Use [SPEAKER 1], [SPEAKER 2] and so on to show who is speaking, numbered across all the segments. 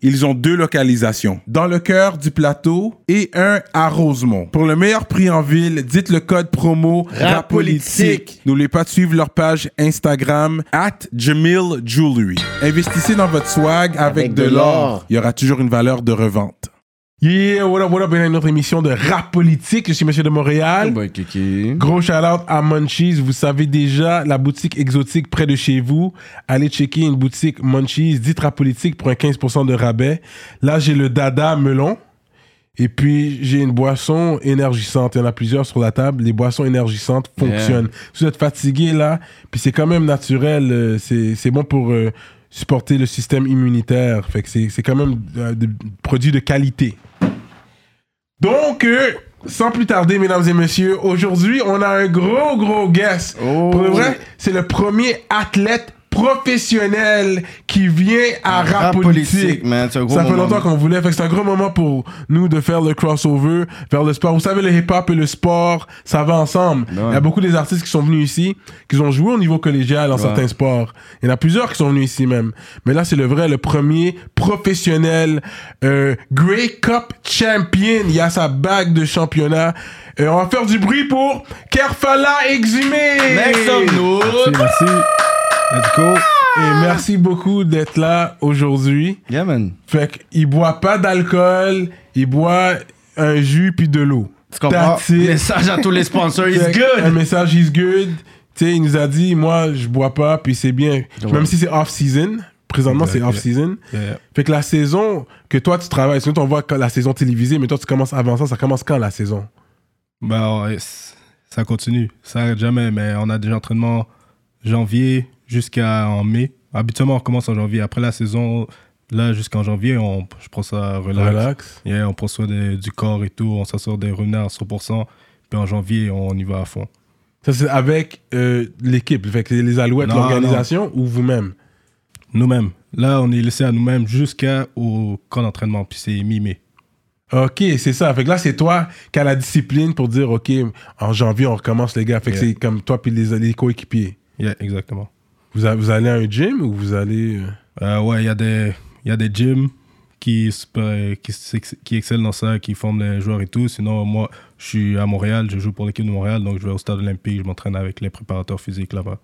[SPEAKER 1] ils ont deux localisations, dans le cœur du plateau et un à Rosemont. Pour le meilleur prix en ville, dites le code promo RAPOLITIQUE. N'oubliez pas de suivre leur page Instagram at Jamil Jewelry. Investissez dans votre swag avec,
[SPEAKER 2] Avec
[SPEAKER 1] de
[SPEAKER 2] de
[SPEAKER 1] l'or
[SPEAKER 2] l'or.
[SPEAKER 1] il y aura toujours une valeur de revente.
[SPEAKER 3] Yeah, what up, what up, bienvenue à une autre émission de Rap Politique. Je suis Monsieur de Montréal. Gros shout-out à Munchies. Vous savez déjà, la boutique exotique près de chez vous. Allez checker une boutique Munchies, dites Rap Politique pour un 15% de rabais. Là, j'ai le Dada Melon. Et puis, j'ai une boisson énergisante. Il y en a plusieurs sur la table. Les boissons énergisantes fonctionnent. Si vous êtes fatigué, là, puis c'est quand même naturel. euh, c'est c'est bon pour euh, supporter le système immunitaire. Fait que c'est c'est quand même euh, des produits de qualité. Donc, euh, sans plus tarder, mesdames et messieurs, aujourd'hui, on a un gros, gros guest. Pour le vrai, c'est le premier athlète professionnel qui vient à rap,
[SPEAKER 2] Rap
[SPEAKER 3] politique.
[SPEAKER 2] politique, man, c'est un gros
[SPEAKER 3] Ça fait
[SPEAKER 2] moment.
[SPEAKER 3] longtemps qu'on voulait. Fait que c'est un gros moment pour nous de faire le crossover vers le sport. Vous savez, le hip-hop et le sport, ça va ensemble.
[SPEAKER 2] Ben
[SPEAKER 3] Il y a beaucoup des artistes qui sont venus ici, qui ont joué au niveau collégial en certains sports. Il y en a plusieurs qui sont venus ici même. Mais là, c'est le vrai, le premier professionnel euh, Grey Cup Champion. Il a sa bague de championnat. Euh, on va faire du bruit pour Kerfala Exhumé.
[SPEAKER 2] Next up, nous.
[SPEAKER 3] Merci, merci. Let's go. Et merci beaucoup d'être là aujourd'hui.
[SPEAKER 2] Yeah, man.
[SPEAKER 3] Fait qu'il boit pas d'alcool, il boit un jus puis de l'eau.
[SPEAKER 2] Tu comprends?
[SPEAKER 3] That's it.
[SPEAKER 2] Message à tous les sponsors,
[SPEAKER 3] Fait
[SPEAKER 2] it's
[SPEAKER 3] que Un
[SPEAKER 2] good.
[SPEAKER 3] message is good. Tu sais, il nous a dit, moi, je bois pas, puis c'est bien. Même si c'est off-season. Présentement, c'est off-season. Fait que la saison que toi, tu travailles, sinon, on voit que la saison télévisée, mais toi, tu commences avant ça. Ça commence quand la saison
[SPEAKER 4] Ben, ouais, c- ça continue. Ça arrête jamais, mais on a des entraînements janvier jusqu'à en mai. Habituellement, on commence en janvier. Après la saison, là, jusqu'en janvier, on, je prends ça relax.
[SPEAKER 3] Relax.
[SPEAKER 4] Yeah, on prend soin des- du corps et tout. On s'assure des revenus à 100%. Puis en janvier, on y va à fond.
[SPEAKER 3] Ça, c'est avec euh, l'équipe, fait que les Alouettes,
[SPEAKER 4] Non,
[SPEAKER 3] l'organisation ou vous-même
[SPEAKER 4] Nous-mêmes. Là, on est laissé à nous-mêmes jusqu'au camp d'entraînement. Puis c'est mi-mai.
[SPEAKER 3] Ok, c'est ça. Fait que là, c'est toi qui as la discipline pour dire, OK, en janvier, on recommence, les gars. Fait que
[SPEAKER 4] Yeah.
[SPEAKER 3] c'est comme toi puis les, les coéquipiers.
[SPEAKER 4] Yeah, exactement.
[SPEAKER 3] Vous, a- vous allez à un gym ou vous allez. euh,
[SPEAKER 4] Euh, ouais, il y, a des- il y a des gyms qui, s- euh, qui, s'ex- qui excellent dans ça, qui forment les joueurs et tout. Sinon, moi, je suis à Montréal, je joue pour l'équipe de Montréal, donc je vais au stade olympique, je m'entraîne avec les préparateurs physiques là-bas.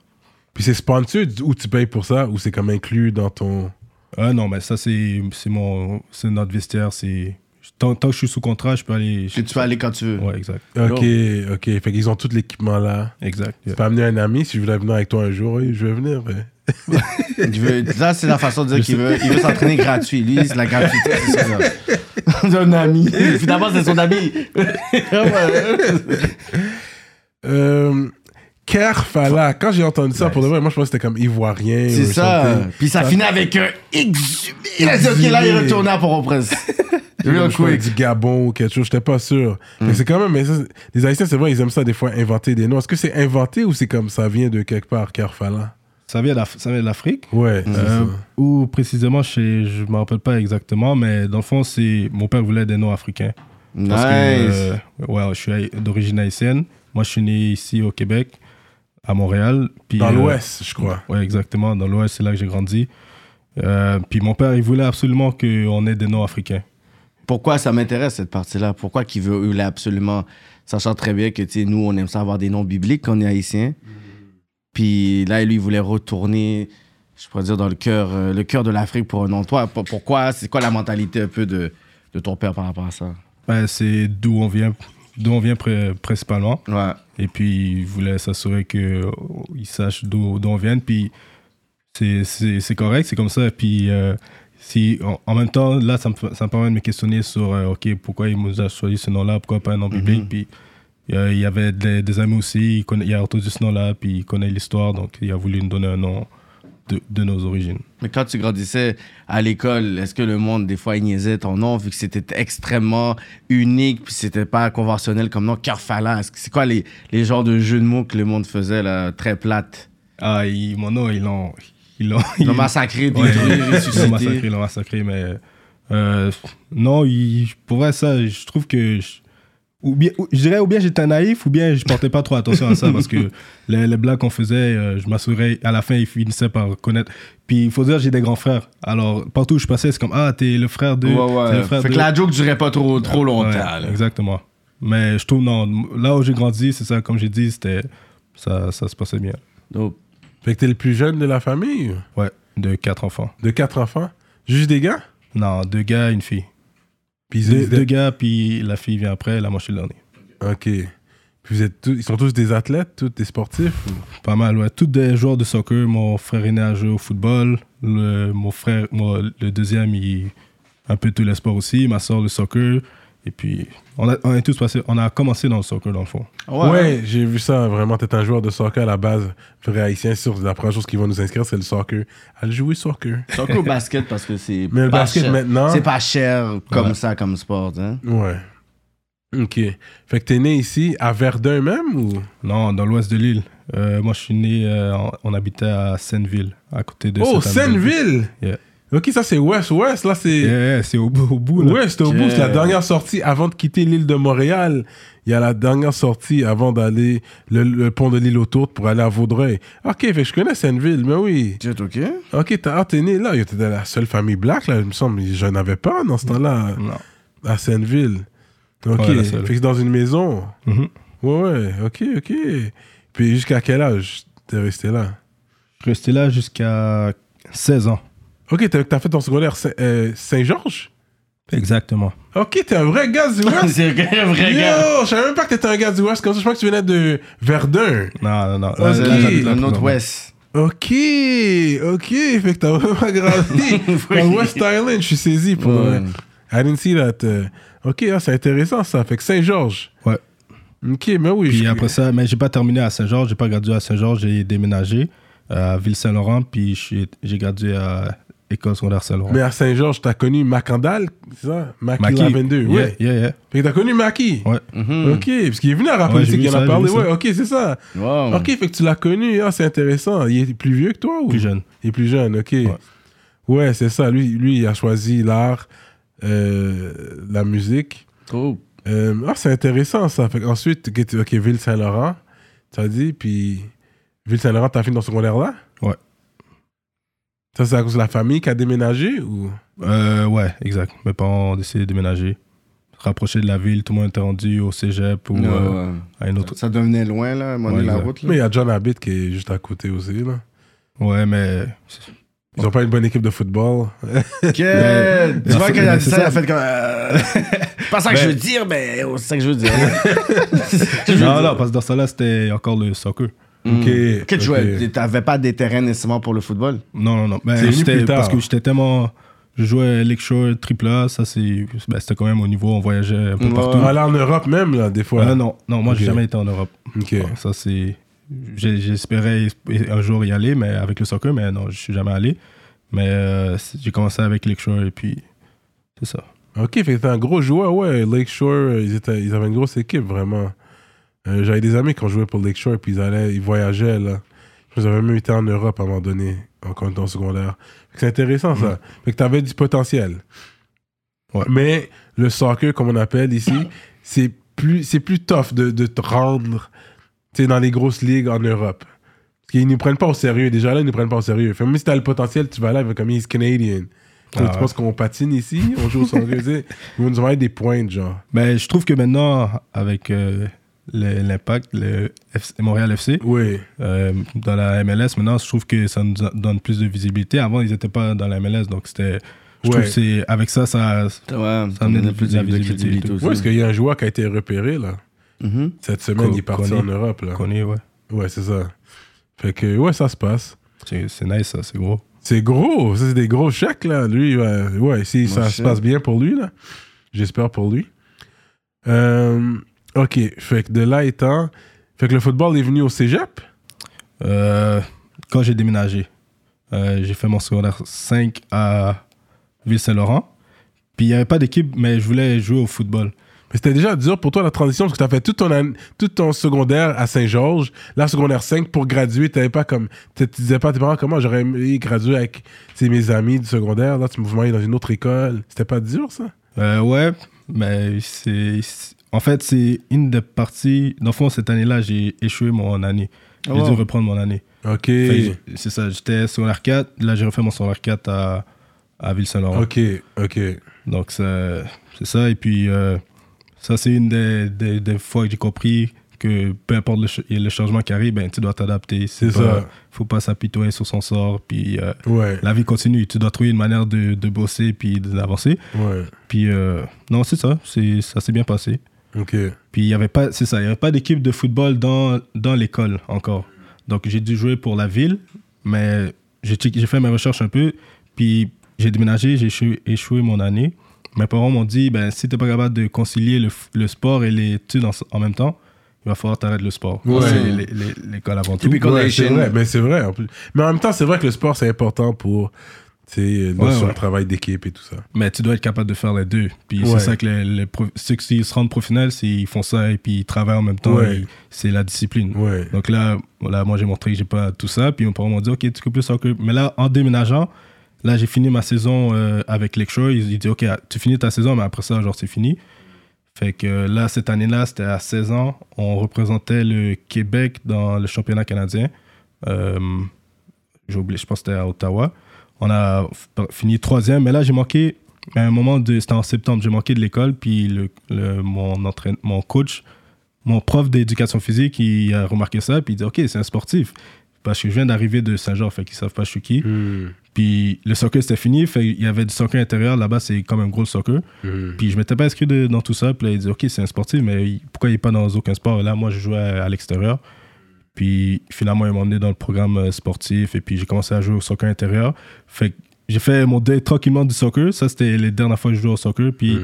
[SPEAKER 3] Puis c'est sponsor ou tu payes pour ça ou c'est comme inclus dans ton.
[SPEAKER 4] Ah non, mais ça, c'est c'est mon- c'est notre vestiaire. c'est Tant, tant que je suis sous contrat, je peux aller.
[SPEAKER 2] Puis tu peux aller quand tu veux.
[SPEAKER 4] Ouais, exact. Euh,
[SPEAKER 3] Ok, ok. Fait qu'ils ont tout l'équipement là.
[SPEAKER 4] Exact.
[SPEAKER 3] Tu
[SPEAKER 4] yeah.
[SPEAKER 3] peux amener un ami si je voulais venir avec toi un jour. Oui, je vais venir. mais-
[SPEAKER 2] Il veut, là, c'est la façon de dire qu'il veut, il veut s'entraîner gratuit. Lui, c'est la gratuité, c'est ça. là. C'est un ami. Finalement, c'est son ami.
[SPEAKER 3] Euh, Kerfala, quand j'ai entendu ça, pour de vrai, moi je pensais que c'était comme ivoirien.
[SPEAKER 2] C'est
[SPEAKER 3] ou
[SPEAKER 2] ça.
[SPEAKER 3] something.
[SPEAKER 2] Puis ça finit avec un exhumé. Il a dit, OK, là, il retourne à Port-au-Prince. Real
[SPEAKER 3] Je crois
[SPEAKER 2] quick.
[SPEAKER 3] du Gabon ou quelque chose, j'étais pas sûr. Mais c'est quand même, mais ça, les Haïtiens, c'est vrai, ils aiment ça des fois, inventer des noms. Est-ce que c'est inventé ou c'est comme ça vient de quelque part, Hmm. Kerfala
[SPEAKER 4] Ça vient d'Af- ça vient de l'Afrique.
[SPEAKER 3] Ouais, c'est
[SPEAKER 4] Euh,
[SPEAKER 3] ça.
[SPEAKER 4] ou précisément, je je me rappelle pas exactement, mais dans le fond, c'est mon père voulait des noms africains. Parce que,
[SPEAKER 2] Nice.
[SPEAKER 4] euh, ouais, je suis haï- d'origine haïtienne. Moi, je suis né ici au Québec, à Montréal. Puis,
[SPEAKER 3] Dans
[SPEAKER 4] euh,
[SPEAKER 3] l'Ouest, je crois.
[SPEAKER 4] Ouais, exactement. Dans l'Ouest, c'est là que j'ai grandi. Euh, puis mon père, il voulait absolument qu'on ait des noms africains.
[SPEAKER 2] Pourquoi ça m'intéresse, cette partie-là? Pourquoi qu'il veut il a absolument... Sachant très bien que, tu sais, nous, on aime ça avoir des noms bibliques quand on est haïtien. Puis là, lui, il voulait retourner, je pourrais dire, dans le cœur, euh, le cœur de l'Afrique pour un nom. Toi, pour- pourquoi? C'est quoi la mentalité un peu de, de ton père par rapport à ça?
[SPEAKER 4] Ben, c'est d'où on vient, d'où on vient pri- principalement.
[SPEAKER 2] Ouais.
[SPEAKER 4] Et puis, il voulait s'assurer qu'ils sachent d'où d'où on vient. Puis, c'est- c'est c'est correct, c'est comme ça. Puis, euh, si, en, en même temps, là, ça me, fait- ça me permet de me questionner sur, euh, OK, pourquoi il nous a choisi ce nom-là, pourquoi pas un nom biblique.
[SPEAKER 2] Mhm.
[SPEAKER 4] Puis, euh, il y avait des, des amis aussi, il, conna- il a entendu ce nom-là, puis il connaît l'histoire, donc il a voulu nous donner un nom de, de nos origines.
[SPEAKER 2] Mais quand tu grandissais à l'école, est-ce que le monde, des fois, il niaisait ton nom, vu que c'était extrêmement unique, puis c'était pas conventionnel comme nom, cœur phalanx? C'est quoi les, les genres de jeux de mots que le monde faisait, là, très plate?
[SPEAKER 4] Ah, ils- mon nom, ils l'ont. Ils l'ont
[SPEAKER 2] Ils l'ont massacré,
[SPEAKER 4] Ouais,
[SPEAKER 2] détruit,
[SPEAKER 4] ils l'ont massacré,
[SPEAKER 2] ressuscité.
[SPEAKER 4] ils l'ont massacré, mais. euh, non, il- pour vrai, ça, je trouve que. je- ou bien, ou- je dirais ou bien j'étais naïf, ou bien je portais pas trop attention à ça, parce que les, les blagues qu'on faisait, euh, je m'assurais, à la fin, ils finissaient par connaître. Puis il faut dire, j'ai des grands frères. Alors, partout où je passais, c'est comme Ah, t'es le frère de.
[SPEAKER 2] Ouais,
[SPEAKER 4] t'es le
[SPEAKER 2] ouais.
[SPEAKER 4] frère
[SPEAKER 2] Fait que
[SPEAKER 4] de-
[SPEAKER 2] la joke durait pas trop, trop longtemps.
[SPEAKER 4] Ouais,
[SPEAKER 2] là.
[SPEAKER 4] exactement. Mais je trouve, non, là où j'ai grandi, c'est ça, comme j'ai dit, c'était. Ça, ça se passait bien.
[SPEAKER 2] Dope.
[SPEAKER 3] Fait que t'es le plus jeune de la famille,
[SPEAKER 4] Ouais, de quatre enfants.
[SPEAKER 3] de quatre enfants. Juste des gars
[SPEAKER 4] Non, deux gars, une fille.
[SPEAKER 3] Puis
[SPEAKER 4] Deux,
[SPEAKER 3] ils-
[SPEAKER 4] deux gars, puis la fille vient après, là, moi, je suis le dernier.
[SPEAKER 3] Ok. Puis vous êtes tous, ils sont tous des athlètes, tous des sportifs.
[SPEAKER 4] Pas mal, ouais. Tous des joueurs de soccer. Mon frère aîné a joué au football. Le, mon frère, moi, le deuxième, il, un peu tous les sports aussi. Ma soeur, le soccer. Et puis, on a, on est tous passés, on a commencé dans le soccer, dans le fond.
[SPEAKER 3] Ouais, j'ai vu ça vraiment. T'es un joueur de soccer à la base, vrai haïtien. Sur la première chose qu'ils vont nous inscrire, c'est le soccer. Allez jouer soccer.
[SPEAKER 2] Surtout au basket parce que c'est.
[SPEAKER 3] Mais le
[SPEAKER 2] pas
[SPEAKER 3] basket
[SPEAKER 2] cher.
[SPEAKER 3] maintenant-
[SPEAKER 2] C'est pas cher comme ça, comme sport. Hein?
[SPEAKER 3] Ouais. Ok. Fait que t'es né ici, à Verdun même ou
[SPEAKER 4] Non, dans l'ouest de l'île. Euh, moi, je suis né, euh, on, on habitait à Seineville, à côté de.
[SPEAKER 3] Oh,
[SPEAKER 4] Saint-André.
[SPEAKER 3] Seineville
[SPEAKER 4] Yeah.
[SPEAKER 3] Ok, ça c'est West. West, là c'est.
[SPEAKER 4] Yeah, yeah, c'est au, bout- au bout, là.
[SPEAKER 3] Ouais, c'était au
[SPEAKER 2] Ok.
[SPEAKER 3] bout, c'est la dernière sortie avant de quitter l'île de Montréal. Il y a la dernière sortie avant d'aller le, le pont de l'île autour pour aller à Vaudreuil. Ok, fait que je connais Sainte-Ville, mais oui.
[SPEAKER 2] Tu ok?
[SPEAKER 3] Ok, t'as- ah, t'es né là, t'es dans la seule famille black, là, il me semble. Je n'avais pas dans ce temps-là
[SPEAKER 4] Non.
[SPEAKER 3] à Sainte-Ville. Ok,
[SPEAKER 4] Ouais, la
[SPEAKER 3] fait
[SPEAKER 4] seule.
[SPEAKER 3] que c'est dans une maison.
[SPEAKER 4] Mhm.
[SPEAKER 3] Ouais, ouais, ok, ok. Puis jusqu'à quel âge t'es resté là
[SPEAKER 4] Je suis resté là jusqu'à 16 ans.
[SPEAKER 3] Ok, t'as t'as fait ton secondaire Saint- euh, Saint-Georges
[SPEAKER 4] Exactement.
[SPEAKER 3] Ok, t'es un vrai gars du West.
[SPEAKER 2] C'est un vrai gars.
[SPEAKER 3] Yo, je savais même pas que t'étais un gars du West comme ça. Je crois que tu venais de Verdun.
[SPEAKER 4] Non, non, non. Là,
[SPEAKER 2] Ouais, c'est
[SPEAKER 4] là,
[SPEAKER 2] la-
[SPEAKER 4] j'habite là,
[SPEAKER 2] le
[SPEAKER 4] présentement.
[SPEAKER 2] Nord-Ouest.
[SPEAKER 3] Ok, ok. Fait que t'as vraiment grandi. Dans West Island, je suis saisi pour. euh,
[SPEAKER 2] Ouais.
[SPEAKER 3] I didn't see that. euh, Ok, ah, c'est intéressant ça. Fait que Saint-Georges.
[SPEAKER 4] Ouais.
[SPEAKER 3] Ok, mais oui.
[SPEAKER 4] Puis
[SPEAKER 3] je-
[SPEAKER 4] après ça, mais j'ai pas terminé à Saint-Georges, j'ai pas gradué à Saint-Georges, j'ai déménagé à Ville-Saint-Laurent, puis je suis- j'ai gradué à École secondaire Saint-Laurent.
[SPEAKER 3] Mais à Saint-Georges, t'as connu Macandal, c'est ça Maki,
[SPEAKER 4] Maki.
[SPEAKER 3] 22,
[SPEAKER 4] yeah,
[SPEAKER 3] ouais. Mm.
[SPEAKER 4] Yeah, yeah.
[SPEAKER 3] Fait que t'as connu Maki.
[SPEAKER 4] Ouais.
[SPEAKER 3] Ok, parce qu'il est venu à la
[SPEAKER 4] Ouais,
[SPEAKER 3] politique,
[SPEAKER 4] j'ai vu
[SPEAKER 3] il en a
[SPEAKER 4] ça,
[SPEAKER 3] parlé.
[SPEAKER 4] j'ai vu
[SPEAKER 3] Ouais,
[SPEAKER 4] ça.
[SPEAKER 3] ok, c'est ça.
[SPEAKER 2] Wow.
[SPEAKER 3] Ok, fait que tu l'as connu, ah, c'est intéressant. Il est plus vieux que toi ou
[SPEAKER 4] Plus jeune.
[SPEAKER 3] Il est plus jeune, ok. Ouais, c'est ça. Lui, lui, il a choisi l'art, euh, la musique.
[SPEAKER 2] Trop.
[SPEAKER 3] Euh, ah, c'est intéressant ça. Fait ensuite, ok, Ville-Saint-Laurent, tu as dit, puis Ville-Saint-Laurent, t'as fini dans ce secondaire là
[SPEAKER 4] Ouais.
[SPEAKER 3] Ça, c'est à cause de la famille qui a déménagé ou
[SPEAKER 4] Euh, ouais, exact. Mes parents ont décidé de déménager, se rapprocher de la ville, tout le monde était rendu au cégep ou
[SPEAKER 2] Ouais,
[SPEAKER 4] euh,
[SPEAKER 2] ouais.
[SPEAKER 4] à une autre.
[SPEAKER 2] Ça devenait loin, là, à un moment donné,
[SPEAKER 4] Ouais,
[SPEAKER 2] la
[SPEAKER 4] exact.
[SPEAKER 2] route. Là.
[SPEAKER 3] Mais il y a John Abbott qui est juste à côté aussi. Là.
[SPEAKER 4] Ouais, mais.
[SPEAKER 3] Ils ont pas une bonne équipe de football.
[SPEAKER 2] Que-
[SPEAKER 4] Mais-
[SPEAKER 2] Tu vois
[SPEAKER 4] mais
[SPEAKER 2] qu'elle a dit
[SPEAKER 4] c'est
[SPEAKER 2] ça, elle a
[SPEAKER 4] ça.
[SPEAKER 2] fait comme. euh, c'est pas ça que je veux dire, mais oh, c'est ça que je veux dire.
[SPEAKER 4] Non, non, parce que dans ça là, c'était encore le soccer.
[SPEAKER 3] Ok.
[SPEAKER 2] Mm. Que tu jouais,
[SPEAKER 3] ok.
[SPEAKER 2] t'avais pas des terrains nécessairement pour le football.
[SPEAKER 4] Non, non, non.
[SPEAKER 3] C'est
[SPEAKER 4] Mais
[SPEAKER 3] venu
[SPEAKER 4] j'étais-
[SPEAKER 3] plus tard.
[SPEAKER 4] parce que j'étais tellement. Je jouais lecture, triple A, ça c'est. ben, c'était quand même au niveau, on voyageait un peu
[SPEAKER 2] Ouais.
[SPEAKER 4] partout.
[SPEAKER 3] Aller en Europe même, là, des fois.
[SPEAKER 4] Ah, non, non, moi j'ai
[SPEAKER 3] Ok.
[SPEAKER 4] jamais été en Europe.
[SPEAKER 3] Ok.
[SPEAKER 4] Ouais, Ça, c'est. j'ai- J'espérais esp- un jour y aller, mais avec le soccer, mais non, je suis jamais allé. Mais euh, c'est- j'ai commencé avec Lecture et puis. C'est ça.
[SPEAKER 3] Ok, fait que t'es un gros joueur, ouais. Lakeshore, euh, ils, étaient, ils avaient une grosse équipe, vraiment. Euh, J'avais des amis qui ont joué pour Lakeshore, puis ils allaient, ils voyageaient, là. Ils avaient même été en Europe à un moment donné, encore une temps secondaire. Fait que C'est intéressant, ça. Fait que t'avais du potentiel.
[SPEAKER 4] Ouais.
[SPEAKER 3] Mais le soccer, comme on appelle ici, c'est plus, c'est plus tough de, de te rendre tu sais, dans les grosses ligues en Europe. Parce qu'ils nous prennent pas au sérieux. Déjà là, ils nous prennent pas au sérieux. Fait, que même si t'as le potentiel, tu vas là avec comme he's Canadian. Tu
[SPEAKER 4] Ah
[SPEAKER 3] tu
[SPEAKER 4] ouais.
[SPEAKER 3] penses qu'on patine ici, on joue au sérieux. tu sais. Ils vont nous envoyer des points, genre.
[SPEAKER 4] Mais je trouve que maintenant, avec euh, le- l'impact, le FC Montréal FC,
[SPEAKER 3] Oui.
[SPEAKER 4] euh, dans la MLS, maintenant, je trouve que ça nous a- donne plus de visibilité. Avant, ils n'étaient pas dans la MLS, donc c'était. Je trouve
[SPEAKER 3] Ouais.
[SPEAKER 4] que c'est. Avec ça, ça.
[SPEAKER 2] Ouais,
[SPEAKER 4] Ça amenait plus de visibilité.
[SPEAKER 3] Oui, parce qu'il y a un joueur qui a été repéré, là.
[SPEAKER 4] Mm-hmm.
[SPEAKER 2] Mhm.
[SPEAKER 3] Cette semaine,
[SPEAKER 4] Co-
[SPEAKER 3] il est parti
[SPEAKER 4] Koné.
[SPEAKER 3] en Europe, là.
[SPEAKER 4] Qu'on est, ouais.
[SPEAKER 3] Ouais, c'est ça. Fait que, ouais, ça se passe.
[SPEAKER 4] C'est c'est nice, ça, c'est gros.
[SPEAKER 3] C'est gros, ça, c'est des gros chèques, là. Lui, ouais, ouais, si ça se
[SPEAKER 2] shit.
[SPEAKER 3] passe bien pour lui, là. J'espère pour lui. Euh, ok, fait que de là étant, fait que le football est venu au cégep.
[SPEAKER 4] Euh, quand j'ai déménagé, Euh, j'ai fait mon secondaire 5 à Ville-Saint-Laurent. Puis il n'y avait pas d'équipe, mais je voulais jouer au football.
[SPEAKER 3] Mais c'était déjà dur pour toi la transition parce que t'as fait tout ton, an- tout ton secondaire à Saint-Georges, la secondaire 5 pour graduer. T'avais pas comme. Tu te disais pas à tes parents comment j'aurais aimé graduer avec tu sais, mes amis du secondaire. Là, tu me voyais dans une autre école. C'était pas dur ça?
[SPEAKER 4] Euh, ouais, mais c'est. c'est- En fait, c'est une des parties. Dans le fond, cette année-là, j'ai échoué mon année. J'ai
[SPEAKER 3] Ah, wow.
[SPEAKER 4] dû reprendre mon année.
[SPEAKER 3] Ok.
[SPEAKER 4] Fait que C'est ça, j'étais secondaire 4. Là, j'ai refait mon secondaire 4 à, à Ville-Saint-Laurent.
[SPEAKER 3] Ok, ok.
[SPEAKER 4] Donc, ça- c'est ça. Et puis, euh, ça, c'est une des, des- des fois que j'ai compris que peu importe le, ch- le changement qui arrive, ben, tu dois t'adapter.
[SPEAKER 3] C'est
[SPEAKER 4] pas-
[SPEAKER 3] ça.
[SPEAKER 4] faut pas s'apitoyer sur son sort. Puis, euh,
[SPEAKER 3] Ouais,
[SPEAKER 4] la vie continue. Tu dois trouver une manière de, de bosser puis d'avancer.
[SPEAKER 3] ouais.
[SPEAKER 4] Puis, euh, non, c'est ça. C'est- Ça s'est bien passé.
[SPEAKER 3] Ok.
[SPEAKER 4] Puis il y avait pas, c'est ça, il y avait pas d'équipe de football dans, dans l'école encore. Donc j'ai dû jouer pour la ville, mais j'ai check- j'ai fait mes recherches un peu, puis j'ai déménagé, j'ai échoué, échoué mon année. Mes parents m'ont dit, ben si t'es pas capable de concilier le, f- le sport et les études en, s- en même temps, il va falloir t'arrêter le sport.
[SPEAKER 3] Ouais.
[SPEAKER 4] C'est les- les- l'école avant tout.
[SPEAKER 2] Typical
[SPEAKER 3] Ouais, c'est
[SPEAKER 2] Asian.
[SPEAKER 3] vrai, mais c'est vrai en plus. Mais en même temps, c'est vrai que le sport c'est important pour tu sais,
[SPEAKER 4] Ouais,
[SPEAKER 3] sur le
[SPEAKER 4] ouais.
[SPEAKER 3] travail d'équipe et tout ça.
[SPEAKER 4] Mais tu dois être capable de faire les deux. Puis
[SPEAKER 3] Ouais.
[SPEAKER 4] c'est ça que les, les prof- ceux qui se rendent professionnels, c'est- ils font ça et puis ils travaillent en même temps.
[SPEAKER 3] Ouais.
[SPEAKER 4] et C'est la discipline.
[SPEAKER 3] Ouais.
[SPEAKER 4] Donc là, voilà, moi j'ai montré que j'ai pas tout ça. Puis mes parents m'ont dit, OK, tu coupes le soccer. Mais là, en déménageant, là j'ai fini ma saison euh, avec Lecture. Ils, ils disent, OK, ah, tu finis ta saison, mais après ça, genre, c'est fini. Fait que euh, là, cette année-là, c'était à 16 ans. On représentait le Québec dans le championnat canadien. Euh, j'ai oublié, je pense que c'était à Ottawa. On a f- fini troisième, mais là, j'ai manqué à un moment, de, c'était en septembre, j'ai manqué de l'école, puis le, le- mon, entraîne, mon coach, mon prof d'éducation physique, il a remarqué ça, puis il dit Ok, c'est un sportif. Parce que je viens d'arriver de Saint-Jean, fait qu'ils savent pas je suis qui. Puis le soccer, c'était fini, fait il y avait du soccer intérieur, là-bas, c'est quand même gros le soccer. Puis je m'étais pas inscrit de- dans tout ça, puis là, il dit Ok, c'est un sportif, mais il- pourquoi il est pas dans aucun sport Et Là, moi, je jouais à, à l'extérieur. Puis finalement, ils m'ont emmené dans le programme euh, sportif et puis j'ai commencé à jouer au soccer intérieur. Fait que j'ai fait mon deuil tranquillement du soccer. Ça, c'était les dernières fois que je jouais au soccer. Puis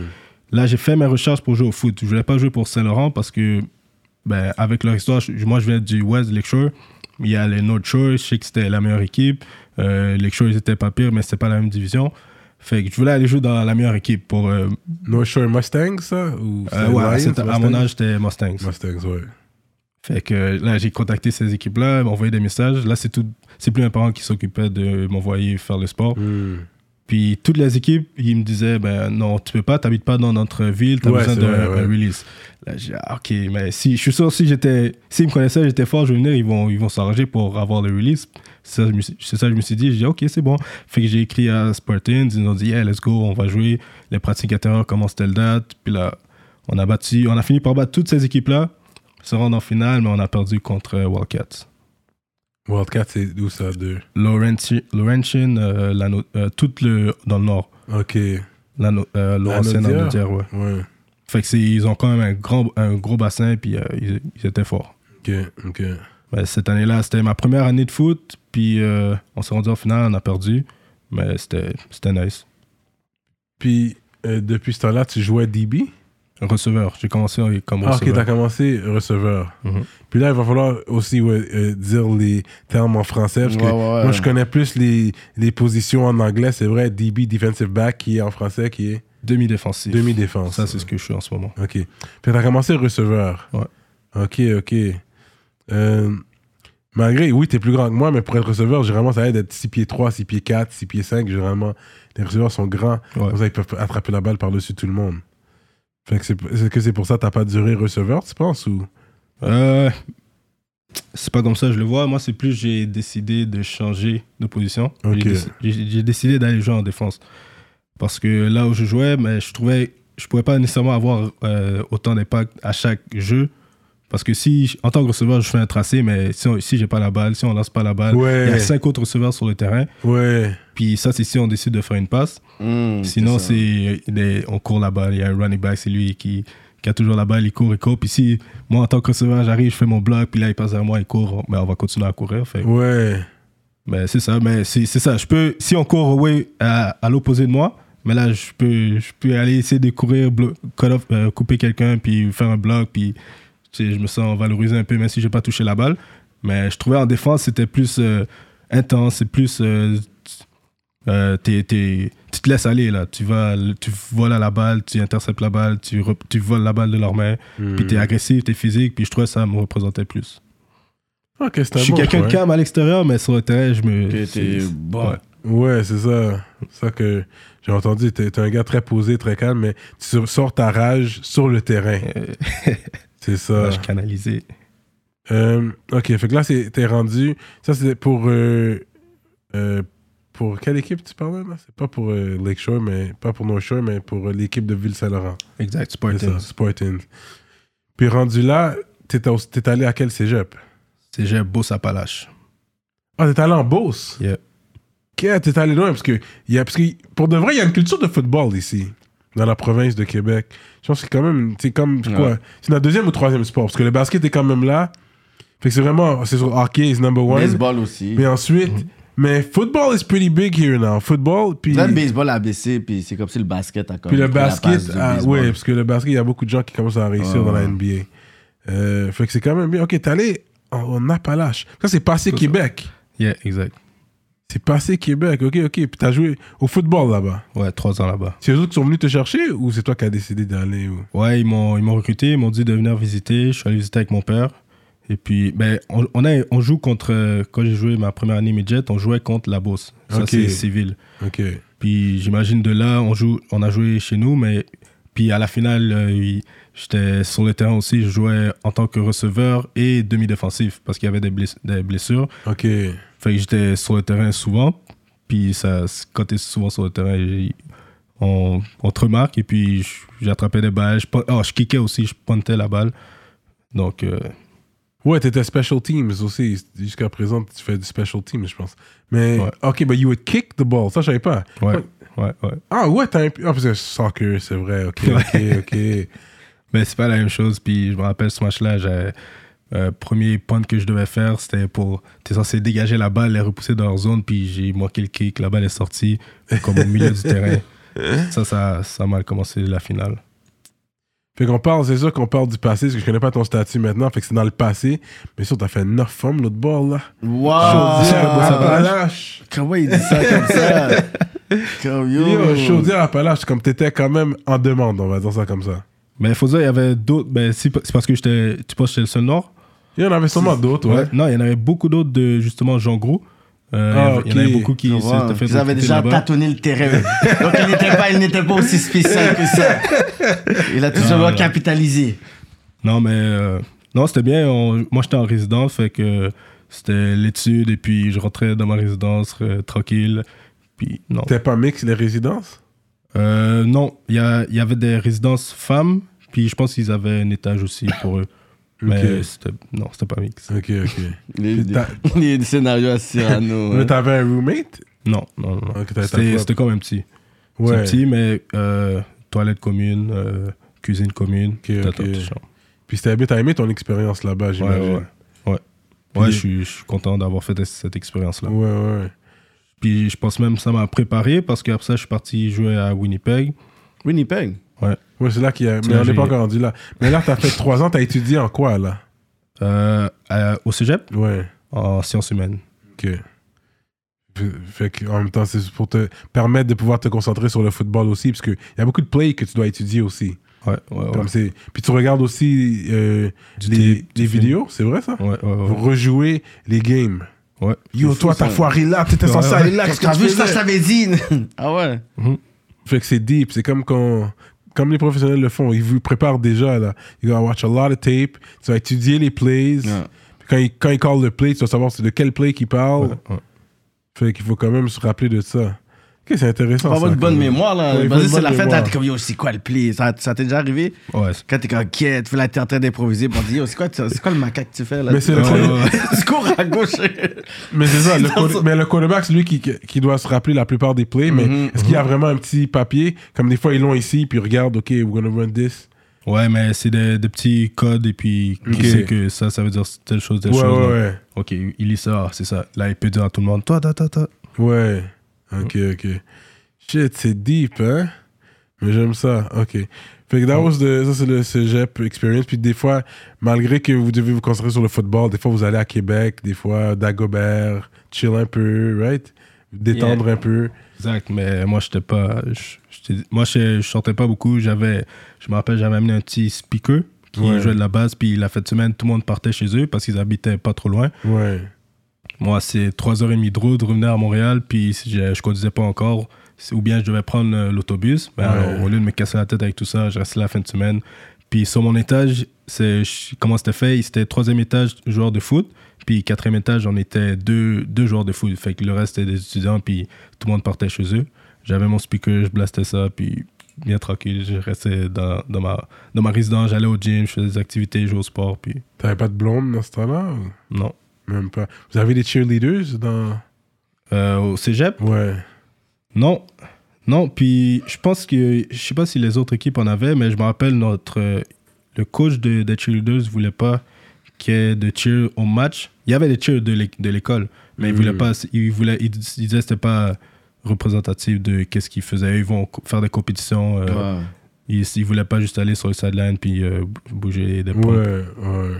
[SPEAKER 4] là, j'ai fait mes recherches pour jouer au foot. Je voulais pas jouer pour Saint-Laurent parce que, ben, avec leur histoire, je- moi, je viens du West Lakeshore. Il y a les North Shore. Je sais que c'était la meilleure équipe. Euh, Lakeshore, ils étaient pas pires, mais c'était pas la même division. Fait que je voulais aller jouer dans la meilleure équipe pour. euh,
[SPEAKER 3] No Shore Mustangs, ça ou
[SPEAKER 4] euh,
[SPEAKER 3] c'est
[SPEAKER 4] ouais,
[SPEAKER 3] Lions,
[SPEAKER 4] c'était- à mon
[SPEAKER 3] Mustangs?
[SPEAKER 4] âge, c'était Mustangs.
[SPEAKER 3] Mustangs, ouais.
[SPEAKER 4] Fait que euh, là, j'ai contacté ces équipes-là, ils m'ont envoyé des messages. Là, c'est tout, c'est plus mes parents qui s'occupaient de m'envoyer faire le sport. Puis toutes les équipes, ils me disaient, ben non, tu peux pas, t'habites pas dans notre ville, t'as
[SPEAKER 3] Ouais,
[SPEAKER 4] besoin
[SPEAKER 3] c'est
[SPEAKER 4] d'un
[SPEAKER 3] vrai, ouais.
[SPEAKER 4] un release. Là, j'ai dit, ah, ok, mais si, je suis sûr, si j'étais, s'ils me connaissaient, j'étais fort, je vais venir, ils vont, ils vont s'arranger pour avoir le release. Ça, je me suis- C'est ça, je me suis dit, j'ai dit, ok, c'est bon. Fait que j'ai écrit à Spartans, ils ont dit, yeah, let's go, on va jouer. Les pratiques intérieures commencent telle date. Puis là, on a battu, on a fini par battre toutes ces équipes-là, se rendre en finale, mais on a perdu contre euh, Wildcats.
[SPEAKER 3] Wildcat, c'est d'où ça de
[SPEAKER 4] Laurenti- Laurentian, euh, Lano- euh, tout le, dans le nord.
[SPEAKER 3] Ok,
[SPEAKER 4] Lano- euh, Laurentian,
[SPEAKER 3] Lanaudière.
[SPEAKER 4] Lanaudière, ouais.
[SPEAKER 3] ouais.
[SPEAKER 4] Fait que c'est, ils ont quand même un, grand, un gros bassin, puis euh, ils, ils étaient forts.
[SPEAKER 3] Ok, ok.
[SPEAKER 4] Mais cette année-là, c'était ma première année de foot, puis euh, on s'est rendu en finale, on a perdu, mais c'était, c'était nice.
[SPEAKER 3] Puis euh, depuis ce temps-là, tu jouais DB
[SPEAKER 4] Receveur, j'ai commencé comme
[SPEAKER 3] Ah, ok, t'as
[SPEAKER 4] receveur.
[SPEAKER 3] commencé receveur.
[SPEAKER 4] Mhm.
[SPEAKER 3] Puis là, il va falloir aussi ouais, euh, dire les termes en français. Parce que
[SPEAKER 2] Ouais, ouais, ouais.
[SPEAKER 3] Moi, je connais plus les, les positions en anglais. C'est vrai, DB, defensive back, qui est en français, qui est
[SPEAKER 4] Demi-défensif.
[SPEAKER 3] demi-défense.
[SPEAKER 4] Ça, c'est ce que je suis en ce moment.
[SPEAKER 3] OK. Puis t'as commencé receveur.
[SPEAKER 4] Ouais.
[SPEAKER 3] OK, OK. Euh, malgré, oui, t'es plus grand que moi, mais pour être receveur, généralement, ça aide d'être 6 pieds 3, 6 pieds 4, 6 pieds 5. Généralement, les receveurs sont grands.
[SPEAKER 4] Ouais.
[SPEAKER 3] Comme ça, ils peuvent attraper la balle par-dessus tout le monde. Fait que c'est est-ce que c'est pour ça que t'as pas duré receveur, tu penses ou
[SPEAKER 4] Euh, c'est pas comme ça, je le vois. Moi, c'est plus j'ai décidé de changer de position. J'ai
[SPEAKER 3] Ok.
[SPEAKER 4] déci- J'ai j'ai décidé d'aller jouer en défense. Parce que là où je jouais, mais je trouvais je pouvais pas nécessairement avoir euh, autant d'impact à chaque jeu. Parce que si, en tant que receveur, je fais un tracé, mais si, on- si j'ai pas la balle, si on lance pas la balle, Euh, il
[SPEAKER 3] Ouais.
[SPEAKER 4] y a cinq autres receveurs sur le terrain.
[SPEAKER 3] Ouais.
[SPEAKER 4] Puis ça, c'est si on décide de faire une passe.
[SPEAKER 2] Mm,
[SPEAKER 4] Sinon,
[SPEAKER 2] ça.
[SPEAKER 4] c'est des- on court la balle. Il y a un running back, c'est lui qui, qui a toujours la balle, il court, il court. Puis si moi, en tant que receveur, j'arrive, je fais mon bloc, puis là, il passe à moi, il court, ben, on va continuer à courir. Fait.
[SPEAKER 3] Ouais.
[SPEAKER 4] Ben, c'est ça, mais c'est c'est ça. Je peux, si on court away à, à l'opposé de moi, mais là, je peux, je peux aller essayer de courir, blo- cut off, euh, couper quelqu'un, puis faire un bloc, puis tu sais, je me sens valorisé un peu, même si j'ai pas touché la balle. Mais je trouvais en défense, c'était plus euh, intense, c'est plus. euh, euh, t'es- t'es- tu te laisses aller, là. Tu, vas, tu voles à la balle, tu interceptes la balle, tu, re- tu voles la balle de leurs mains, puis
[SPEAKER 3] Hmm.
[SPEAKER 4] t'es agressif, t'es physique, puis je trouvais que ça me représentait plus.
[SPEAKER 3] Ok, c'est un
[SPEAKER 4] Je suis
[SPEAKER 3] bon
[SPEAKER 4] quelqu'un
[SPEAKER 3] choix.
[SPEAKER 4] de calme à l'extérieur, mais sur le terrain, je me.
[SPEAKER 2] Que
[SPEAKER 4] c'est-
[SPEAKER 2] t'es
[SPEAKER 4] c'est-
[SPEAKER 2] bon.
[SPEAKER 4] ouais.
[SPEAKER 3] Ouais, c'est ça. C'est ça que j'ai entendu. T'es t'es un gars très posé, très calme, mais tu sors ta rage sur le terrain. C'est ça.
[SPEAKER 4] Là, je canalisais.
[SPEAKER 3] Euh, ok, fait que là, c'est- t'es rendu. Ça, c'est pour. euh, euh, pour quelle équipe tu parlais là C'est pas pour euh, Lakeshore, mais pas pour North Shore, mais pour euh, l'équipe de Ville-Saint-Laurent.
[SPEAKER 4] Exact,
[SPEAKER 3] C'est ça,
[SPEAKER 4] Spartans.
[SPEAKER 3] Sporting. Puis rendu là, t'es au- t'es allé à quel cégep
[SPEAKER 4] C'est j'ai beau sapalache.
[SPEAKER 3] Ah, t'es allé en Beauce
[SPEAKER 4] Yeah.
[SPEAKER 3] Ok, t'es allé loin, parce que, y a, parce que pour de vrai, il y a une culture de football ici, dans la province de Québec. Je pense que quand même, c'est comme, c'est quoi C'est notre deuxième ou troisième sport, parce que le basket est quand même là. Fait que c'est vraiment, c'est sur hockey is number one.
[SPEAKER 2] Baseball Mm-hmm. aussi.
[SPEAKER 3] Mais ensuite, mais football is pretty big here now. Football, puis,
[SPEAKER 2] Là, le baseball a baissé, puis c'est comme si le basket a comme.
[SPEAKER 3] puis le
[SPEAKER 2] pris la
[SPEAKER 3] basket,
[SPEAKER 2] place du
[SPEAKER 3] ah,
[SPEAKER 2] baseball.
[SPEAKER 3] ouais, parce que le basket, il y a beaucoup de gens qui commencent à réussir
[SPEAKER 2] Ouais,
[SPEAKER 3] dans la
[SPEAKER 2] ouais.
[SPEAKER 3] NBA. Euh, fait que c'est quand même bien. Ok, t'es allé en, en Appalaches. Ça, c'est passé Québec.
[SPEAKER 4] Yeah, exact.
[SPEAKER 3] C'est passé Québec, ok, ok. Puis t'as joué au football là-bas.
[SPEAKER 4] Ouais, trois ans là-bas.
[SPEAKER 3] C'est eux autres qui sont venus te chercher ou c'est toi qui as décidé d'aller ou...
[SPEAKER 4] Ouais, ils m'ont, ils m'ont recruté, ils m'ont dit de venir visiter. Je suis allé visiter avec mon père. Et puis, ben, on, on a, on joue contre. euh, Quand j'ai joué ma première année midget, on jouait contre la Beauce. Ça,
[SPEAKER 3] Ok.
[SPEAKER 4] c'est civil.
[SPEAKER 3] Ok.
[SPEAKER 4] Puis, j'imagine de là, on, joue, on a joué chez nous, mais. Puis, à la finale, euh, il- j'étais sur le terrain aussi. Je jouais en tant que receveur et demi-défensif parce qu'il y avait des, bless- des blessures.
[SPEAKER 3] Ok.
[SPEAKER 4] Fait que j'étais sur le terrain souvent. Puis, ça, quand t'es souvent sur le terrain, il- on, on te remarque et puis je- j'attrapais des balles. Je, pun- oh, je kickais aussi, je puntais la balle. Donc, euh,
[SPEAKER 3] Ouais, t'étais special teams aussi. Jusqu'à présent, tu fais du special teams, je pense. Mais,
[SPEAKER 4] Ouais.
[SPEAKER 3] ok, but you would kick the ball. Ça, je savais pas.
[SPEAKER 4] ouais, ouais, ouais.
[SPEAKER 3] Ah ouais, t'as un. Ah, parce que soccer, c'est vrai. Ok, ok, ok.
[SPEAKER 4] Mais c'est pas la même chose. Puis je me rappelle ce match-là, j'avais- euh, premier punt que je devais faire, c'était pour. T'es censé dégager la balle, les repousser dans leur zone, puis j'ai manqué le kick, la balle est sortie, comme au milieu du terrain. Ça, ça, ça a mal commencé la finale.
[SPEAKER 3] Fait qu'on parle, c'est sûr qu'on parle du passé, parce que je connais pas ton statut maintenant. Fait que c'est dans le passé. Mais sûr, t'as fait 9 femmes l'autre bord, là.
[SPEAKER 2] Ah,
[SPEAKER 3] Chaudière, Appalaches.
[SPEAKER 2] Comment il dit ça comme ça Comme yo.
[SPEAKER 3] Yo, Chaudière, Appalaches, comme t'étais quand même en demande, on va dire ça comme ça.
[SPEAKER 4] Mais il faut dire, il y avait d'autres. Ben, c'est c'est parce que j'étais. Tu penses que j'étais le seul Nord
[SPEAKER 3] Il y en avait sûrement d'autres, ouais.
[SPEAKER 4] Ouais. Non, il y en avait beaucoup d'autres de justement Jean Gros. Euh,
[SPEAKER 3] Ah,
[SPEAKER 4] il y avait- il y en avait
[SPEAKER 3] ok.
[SPEAKER 4] beaucoup qui
[SPEAKER 2] Tu
[SPEAKER 4] s'étaient
[SPEAKER 2] vois,
[SPEAKER 4] fait
[SPEAKER 2] Ils avaient
[SPEAKER 4] recruter
[SPEAKER 2] déjà
[SPEAKER 4] là-bas.
[SPEAKER 2] tâtonné le terrain. Donc il n'était pas, il n'était pas aussi spécial que ça. Il a tout simplement
[SPEAKER 4] non.
[SPEAKER 2] capitalisé.
[SPEAKER 4] Non, mais euh, non, c'était bien. On- moi, j'étais en résidence, fait que c'était l'étude et puis je rentrais dans ma résidence euh, tranquille. Puis non.
[SPEAKER 3] T'es pas mix les résidences
[SPEAKER 4] Euh, non, il y, a- il y avait des résidences femmes, puis je pense qu'ils avaient un étage aussi pour eux. Mais
[SPEAKER 3] Ok.
[SPEAKER 4] c'était non, c'était pas mix.
[SPEAKER 3] Ok, ok.
[SPEAKER 2] Les,
[SPEAKER 3] Puis t'as-
[SPEAKER 2] les- les scénarios à Cyrano.
[SPEAKER 3] Mais
[SPEAKER 2] hein.
[SPEAKER 3] t'avais un roommate
[SPEAKER 4] Non, non, non. non.
[SPEAKER 3] Ok, t'as- t'as
[SPEAKER 4] C'était
[SPEAKER 3] quoi
[SPEAKER 4] c'était quand même petit.
[SPEAKER 3] Ouais.
[SPEAKER 4] C'était petit, mais euh, toilette commune, euh, cuisine commune, t'as
[SPEAKER 3] ok.
[SPEAKER 4] ta petite chambre.
[SPEAKER 3] Puis t'as aimé, t'as aimé ton expérience là-bas,
[SPEAKER 4] Ouais, ouais.
[SPEAKER 3] j'imagine.
[SPEAKER 4] Ouais,
[SPEAKER 3] Puis-
[SPEAKER 4] ouais je, suis, je suis content d'avoir fait cette expérience-là.
[SPEAKER 3] Ouais, ouais.
[SPEAKER 4] Puis je pense même que ça m'a préparé parce qu'après ça, je suis parti jouer à Winnipeg.
[SPEAKER 2] Winnipeg.
[SPEAKER 4] Ouais.
[SPEAKER 3] Ouais, c'est là qu'il y a. Mais
[SPEAKER 4] là,
[SPEAKER 3] on n'est
[SPEAKER 4] j'ai-
[SPEAKER 3] pas encore rendu là. Mais là, t'as fait trois ans, t'as étudié en quoi, là
[SPEAKER 4] Euh, à- au cégep,
[SPEAKER 3] Ouais.
[SPEAKER 4] en sciences humaines.
[SPEAKER 3] Ok. F- Fait que, en même temps, c'est pour te permettre de pouvoir te concentrer sur le football aussi, parce qu'il y a beaucoup de plays que tu dois étudier aussi.
[SPEAKER 4] Ouais, ouais, Ah ouais.
[SPEAKER 3] Comme c'est- Puis tu regardes aussi euh,
[SPEAKER 4] Du
[SPEAKER 3] les,
[SPEAKER 4] tape, du
[SPEAKER 3] les
[SPEAKER 4] film.
[SPEAKER 3] vidéos, c'est vrai ça
[SPEAKER 4] Ouais, ouais,
[SPEAKER 3] Vous
[SPEAKER 4] ouais.
[SPEAKER 3] rejouez les games.
[SPEAKER 4] ouais.
[SPEAKER 3] Yo, toi, t'as foiré là, t'étais
[SPEAKER 4] Ouais,
[SPEAKER 3] censé
[SPEAKER 4] ouais.
[SPEAKER 3] aller là.
[SPEAKER 2] Parce
[SPEAKER 3] qu'est-ce que
[SPEAKER 2] que t'as
[SPEAKER 3] tu
[SPEAKER 2] vu ça,
[SPEAKER 3] faisais?
[SPEAKER 2] je t'avais dit. ah ouais.
[SPEAKER 3] Fait que c'est deep. C'est comme quand, comme les professionnels le font. Ils vous préparent déjà, là. You gotta watch a lot of tape. Tu vas étudier les plays.
[SPEAKER 2] Yeah.
[SPEAKER 3] Puis Quand, ils, quand ils callent le play, tu vas savoir c'est de quel play qu'ils parlent.
[SPEAKER 4] ouais.
[SPEAKER 3] Fait qu'il faut quand même se rappeler de ça. Ok, c'est intéressant.
[SPEAKER 2] Pas
[SPEAKER 3] ça,
[SPEAKER 2] votre
[SPEAKER 3] quand
[SPEAKER 2] bonne
[SPEAKER 3] même.
[SPEAKER 2] mémoire là.
[SPEAKER 3] Ouais,
[SPEAKER 2] Vas-y,
[SPEAKER 3] bonne
[SPEAKER 2] c'est la fête,
[SPEAKER 3] mémoire.
[SPEAKER 2] t'es comme yo, c'est quoi le pli Ça, ça t'est déjà arrivé
[SPEAKER 4] Ouais, c'est-
[SPEAKER 2] Quand t'es comme quête, tu là, t'es en train d'improviser, puis on dit yo, c'est quoi, tu- c'est quoi le macaque que tu fais là
[SPEAKER 3] Mais c'est le
[SPEAKER 4] Ouais,
[SPEAKER 3] premier-
[SPEAKER 4] ouais, ouais.
[SPEAKER 2] Tu cours à gauche.
[SPEAKER 3] Mais c'est ça, le
[SPEAKER 2] Dans
[SPEAKER 3] quarter-
[SPEAKER 2] son-
[SPEAKER 3] mais le quarterback, c'est lui qui, qui doit se rappeler la plupart des plays. Mais
[SPEAKER 2] Mm-hmm,
[SPEAKER 3] est-ce qu'il y a vraiment un petit papier Comme des fois, ils l'ont ici, puis ils regardent, OK, we're gonna run this.
[SPEAKER 4] Ouais, mais c'est des, des petits codes et puis qui
[SPEAKER 3] Ok.
[SPEAKER 4] sait que ça, ça veut dire telle chose, telle
[SPEAKER 3] Ouais,
[SPEAKER 4] chose.
[SPEAKER 3] ouais,
[SPEAKER 4] là.
[SPEAKER 3] ouais.
[SPEAKER 4] Ok, il lit ça, ah, c'est ça. Là, il peut dire à tout le monde, toi, ta, ta, ta.
[SPEAKER 3] Ouais. Ok, ok. Shit, c'est deep, hein? Mais j'aime ça, ok. Fait que that was the- ça, c'est le cégep experience. Puis des fois, malgré que vous devez vous concentrer sur le football, des fois vous allez à Québec, des fois Dagobert, chill un peu, right? Détendre un peu.
[SPEAKER 4] Exact, mais moi, j'étais pas. je- j'étais- Moi, je, je sortais pas beaucoup. J'avais. Je me rappelle, j'avais amené un petit speaker qui
[SPEAKER 3] Ouais.
[SPEAKER 4] jouait de la basse. Puis la fin de semaine, tout le monde partait chez eux parce qu'ils habitaient pas trop loin.
[SPEAKER 3] Ouais.
[SPEAKER 4] Moi, c'est 3h30 de route, revenais à Montréal, puis si je, je conduisais pas encore, c'est- ou bien je devais prendre euh, l'autobus. Mais alors, au lieu de me casser la tête avec tout ça, je restais là la fin de semaine. Puis sur mon étage, c'est, je- comment c'était fait C'était troisième étage, joueur de foot. Puis quatrième étage, on était deux, deux joueurs de foot. Fait que le reste, c'était des étudiants, puis tout le monde partait chez eux. J'avais mon speaker, je blastais ça, puis bien tranquille, je restais dans, dans ma, dans ma résidence, j'allais au gym, je faisais des activités, je jouais au sport, puis
[SPEAKER 3] T'avais pas de blonde dans ce temps-là? ou
[SPEAKER 4] non.
[SPEAKER 3] Même pas. Vous avez des cheerleaders dans.
[SPEAKER 4] Euh, au cégep,
[SPEAKER 3] Ouais.
[SPEAKER 4] Non. Non, puis je pense que, je sais pas si les autres équipes en avaient, mais je me rappelle, notre, euh, le coach de, des cheerleaders voulait pas qu'il y ait de cheer au match. Il y avait des cheers de l'é- de l'école, mais il voulait pas, il voulait, il, dis- il disait que c'était pas représentatif de qu'est-ce qu'ils faisaient. Ils vont co- faire des compétitions. euh,
[SPEAKER 2] Ouais.
[SPEAKER 4] Ils, ils voulaient pas juste aller sur le sideline puis euh, bou- bouger des points.
[SPEAKER 3] Ouais, ouais.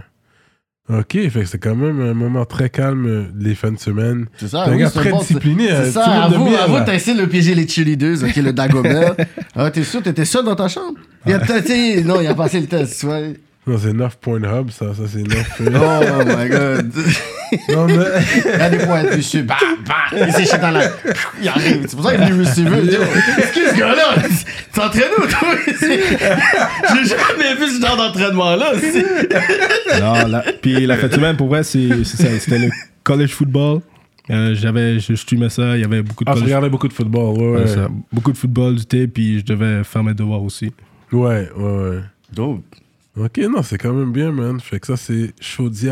[SPEAKER 3] Ok, fait que c'est quand même un moment très calme euh, les fins de semaine.
[SPEAKER 2] C'est ça,
[SPEAKER 3] T'es un
[SPEAKER 2] oui,
[SPEAKER 3] gars
[SPEAKER 2] c'est un
[SPEAKER 3] très
[SPEAKER 2] bon-
[SPEAKER 3] discipliné, hein,
[SPEAKER 2] C'est ça,
[SPEAKER 3] tout le monde de
[SPEAKER 2] avoue,
[SPEAKER 3] bien,
[SPEAKER 2] avoue,
[SPEAKER 3] là.
[SPEAKER 2] t'as essayé de piéger les cheerleaders, ok, le Dagobert. ah, t'es sûr, t'étais seul dans ta chambre? Il a tenté- non, il a passé le test, tu vois.
[SPEAKER 3] Non, c'est 9 point hub, ça, ça c'est 9
[SPEAKER 2] Oh my god.
[SPEAKER 3] Non, mais.
[SPEAKER 2] Il y a des points plus dessus. Bah, bah, il s'échappe dans la. Il arrive. C'est pour ça qu'il est venu receiver. Il dit, Oh, Excuse ce gars-là. T'es entraîné ou toi? J'ai jamais vu ce genre d'entraînement-là. c'est-
[SPEAKER 4] Non, là- puis la fin de semaine, pour vrai, c'est c'est ça. C'était le college football. Euh, J'avais, je streamais ça, il y avait beaucoup de
[SPEAKER 3] Ah, je
[SPEAKER 4] college
[SPEAKER 3] regardais beaucoup de football, ouais,
[SPEAKER 4] Ouais,
[SPEAKER 3] ouais.
[SPEAKER 4] ça. Beaucoup de football, du thé, puis je devais faire mes devoirs aussi.
[SPEAKER 3] Ouais, ouais, ouais.
[SPEAKER 2] Dope.
[SPEAKER 3] Ok, non, c'est quand même bien, man. Fait que ça, c'est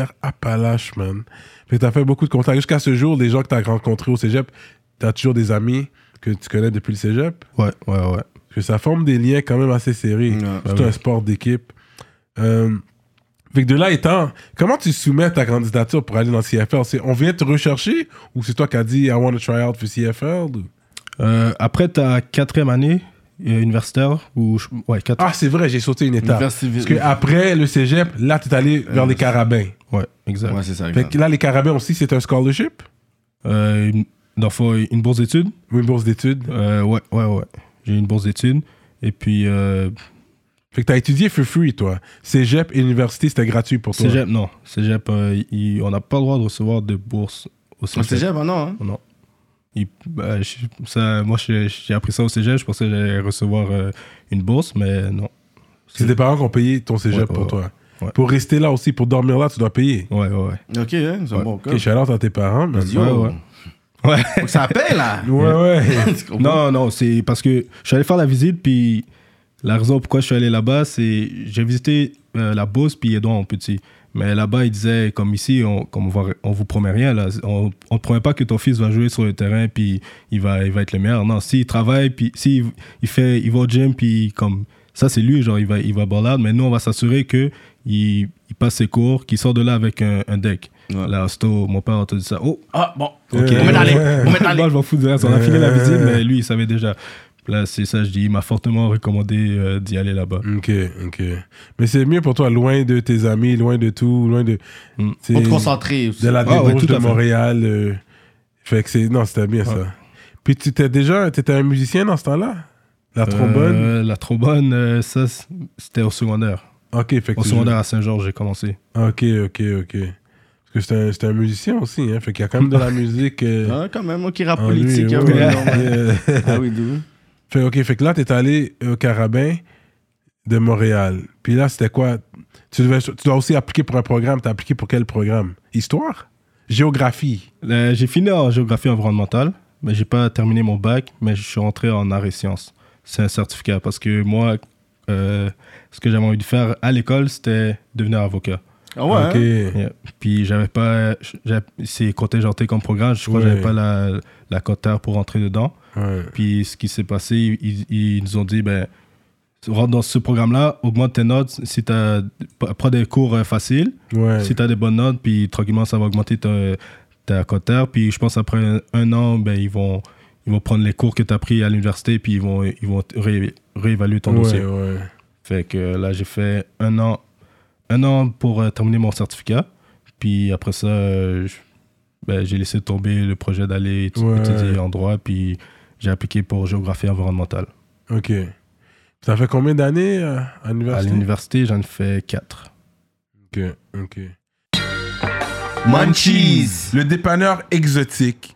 [SPEAKER 3] Chaudière-Appalaches, man. Fait que t'as fait beaucoup de contacts. Jusqu'à ce jour, les gens que t'as rencontrés au cégep, t'as toujours des amis que tu connais depuis le cégep.
[SPEAKER 4] Ouais, ouais, ouais.
[SPEAKER 3] Parce que ça forme des liens quand même assez serrés. C'est un sport d'équipe. Euh, fait que de là étant, comment tu soumets ta candidature pour aller dans CFL C'est on vient te rechercher ou c'est toi qui as dit I want to try out for CFL ou-
[SPEAKER 4] Euh, après ta quatrième année euh, universitaire, ou je- ouais, quatre-
[SPEAKER 3] Ah, c'est vrai, j'ai sauté une étape.
[SPEAKER 2] Université-
[SPEAKER 3] Parce que après le cégep, là, tu es allé
[SPEAKER 4] Euh,
[SPEAKER 3] vers les carabins.
[SPEAKER 4] Ah. ouais, exact.
[SPEAKER 2] Ouais, c'est ça.
[SPEAKER 3] Fait que
[SPEAKER 4] Ah.
[SPEAKER 3] là, les carabins aussi, c'est un scholarship
[SPEAKER 4] Euh, une, dans le fond, une bourse d'études.
[SPEAKER 3] ou une bourse d'études.
[SPEAKER 4] Euh, ouais, ouais, ouais. J'ai eu une bourse d'études. Et puis, euh,
[SPEAKER 3] Fait que tu as étudié for free, toi. Cégep et université, c'était gratuit pour toi.
[SPEAKER 4] cégep, non. Cégep, euh, il- on n'a pas le droit de recevoir de bourse au
[SPEAKER 2] On
[SPEAKER 4] cégep.
[SPEAKER 2] s'est jamais, non. hein?
[SPEAKER 4] Non. Il- bah, je- ça, moi, j'ai j'ai appris ça au cégep. Je pensais que j'allais recevoir euh, une bourse, mais non.
[SPEAKER 3] C'est tes parents qui ont payé ton cégep
[SPEAKER 4] Ouais,
[SPEAKER 3] pour
[SPEAKER 4] ouais,
[SPEAKER 3] toi.
[SPEAKER 4] ouais.
[SPEAKER 3] Pour rester là aussi, pour dormir là, tu dois payer.
[SPEAKER 4] Ouais, ouais, ouais.
[SPEAKER 2] Ok, hein, c'est un bon cas.
[SPEAKER 3] Ok, shout out à tes parents, man.
[SPEAKER 2] Yo,
[SPEAKER 4] Ouais, ouais. Ouais.
[SPEAKER 2] Faut que ça paie, là.
[SPEAKER 3] Ouais, ouais.
[SPEAKER 2] Tu comprends?
[SPEAKER 4] Non, non, c'est parce que je suis allé faire la visite, puis la raison pourquoi je suis allé là-bas, c'est j'ai visité euh, la Beauce, puis Edouard en petit. Mais là-bas, ils disaient, comme ici, on, comme on, va- on vous promet rien, là. On ne promet pas que ton fils va jouer sur le terrain, puis il va, il va être le meilleur. Non, s'il travaille, puis s'il il fait, il va au gym, puis comme ça, c'est lui, genre, il va, il va ballade. Mais nous, on va s'assurer que il, il passe ses cours, qu'il sort de là avec un, un deck.
[SPEAKER 2] Ouais.
[SPEAKER 4] Là, Sto, mon père a entendu ça. Oh,
[SPEAKER 2] Ah, bon.
[SPEAKER 4] Ok.
[SPEAKER 2] On met dans les. On met dans les.
[SPEAKER 4] Moi, je m'en fous de ça. On a fini la visite, mais lui, il savait déjà. Là, c'est ça, je dis, il m'a fortement recommandé euh, d'y aller là-bas.
[SPEAKER 3] Ok, ok. Mais c'est mieux pour toi, loin de tes amis, loin de tout, loin de.
[SPEAKER 4] Mm.
[SPEAKER 3] c'est-
[SPEAKER 2] Faut te concentrer aussi.
[SPEAKER 3] De la
[SPEAKER 4] Ah ouais,
[SPEAKER 3] débauche
[SPEAKER 4] tout
[SPEAKER 3] de
[SPEAKER 4] à fait.
[SPEAKER 3] Montréal. euh, Fait que c'est. Non, c'était bien ça. Puis tu t'es déjà. T'étais un musicien dans ce temps-là La trombone
[SPEAKER 4] Euh, La trombone, euh, ça, c- c'était au secondaire.
[SPEAKER 3] Ok, fait que
[SPEAKER 4] Au
[SPEAKER 3] tu-
[SPEAKER 4] secondaire à Saint-Georges, j'ai commencé.
[SPEAKER 3] Ok, ok, ok. Parce que c'était un, c'était un musicien aussi, hein. Fait qu'il y a quand même de la musique. euh,
[SPEAKER 4] Hein?
[SPEAKER 2] Ah, quand même, ok, rap
[SPEAKER 3] en lui,
[SPEAKER 2] politique.
[SPEAKER 3] ouais,
[SPEAKER 2] hein,
[SPEAKER 3] ouais.
[SPEAKER 2] ouais, non, ouais.
[SPEAKER 3] Euh,
[SPEAKER 2] Ah oui, d'où?
[SPEAKER 3] Fait ok, fait que là, t'es allé au Carabin de Montréal. Puis là, c'était quoi tu, devais, tu dois aussi appliquer pour un programme. T'as appliqué pour quel programme Histoire Géographie
[SPEAKER 4] Euh, j'ai fini en géographie environnementale, mais j'ai pas terminé mon bac, mais je suis rentré en arts et sciences. C'est un certificat parce que moi, euh, ce que j'avais envie de faire à l'école, c'était devenir avocat.
[SPEAKER 2] Ah ouais.
[SPEAKER 3] Ok.
[SPEAKER 2] hein?
[SPEAKER 4] Yeah. Puis j'avais pas. j'avais- C'est contingenté comme programme. Je crois que
[SPEAKER 3] Ouais.
[SPEAKER 4] j'avais pas la, la cotère pour rentrer dedans.
[SPEAKER 3] Ouais.
[SPEAKER 4] Puis ce qui s'est passé, ils, ils nous ont dit ben, rentre dans ce programme-là, augmente tes notes. Si t'as- prends des cours euh, faciles.
[SPEAKER 3] Ouais.
[SPEAKER 4] Si tu as des bonnes notes, puis tranquillement, ça va augmenter ta, ta cotère. Puis je pense après un, un an, ben, ils vont. ils vont prendre les cours que tu as pris à l'université, puis ils vont, ils vont ré- réévaluer ton dossier.
[SPEAKER 3] Ouais, ouais.
[SPEAKER 4] Fait que euh, là, j'ai fait un an, un an pour euh, terminer mon certificat. Puis après ça, euh, je- ben, j'ai laissé tomber le projet d'aller étu-
[SPEAKER 3] Ouais.
[SPEAKER 4] étudier en droit. Puis j'ai appliqué pour géographie environnementale.
[SPEAKER 3] Ok. Ça fait combien d'années euh, à
[SPEAKER 4] À
[SPEAKER 3] l'université
[SPEAKER 4] l'université, j'en ai fait quatre.
[SPEAKER 3] Ok, ok.
[SPEAKER 2] Munchies.
[SPEAKER 1] Le dépanneur exotique.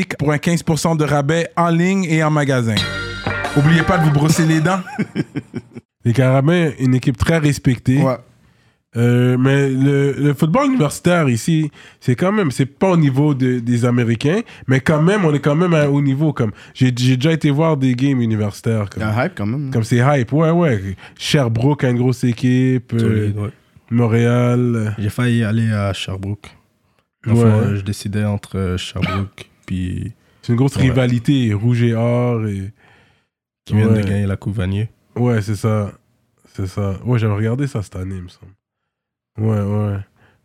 [SPEAKER 1] pour un 15% de rabais en ligne et en magasin. Oubliez pas de vous brosser les dents.
[SPEAKER 3] Les Carabins, une équipe très respectée.
[SPEAKER 2] Ouais.
[SPEAKER 3] Euh, mais le, le football universitaire ici, c'est quand même, c'est pas au niveau de- des Américains, mais quand même, on est quand même à un haut niveau. Comme j'ai j'ai déjà été voir des games universitaires, comme
[SPEAKER 2] Un hype quand même. hein.
[SPEAKER 3] comme c'est hype, ouais ouais. Sherbrooke a une grosse équipe, euh,
[SPEAKER 4] Solide, ouais.
[SPEAKER 3] Montréal. euh,
[SPEAKER 4] J'ai failli aller à Sherbrooke. Une
[SPEAKER 3] Ouais.
[SPEAKER 4] fois, je décidais entre euh, Sherbrooke puis
[SPEAKER 3] C'est une grosse
[SPEAKER 4] Ouais.
[SPEAKER 3] rivalité, rouge et or et
[SPEAKER 4] qui viennent
[SPEAKER 3] Ouais.
[SPEAKER 4] de gagner la Coupe Vanier.
[SPEAKER 3] ouais, c'est ça, c'est ça. Ouais, j'avais regardé ça cette année, il me semble. Ouais ouais.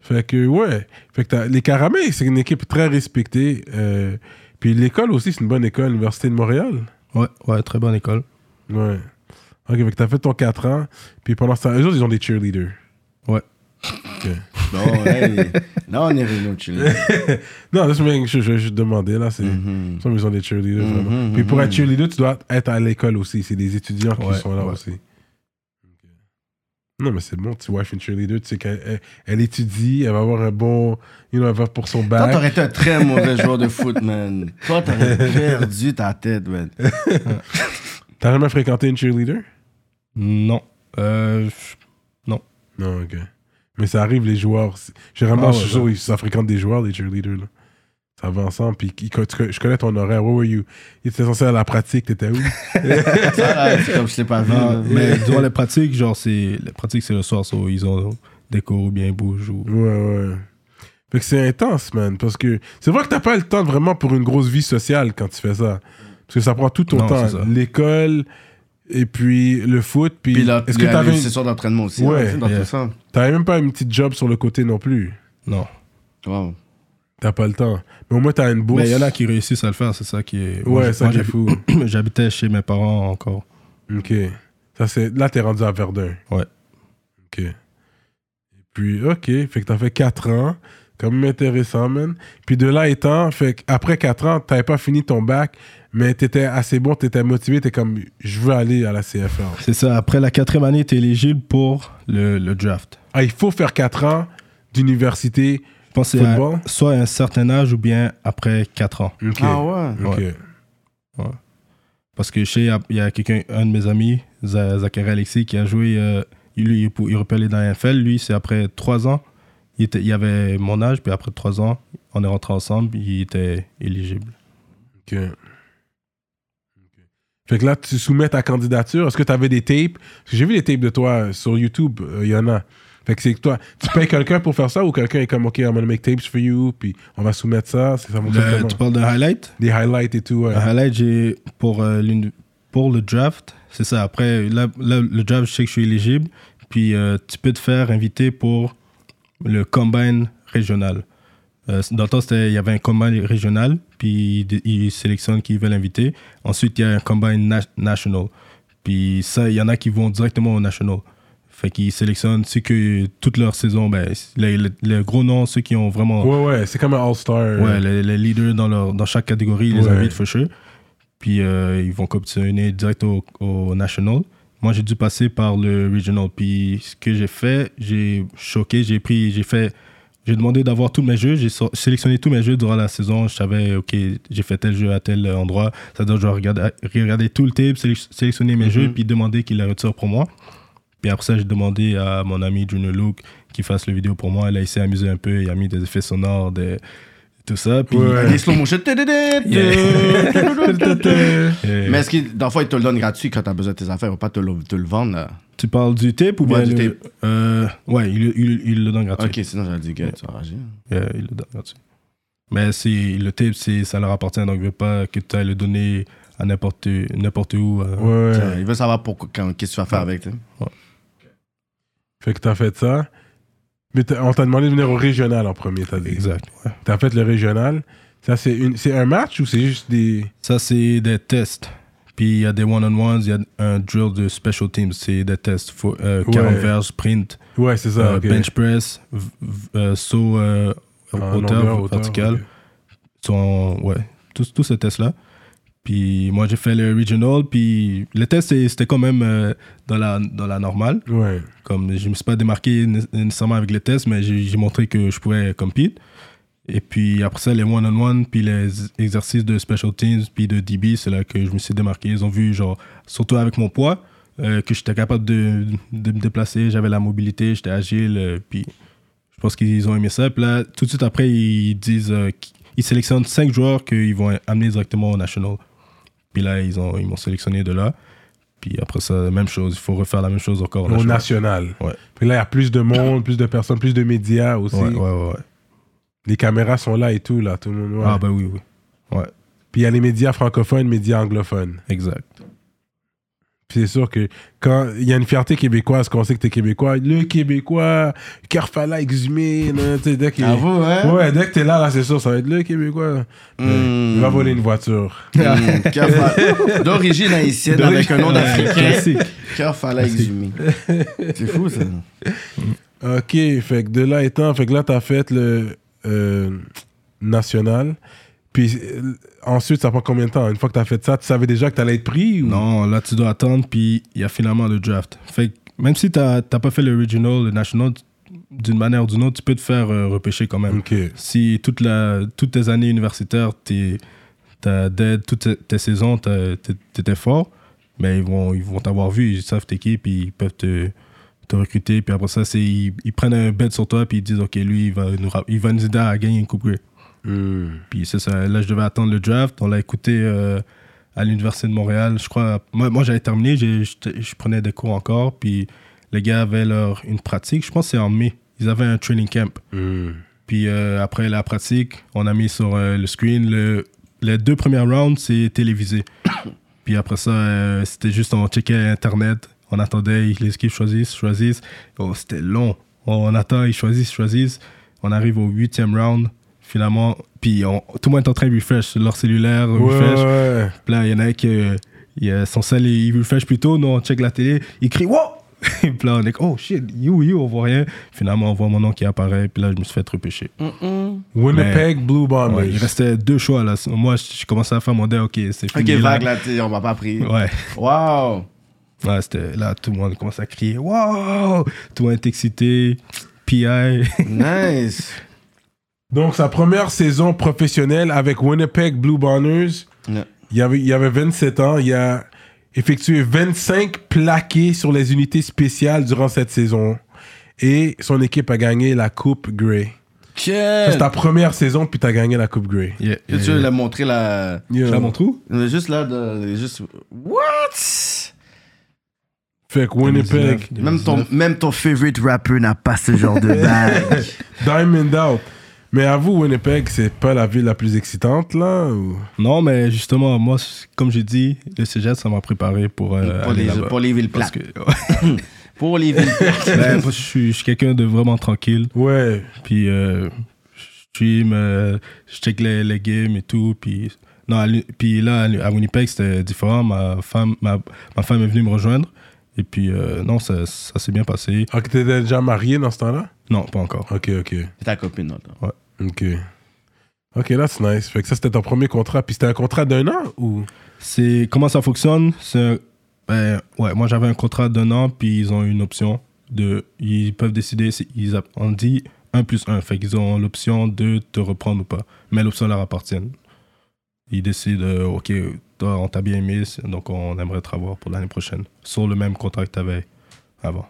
[SPEAKER 3] Fait que ouais, fait que t'as- les Caramés, c'est une équipe très respectée. euh, puis l'école aussi, c'est une bonne école, l'université de Montréal.
[SPEAKER 4] Ouais, ouais, très bonne école.
[SPEAKER 3] Ouais. Ok, fait que t'as fait ton 4 ans, puis pendant ce temps, eux autres, ils ont des cheerleaders.
[SPEAKER 2] Non, hey, là, on est réunis au Chili.
[SPEAKER 3] Non, just making sure, je vais juste demander, là, c'est...
[SPEAKER 5] Mm.
[SPEAKER 2] Mhm.
[SPEAKER 3] Ça, ils ont des cheerleaders,
[SPEAKER 2] Mhm,
[SPEAKER 3] vraiment.
[SPEAKER 2] mhm.
[SPEAKER 3] Puis pour être cheerleader, tu dois être à l'école aussi. C'est des étudiants qui
[SPEAKER 4] Ouais,
[SPEAKER 3] sont là
[SPEAKER 4] ouais.
[SPEAKER 3] aussi. Ok. Non, mais c'est bon, tu vois, je suis une cheerleader, tu sais qu'elle elle, elle étudie, elle va avoir un bon... You know, elle va pour son
[SPEAKER 2] Toi,
[SPEAKER 3] bac.
[SPEAKER 2] t'aurais été un très mauvais joueur de foot, man. Toi, t'aurais perdu ta tête, man.
[SPEAKER 3] T'as jamais fréquenté une cheerleader?
[SPEAKER 4] Non. Euh, je-
[SPEAKER 3] Non, ok. Mais ça arrive, les joueurs. C'est- Généralement,
[SPEAKER 4] Ah ouais,
[SPEAKER 3] je suis sûr,
[SPEAKER 4] ouais.
[SPEAKER 3] ils- ça fréquente des joueurs, les cheerleaders. Là. Ça va ensemble. Puis ils- tu- je connais ton horaire. Where were you? Il était censé aller à la pratique, t'étais où?
[SPEAKER 2] Ça, là, c'est comme je l'ai pas vu.
[SPEAKER 4] Ah,
[SPEAKER 2] là.
[SPEAKER 4] mais durant les pratiques, genre, c'est. Les pratiques, c'est le soir, so ils ont des cours ou bien ils bougent. Ou...
[SPEAKER 3] Ouais, ouais. Fait que c'est intense, man. Parce que c'est vrai que t'as pas le temps vraiment pour une grosse vie sociale quand tu fais ça. Parce que ça prend tout ton
[SPEAKER 4] Non,
[SPEAKER 3] temps.
[SPEAKER 4] c'est ça.
[SPEAKER 3] l'école, et puis le foot. Puis,
[SPEAKER 2] Puis là,
[SPEAKER 3] est-ce que
[SPEAKER 2] t'as
[SPEAKER 3] t'avais
[SPEAKER 2] vu
[SPEAKER 3] une-
[SPEAKER 2] C'est sûr d'entraînement aussi.
[SPEAKER 3] Ouais,
[SPEAKER 2] hein, dans
[SPEAKER 4] yeah.
[SPEAKER 2] tout ça.
[SPEAKER 3] t'avais même pas une petite job sur le côté non plus?
[SPEAKER 4] Non.
[SPEAKER 2] Wow.
[SPEAKER 3] T'as pas le temps. Mais au moins, t'as une bourse.
[SPEAKER 4] Mais il y en a qui réussissent à le faire, c'est ça qui est.
[SPEAKER 3] Ouais,
[SPEAKER 4] Moi, je-
[SPEAKER 3] ça
[SPEAKER 4] moi,
[SPEAKER 3] qui est
[SPEAKER 4] j'hab-
[SPEAKER 3] fou.
[SPEAKER 4] J'habitais chez mes parents encore.
[SPEAKER 3] Ok. Ça, c'est... Là, t'es rendu à Verdun.
[SPEAKER 4] Ouais.
[SPEAKER 3] Ok. Et puis, ok. Fait que t'as fait 4 ans. Quand même intéressant, man. Puis de là étant, fait après 4 ans, t'avais pas fini ton bac, mais t'étais assez bon, t'étais motivé, t'es comme, je veux aller à la CFR.
[SPEAKER 4] C'est ça, après la quatrième année, t'es éligible pour le, le draft.
[SPEAKER 3] Ah, il faut faire 4 ans d'université.
[SPEAKER 4] Je pense que c'est à-
[SPEAKER 3] Football?
[SPEAKER 4] soit à un certain âge ou bien après 4 ans.
[SPEAKER 3] Ok.
[SPEAKER 2] Ah ouais.
[SPEAKER 3] Ok.
[SPEAKER 4] Ouais. Parce que chez, il y a quelqu'un, un de mes amis, Za- Zachary Alexis, qui a joué, euh, lui, il pou- il repère aller dans la NFL. Lui, c'est après trois ans, il, était, il avait mon âge, puis après trois ans, on est rentrés ensemble, il était éligible.
[SPEAKER 3] Ok. Ok. Fait que là, tu soumets ta candidature. Est-ce que tu avais des tapes Parce que j'ai vu des tapes de toi euh, sur YouTube, euh, il y en a. Fait que c'est que toi, tu payes quelqu'un pour faire ça ou quelqu'un est comme, OK, I'm gonna make tapes for you, puis on va soumettre ça. C'est ça mon
[SPEAKER 4] Le- tu Ah, parles de highlight
[SPEAKER 3] Des highlights et tout. ouais.
[SPEAKER 4] Le highlight, j'ai pour, euh, l'uni- pour le draft, c'est ça. Après, là, là, le draft, je sais que je suis éligible. Puis, euh, tu peux te faire inviter pour le combine régional. Euh, dans le temps, c'était- il y avait un combine régional, puis ils dé- ils sélectionnent qui ils veulent inviter. Ensuite, il y a un combine na- national. Puis ça, il y en a qui vont directement au national. Fait qu'ils sélectionnent ceux que toute leur saison, ben, les, les- les gros noms, ceux qui ont vraiment
[SPEAKER 3] Ouais, ouais, c'est comme un All-Star.
[SPEAKER 4] Ouais, les, les leaders dans, leur, dans chaque catégorie, ils les
[SPEAKER 3] Ouais.
[SPEAKER 4] invitent, for sure. Puis euh, ils vont compétitionner direct au, au national. Moi, j'ai dû passer par le regional. Puis ce que j'ai fait, j'ai choqué, j'ai pris, j'ai fait, j'ai demandé d'avoir tous mes jeux, j'ai so- sélectionné tous mes jeux durant la saison. Je savais, ok, j'ai fait tel jeu à tel endroit. Ça veut dire, je regardais, regardais tout le tape, sélec- sélectionner mes jeux, puis demander qu'il les retire pour moi. Puis après ça, j'ai demandé à mon ami Juno Luke qu'il fasse le vidéo pour moi. Là, il s'est amusé un peu, il a mis des effets sonores, des, tout ça. Puis,
[SPEAKER 2] Des slow motion.
[SPEAKER 4] Euh,
[SPEAKER 2] Mais est-ce qu'il, dans le fond, ils te le donnent gratuit quand t'as besoin de tes affaires, ils vont pas te le, te le vendre là.
[SPEAKER 4] tu parles du tape ou bien
[SPEAKER 2] Ouais, du
[SPEAKER 4] le-
[SPEAKER 2] tape.
[SPEAKER 4] euh, ouais, il, il- il le donne gratuit.
[SPEAKER 2] Ok, sinon j'aurais dit, gars, tu vas rager.
[SPEAKER 4] Euh, il le donne gratuit. Mais c'est- le tape, c'est- ça leur appartient, donc je veux pas que tu ailles le donner à n'importe n'importe où. euh.
[SPEAKER 2] Tiens, Ils veulent savoir pourquoi, quand- qu'est-ce que tu vas faire avec. tu sais.
[SPEAKER 3] Fait que t'as fait ça. Mais t'as- on t'a demandé de venir au régional en premier, t'as dit.
[SPEAKER 4] Exact. ouais.
[SPEAKER 3] T'as fait le régional. Ça, c'est une- c'est un match ou c'est juste des.
[SPEAKER 4] Ça, c'est des tests. Puis il y a des one-on-ones, il y a un drill de special teams, c'est des tests. Faut, euh, 40
[SPEAKER 3] Ouais.
[SPEAKER 4] verges, sprint,
[SPEAKER 3] Ouais, c'est ça.
[SPEAKER 4] euh,
[SPEAKER 3] ok.
[SPEAKER 4] bench press, v- v- euh, saut euh,
[SPEAKER 3] En
[SPEAKER 4] hauteur,
[SPEAKER 3] longueur, hauteur,
[SPEAKER 4] vertical.
[SPEAKER 3] ok.
[SPEAKER 4] Sont, ouais, tous, tous ces tests-là. Puis moi, j'ai fait le regional, puis les tests, c'est- c'était quand même euh, dans, la, dans la normale.
[SPEAKER 3] Ouais.
[SPEAKER 4] Comme je me suis pas démarqué né- nécessairement avec les tests, mais j'ai j'ai montré que je pouvais compete. Et puis après ça, les one-on-one, puis les exercices de special teams, puis de DB, c'est là que je me suis démarqué. Ils ont vu, genre, surtout avec mon poids, euh, que j'étais capable de, de me déplacer, j'avais la mobilité, j'étais agile, euh, puis je pense qu'ils ont aimé ça. Puis là, tout de suite après, ils disent, euh, qu- ils sélectionnent cinq joueurs qu'ils vont amener directement au national. Puis là, ils ont- ils m'ont sélectionné de là. Puis après ça, même chose, il faut refaire la même chose encore au
[SPEAKER 3] Au
[SPEAKER 4] national.
[SPEAKER 3] national.
[SPEAKER 4] Ouais.
[SPEAKER 3] Puis là, il y a plus de monde, plus de personnes, plus de médias aussi.
[SPEAKER 4] Ouais, ouais, ouais. ouais.
[SPEAKER 3] Les caméras sont là et tout, là, tout le monde. ouais.
[SPEAKER 4] Ah, bah oui, oui. Ouais,
[SPEAKER 3] Puis il y a les médias francophones, médias anglophones.
[SPEAKER 4] exact.
[SPEAKER 3] Puis c'est sûr que quand il y a une fierté québécoise, qu'on sait que t'es québécois, le québécois, Carfala exhumé, là, tu sais, dès que.
[SPEAKER 2] Ah, vous, hein?
[SPEAKER 3] Ouais, dès que t'es là, là, c'est sûr, ça va être le québécois.
[SPEAKER 2] Hmm.
[SPEAKER 3] Il va voler une voiture.
[SPEAKER 2] Hmm, cœur fa- D'origine haïtienne avec un nom d'Africain.
[SPEAKER 4] Classique.
[SPEAKER 2] Cœur fallait exhumé. C'est fou ça.
[SPEAKER 3] Ok, fait que de là étant, fait que là, t'as fait le euh, national. Puis euh, ensuite, ça prend combien de temps Une fois que t'as fait ça, tu savais déjà que t'allais être pris ou...
[SPEAKER 4] Non, là, tu dois attendre, puis il y a finalement le draft. Fait que même si tu n'as pas fait le regional, le national, tu- d'une manière ou d'une autre, tu peux te faire euh, repêcher quand même.
[SPEAKER 3] Ok.
[SPEAKER 4] Si toute la, toutes tes années universitaires, t'es- t'as dead, toutes tes, tes saisons, t'as- t'é- t'étais fort, mais ils vont ils vont t'avoir vu, ils savent t'es qui, puis ils peuvent te, te recruter. Puis après ça, c'est ils, ils prennent un bet sur toi, puis ils disent, OK, lui, il va nous, ra- il va nous aider à gagner une coupe Grey.
[SPEAKER 3] Hmm.
[SPEAKER 4] Puis c'est ça, là je devais attendre le draft. On l'a écouté euh, à l'Université de Montréal, je crois. Moi, moi, j'avais terminé, j'ai- j'étais- je prenais des cours encore. Puis les gars avaient leur, une pratique, je pense que c'est en mai. Ils avaient un training camp.
[SPEAKER 3] Hmm.
[SPEAKER 4] Puis euh, après la pratique, on a mis sur euh, le screen. Le, les deux premières rounds, c'est télévisé. Puis après ça, euh, c'était juste on checkait Internet. On attendait, les équipes choisissent, choisissent. Oh, c'était long. On attend, ils choisissent, choisissent. On arrive au huitième round, finalement. Puis on- tout le monde est en train de refresh leur cellulaire, refresh.
[SPEAKER 3] ouais.
[SPEAKER 4] Puis là, il y en a qui euh, il y a son sel, il refresh plus tôt. Nous, on check la télé. Il crie Wow! Puis là, on est comme, Oh shit, you, you, on voit rien. Finalement, on voit mon nom qui apparaît. Puis là, je me suis fait repêcher.
[SPEAKER 2] Ah,
[SPEAKER 3] Winnipeg Blue Bombers.
[SPEAKER 4] Ouais, il restait deux choix là. Moi, je, je commençais à faire mon dé, ok, c'est
[SPEAKER 2] Ok,
[SPEAKER 4] fini. là.
[SPEAKER 2] vague là, tu sais, on m'a pas pris.
[SPEAKER 4] Ouais,
[SPEAKER 3] Oh.
[SPEAKER 2] Waouh!
[SPEAKER 4] ouais c'était là, tout le monde commence à crier Wow! Tout le monde est excité. PI.
[SPEAKER 2] Nice!
[SPEAKER 3] Donc, sa première saison professionnelle avec Winnipeg Blue Bombers,
[SPEAKER 2] Ouais.
[SPEAKER 3] il, avait, il avait 27 ans. Il a effectué 25 plaqués sur les unités spéciales durant cette saison. Et son équipe a gagné la Coupe Grey. Ça, C'est
[SPEAKER 2] Quel!
[SPEAKER 3] ta première saison, puis t'as gagné la Coupe Grey.
[SPEAKER 4] Yeah,
[SPEAKER 2] Tu
[SPEAKER 4] yeah.
[SPEAKER 2] veux la montrer la.
[SPEAKER 3] Yeah.
[SPEAKER 4] Je la montre où
[SPEAKER 2] Euh, Juste là, de, juste. What?
[SPEAKER 3] Fait que Winnipeg,
[SPEAKER 4] 2019, 2019.
[SPEAKER 2] Même ton, même ton favorite rapper n'a pas ce genre de bague.
[SPEAKER 3] Diamond Out. Mais avoue, Winnipeg, c'est pas la ville la plus excitante, là. ou-
[SPEAKER 4] Non, mais justement, moi, c- comme j'ai dit, le cégep, ça m'a préparé pour. euh,
[SPEAKER 2] pour,
[SPEAKER 4] aller
[SPEAKER 2] les,
[SPEAKER 4] là-bas.
[SPEAKER 2] pour les villes
[SPEAKER 4] Parce
[SPEAKER 2] plates.
[SPEAKER 4] que.
[SPEAKER 2] Pour les villes plates.
[SPEAKER 4] Ouais, parce que Ben, je suis, je suis quelqu'un de vraiment tranquille.
[SPEAKER 3] Ouais.
[SPEAKER 4] Puis, euh, je stream, euh, je check les, les games et tout. Puis, non, à Lu- puis là, à Winnipeg, c'était différent. Ma femme, ma, ma femme est venue me rejoindre. Et puis, euh, non, ça, ça s'est bien passé.
[SPEAKER 3] Ah, que t'étais déjà marié dans ce temps-là?
[SPEAKER 4] Non, pas encore.
[SPEAKER 3] Ok, ok.
[SPEAKER 2] C'est ta copine, non? toi.
[SPEAKER 3] Ok. Ok, that's nice. Fait que ça, c'était ton premier contrat. Puis c'était un contrat d'un an ou
[SPEAKER 4] C'est comment ça fonctionne C'est un- ben, ouais, moi j'avais un contrat d'un an, puis ils ont une option de, ils peuvent décider, si- ils app- on dit 1 plus 1, fait qu'ils ont l'option de te reprendre ou pas, mais l'option leur appartient. Ils décident, euh, ok, toi on t'a bien aimé, c'est- donc on aimerait te revoir pour l'année prochaine, sur le même contrat que t'avais avant.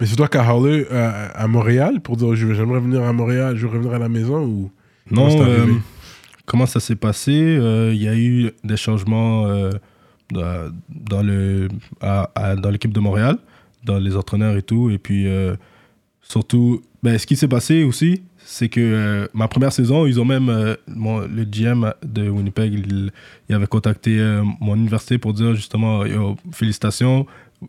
[SPEAKER 3] Mais c'est toi qui as hurlé euh, à Montréal pour dire je- j'aimerais venir à Montréal, je veux revenir à la maison ou.
[SPEAKER 4] Non,
[SPEAKER 3] Comment c'est arrivé
[SPEAKER 4] euh, Comment ça s'est passé Euh, Il y a eu des changements euh, dans dans le à- à- dans l'équipe de Montréal, dans les entraîneurs et tout. Et puis euh, surtout, ben, ce qui s'est passé aussi, c'est que euh, ma première saison, ils ont même euh, mon- le GM de Winnipeg, il, il avait contacté euh, mon université pour dire justement Yo, félicitations.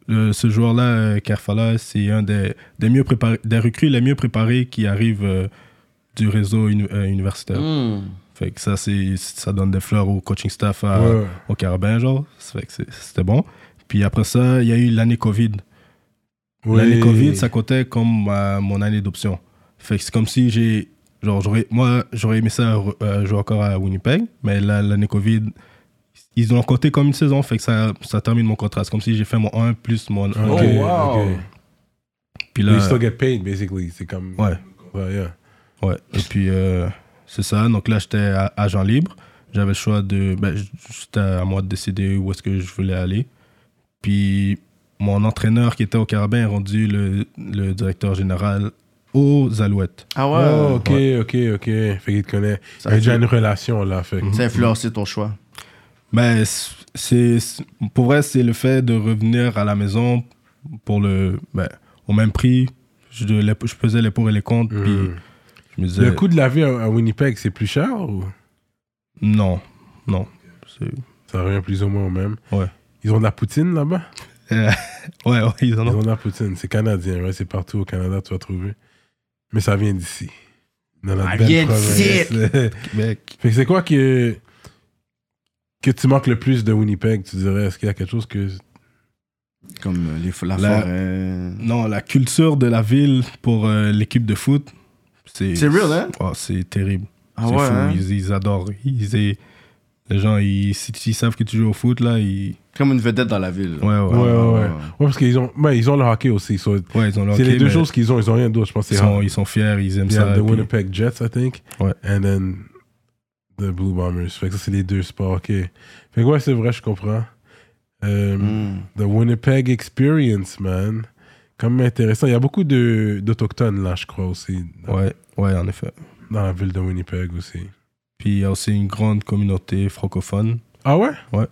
[SPEAKER 4] euh, ce joueur-là, euh, Kerfala, c'est un des, des, mieux préparés, des recrues les mieux préparés qui arrivent euh, du réseau uni- euh, universitaire.
[SPEAKER 3] Hmm.
[SPEAKER 4] Fait que ça, c'est, ça donne des fleurs au coaching staff à-
[SPEAKER 3] Ouais.
[SPEAKER 4] au Carabin, genre. Ça fait que c'est- c'était bon. Puis après ça, il y a eu l'année Covid. L'année Covid, ça comptait comme euh, mon année d'option. Fait que c'est comme si j'ai. Genre, j'aurais, moi, j'aurais aimé ça re- euh, jouer encore à Winnipeg, mais là, l'année Covid, ils ont compté comme une saison, fait que ça, ça termine mon contrat. C'est comme si j'ai fait mon 1 plus mon.
[SPEAKER 3] Oh,
[SPEAKER 4] Ok.
[SPEAKER 3] wow.
[SPEAKER 4] Puis
[SPEAKER 3] You
[SPEAKER 4] là,
[SPEAKER 3] still get paid, basically. C'est comme.
[SPEAKER 4] ouais.
[SPEAKER 3] Ouais, yeah.
[SPEAKER 4] Ouais, et puis euh, c'est ça. Donc là, j'étais a- agent libre. J'avais le choix de. Ben, j- c'était à moi de décider où est-ce que je voulais aller. Puis mon entraîneur qui était au Carabin est rendu le, le directeur général aux Alouettes.
[SPEAKER 2] Ah ouais.
[SPEAKER 3] Oh, ok, ok, ok. Fait qu'il te connaît. Il
[SPEAKER 2] Ça
[SPEAKER 3] y a déjà
[SPEAKER 2] fait-
[SPEAKER 3] une relation, là. Fait que-
[SPEAKER 2] Ça a influencé ton choix.
[SPEAKER 4] Ben, c- c'est, c'est- pour vrai, c'est le fait de revenir à la maison pour le, ben, au même prix. Je, les- je pesais les pour et les contre. Puis je me disais.
[SPEAKER 3] Mmh. Le Mm. coût de la vie à à Winnipeg, c'est plus cher ou
[SPEAKER 4] Non, non. C'est-
[SPEAKER 3] ça revient plus ou moins au même
[SPEAKER 4] Ouais.
[SPEAKER 3] Ils ont de la poutine là-bas
[SPEAKER 4] Euh, ouais, ouais, ils en
[SPEAKER 3] Ils
[SPEAKER 4] ont.
[SPEAKER 3] ont de la poutine. C'est canadien, ouais. C'est partout au Canada, tu vas trouver. Mais ça vient d'ici. Dans notre belle
[SPEAKER 2] vient
[SPEAKER 3] province.
[SPEAKER 2] d'ici.
[SPEAKER 4] Québec.
[SPEAKER 3] Fait que c'est quoi que, que tu manques le plus de Winnipeg, tu dirais Est-ce qu'il y a quelque chose que.
[SPEAKER 2] Comme euh, les, f- la,
[SPEAKER 4] La-
[SPEAKER 2] forêt.
[SPEAKER 4] Non, la culture de la ville pour euh, l'équipe de foot, c'est.
[SPEAKER 2] C'est real, hein?
[SPEAKER 4] Oh, c'est terrible.
[SPEAKER 2] Ah
[SPEAKER 4] c'est
[SPEAKER 2] ouais,
[SPEAKER 4] fou.
[SPEAKER 2] hein?
[SPEAKER 4] Ils, ils adorent. Ils, ils- les gens, ils, si- s'ils savent que tu joues au foot, là, ils.
[SPEAKER 2] Comme une vedette dans la ville.
[SPEAKER 4] Ouais, ouais.
[SPEAKER 3] Ouais, ouais, ouais.
[SPEAKER 2] ouais.
[SPEAKER 3] Ouais, parce qu'ils ont, ouais, ils ont le hockey aussi. so-
[SPEAKER 4] Ouais, ils ont leur
[SPEAKER 3] c'est les
[SPEAKER 4] hockey,
[SPEAKER 3] deux
[SPEAKER 4] mais
[SPEAKER 3] choses qu'ils ont. Ils ont rien d'autre. Je pense que
[SPEAKER 4] Ils
[SPEAKER 3] c'est
[SPEAKER 4] sont, ils sont fiers, ils aiment
[SPEAKER 3] They have
[SPEAKER 4] ça.
[SPEAKER 3] the
[SPEAKER 4] puis-
[SPEAKER 3] Winnipeg Jets, I think.
[SPEAKER 4] Ouais.
[SPEAKER 3] And then the Blue Bombers. Fait que ça, c'est les deux sports. OK. Fait que ouais, c'est vrai, je comprends. Euh,
[SPEAKER 2] Mm.
[SPEAKER 3] The Winnipeg Experience, man. Quand même intéressant. Il y a beaucoup de- d'Autochtones, là, je crois, aussi. Dans,
[SPEAKER 4] Ouais, ouais, en effet.
[SPEAKER 3] dans la ville de Winnipeg aussi.
[SPEAKER 4] Puis il y a aussi une grande communauté francophone.
[SPEAKER 3] Ah ouais?
[SPEAKER 4] Ouais.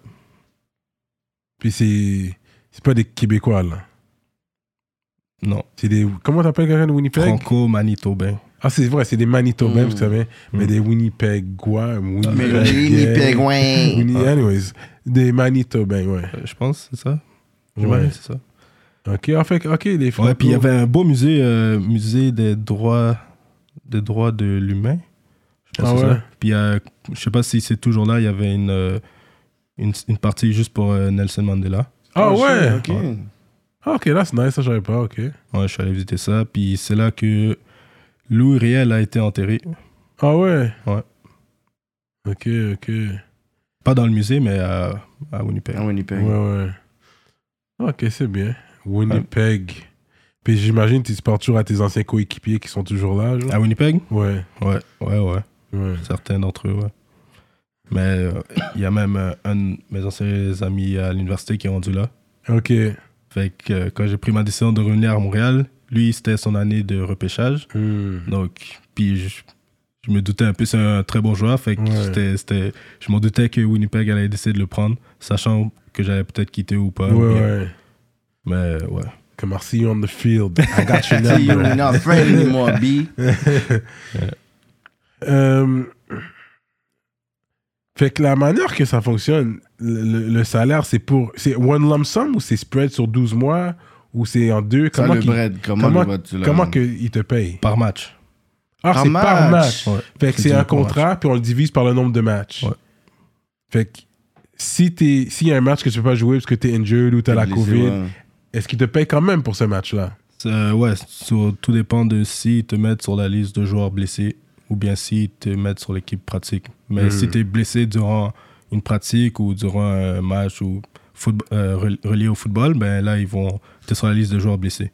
[SPEAKER 3] Puis c'est... C'est pas des Québécois, là.
[SPEAKER 4] Non,
[SPEAKER 3] C'est des... Comment t'appelles quelqu'un de Winnipeg?
[SPEAKER 4] franco-manitobain.
[SPEAKER 3] Ah, c'est vrai, c'est des Manitobains,
[SPEAKER 2] Mm.
[SPEAKER 3] vous savez. Mais
[SPEAKER 4] Mm.
[SPEAKER 3] des Winnipegois. Winnipeg,
[SPEAKER 2] Mais le Winnipeg, ouais.
[SPEAKER 4] Ah.
[SPEAKER 3] Winni- Anyways, des Manitobains, ouais.
[SPEAKER 4] Euh, Je pense, c'est ça.
[SPEAKER 3] Ouais.
[SPEAKER 4] J'imagine, c'est ça.
[SPEAKER 3] Ok, en fait, ok, oh. les frères.
[SPEAKER 4] Ouais, puis il y avait un beau musée, euh, musée des droits, des droits de l'humain. Je pense
[SPEAKER 3] Ah
[SPEAKER 4] que c'est
[SPEAKER 3] ouais.
[SPEAKER 4] ça. Puis il y a- je sais pas si c'est toujours là, il y avait une, euh, une, une partie juste pour euh, Nelson Mandela.
[SPEAKER 3] Ah ouais!
[SPEAKER 2] Ok.
[SPEAKER 3] Ah, ok, là, c'est nice, ça, j'avais pas, ok.
[SPEAKER 4] Ouais, je suis allé visiter ça. Puis c'est là que Louis Riel a été enterré.
[SPEAKER 3] Ah ouais?
[SPEAKER 4] Ouais.
[SPEAKER 3] Ok, ok.
[SPEAKER 4] Pas dans le musée, mais à, à Winnipeg.
[SPEAKER 2] Ah, Winnipeg.
[SPEAKER 3] Ouais, ouais. Ok, c'est bien. Winnipeg. Puis j'imagine que tu parles toujours à tes anciens coéquipiers qui sont toujours là, genre.
[SPEAKER 4] À Winnipeg
[SPEAKER 3] Ouais,
[SPEAKER 4] Ouais, ouais, ouais.
[SPEAKER 3] ouais.
[SPEAKER 4] Certains d'entre eux, ouais. Mais euh, il y a même euh, un de mes anciens amis à l'université qui est rendu là.
[SPEAKER 3] Ok.
[SPEAKER 4] Fait que euh, quand j'ai pris ma décision de revenir à Montréal, lui, c'était son année de repêchage.
[SPEAKER 3] Hmm.
[SPEAKER 4] Donc, puis je, je me doutais un peu, c'est un très bon joueur. Fait que
[SPEAKER 3] Ouais.
[SPEAKER 4] c'était- c'était- je m'en doutais que Winnipeg allait décider de le prendre, sachant que j'allais peut-être quitter ou pas.
[SPEAKER 3] Ouais,
[SPEAKER 4] ou bien-
[SPEAKER 3] ouais.
[SPEAKER 4] Mais ouais.
[SPEAKER 3] Comme I see you on the field. I got your
[SPEAKER 2] See you, we're
[SPEAKER 3] number.
[SPEAKER 2] not afraid anymore, B.
[SPEAKER 3] Euh, fait que la manière que ça fonctionne, le, le- le salaire, c'est pour. C'est one lump sum ou c'est spread sur 12 mois ou c'est en deux
[SPEAKER 2] Ça,
[SPEAKER 3] Comment,
[SPEAKER 2] le
[SPEAKER 3] qu'il-
[SPEAKER 2] bread, comment,
[SPEAKER 3] comment,
[SPEAKER 2] le bread, tu l'as-
[SPEAKER 3] comment que ils te payent
[SPEAKER 4] Par match.
[SPEAKER 3] Ah,
[SPEAKER 2] Par
[SPEAKER 3] c'est par
[SPEAKER 2] match.
[SPEAKER 3] match.
[SPEAKER 4] Ouais.
[SPEAKER 3] Fait que
[SPEAKER 4] C'est
[SPEAKER 3] c'est
[SPEAKER 4] du
[SPEAKER 3] un
[SPEAKER 4] par match.
[SPEAKER 3] contrat, puis on le divise par le nombre de matchs.
[SPEAKER 4] Ouais.
[SPEAKER 3] Fait que si t'es- s'il y a un match que tu peux pas jouer parce que t'es injured ou t'as la
[SPEAKER 2] Blessé,
[SPEAKER 3] COVID,
[SPEAKER 2] ouais.
[SPEAKER 3] est-ce qu'ils te payent quand même pour ce match-là
[SPEAKER 4] Euh, ouais, sur- tout dépend de s'ils te mettent sur la liste de joueurs blessés ou bien s'ils te mettent sur l'équipe pratique. Mais
[SPEAKER 3] Hmm.
[SPEAKER 4] si tu es blessé durant une pratique ou durant un match ou footb- euh, rel- relié au football, ben là, ils vont. Tu es sur la liste de joueurs blessés.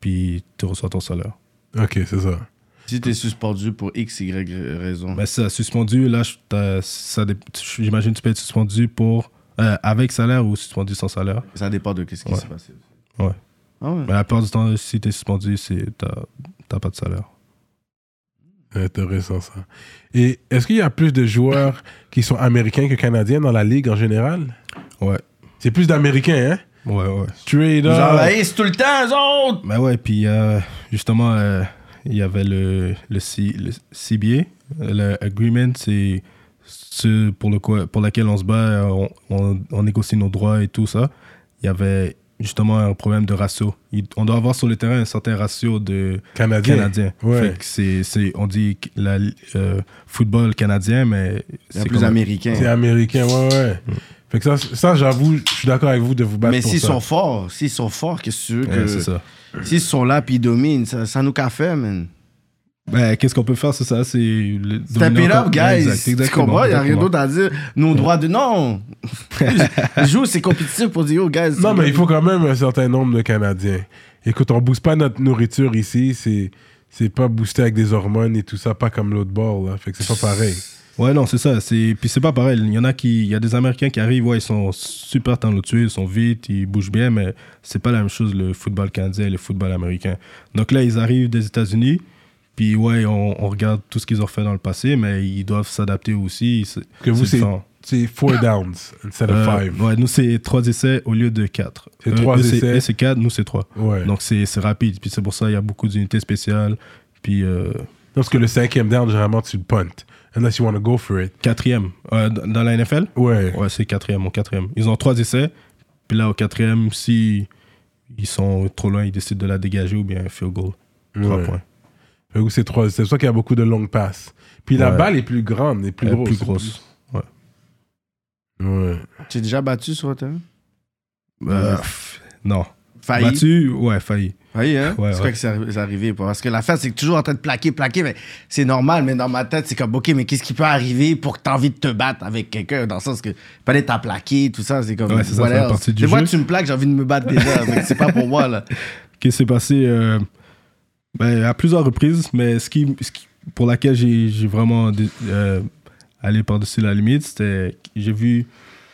[SPEAKER 4] Puis tu reçois ton salaire.
[SPEAKER 3] Ok, c'est ça.
[SPEAKER 2] Si t'es suspendu pour X, Y raison.
[SPEAKER 4] Mais ça, suspendu, là, je- t'as- ça dé- tu- j'imagine que tu peux être suspendu pour. euh, avec salaire ou suspendu sans salaire.
[SPEAKER 2] Ça dépend de qu'est-ce qui
[SPEAKER 4] Ouais.
[SPEAKER 2] s'est passé.
[SPEAKER 4] Ouais.
[SPEAKER 2] Ah ouais.
[SPEAKER 4] Mais la plupart du temps, si tu es suspendu, c'est- t'as t'as pas de salaire.
[SPEAKER 3] Intéressant ça. Et est-ce qu'il y a plus de joueurs qui sont américains que canadiens dans la ligue en général
[SPEAKER 4] Ouais,
[SPEAKER 3] C'est plus d'américains, hein
[SPEAKER 4] ouais, ouais.
[SPEAKER 3] Straight
[SPEAKER 2] Ils
[SPEAKER 3] up.
[SPEAKER 2] envahissent tout le temps, eux autres!
[SPEAKER 4] Ben ouais, puis euh, justement, euh, il y avait le, le, C- le CBA, euh, le agreement, c'est ce pour, le quoi- pour laquelle on se bat, euh, on, on- on négocie nos droits et tout ça. Il y avait justement un problème de ratio. Il- on doit avoir sur le terrain un certain ratio de
[SPEAKER 3] Canadiens.
[SPEAKER 4] Canadiens.
[SPEAKER 3] Ouais.
[SPEAKER 4] Fait que c'est- c'est- on dit que la, euh, football canadien, mais
[SPEAKER 2] C'est
[SPEAKER 4] comme-
[SPEAKER 2] plus américain.
[SPEAKER 3] C'est américain, ouais, ouais. Fait que ça, ça j'avoue, je suis d'accord avec vous de vous battre
[SPEAKER 2] Mais
[SPEAKER 3] pour
[SPEAKER 2] s'ils
[SPEAKER 3] ça.
[SPEAKER 2] sont forts, s'ils sont forts, qu'est-ce que tu veux
[SPEAKER 4] Ouais,
[SPEAKER 2] que.
[SPEAKER 4] c'est ça.
[SPEAKER 2] S'ils sont là puis ils dominent, ça, ça nous qu'a fait, man.
[SPEAKER 4] Ben, qu'est-ce qu'on peut faire, c'est ça, c'est... le-
[SPEAKER 2] Step
[SPEAKER 4] dominer
[SPEAKER 2] it up,
[SPEAKER 4] encore- Ouais,
[SPEAKER 2] guys.
[SPEAKER 4] exact,
[SPEAKER 2] tu
[SPEAKER 4] exactement,
[SPEAKER 2] comprends? Il n'y a rien
[SPEAKER 4] exactement.
[SPEAKER 2] d'autre à dire. Nos droits de. Non! Joue, c'est compétitif pour dire, yo, guys.
[SPEAKER 3] Non, mais il faut quand même un certain nombre de Canadiens. Écoute, on booste pas notre nourriture ici, c'est c'est pas boosté avec des hormones et tout ça, pas comme l'autre bord, là. Fait que c'est pas pareil.
[SPEAKER 4] Ouais, non, c'est ça. C'est... Puis c'est pas pareil. Il y en a qui. Il y a des Américains qui arrivent, ouais, ils sont super talentueux, ils sont vite, ils bougent bien, mais c'est pas la même chose le football canadien et le football américain. Donc là, ils arrivent des États-Unis, puis ouais, on, on regarde tout ce qu'ils ont fait dans le passé, mais ils doivent s'adapter aussi. C'est,
[SPEAKER 3] Que vous, c'est
[SPEAKER 4] différent.
[SPEAKER 3] c'est four downs instead
[SPEAKER 4] Euh,
[SPEAKER 3] of five.
[SPEAKER 4] ouais, nous, c'est trois essais au lieu de quatre.
[SPEAKER 3] C'est
[SPEAKER 4] Euh,
[SPEAKER 3] trois
[SPEAKER 4] eux, c'est-
[SPEAKER 3] essais.
[SPEAKER 4] eux, c'est quatre, nous, c'est trois.
[SPEAKER 3] Ouais.
[SPEAKER 4] Donc c'est, c'est rapide. Puis c'est pour ça qu'il y a beaucoup d'unités spéciales. Puis euh,
[SPEAKER 3] Parce que le cinquième down, généralement, tu le puntes. Unless you want to go for it.
[SPEAKER 4] quatrième. Euh, dans dans la NFL
[SPEAKER 3] Ouais.
[SPEAKER 4] Ouais, c'est quatrième, au quatrième. Ils ont trois essais. Puis là, au quatrième, si ils sont trop loin, ils décident de la dégager ou bien un field goal. Trois
[SPEAKER 3] Ouais.
[SPEAKER 4] points.
[SPEAKER 3] Fait que C'est trois- c'est pour ça qu'il y a beaucoup de longues passes. Puis la
[SPEAKER 4] Ouais.
[SPEAKER 3] balle est plus grande, est plus
[SPEAKER 4] Plus
[SPEAKER 3] grosse.
[SPEAKER 4] Euh, Plus grosse.
[SPEAKER 3] Ouais.
[SPEAKER 2] Tu es déjà battu sur le terrain?
[SPEAKER 4] Euh, pff, non.
[SPEAKER 2] Failli.
[SPEAKER 4] Battu, ouais, failli.
[SPEAKER 2] Failli, hein?
[SPEAKER 4] Ouais,
[SPEAKER 2] c'est
[SPEAKER 4] ouais.
[SPEAKER 2] vrai que c'est arri- c'est arrivé. pas. Parce que l'affaire, c'est que toujours en train de plaquer, plaquer. Mais c'est normal, mais dans ma tête, c'est comme, OK, mais qu'est-ce qui peut arriver pour que tu envie de te battre avec quelqu'un? Dans le sens que, fallait t'as plaqué, tout ça. C'est comme,
[SPEAKER 4] Ouais, c'est ça,
[SPEAKER 2] what
[SPEAKER 4] ça fait
[SPEAKER 2] else?
[SPEAKER 4] partie du
[SPEAKER 2] Des fois,
[SPEAKER 4] jeu.
[SPEAKER 2] tu me plaques, j'ai envie de me battre déjà. mais c'est pas pour moi, là.
[SPEAKER 4] Qu'est-ce qui s'est passé euh, ben, à plusieurs reprises, mais ce qui, ce qui- pour laquelle j'ai j'ai vraiment dé- euh, allé par-dessus la limite, c'était que j'ai vu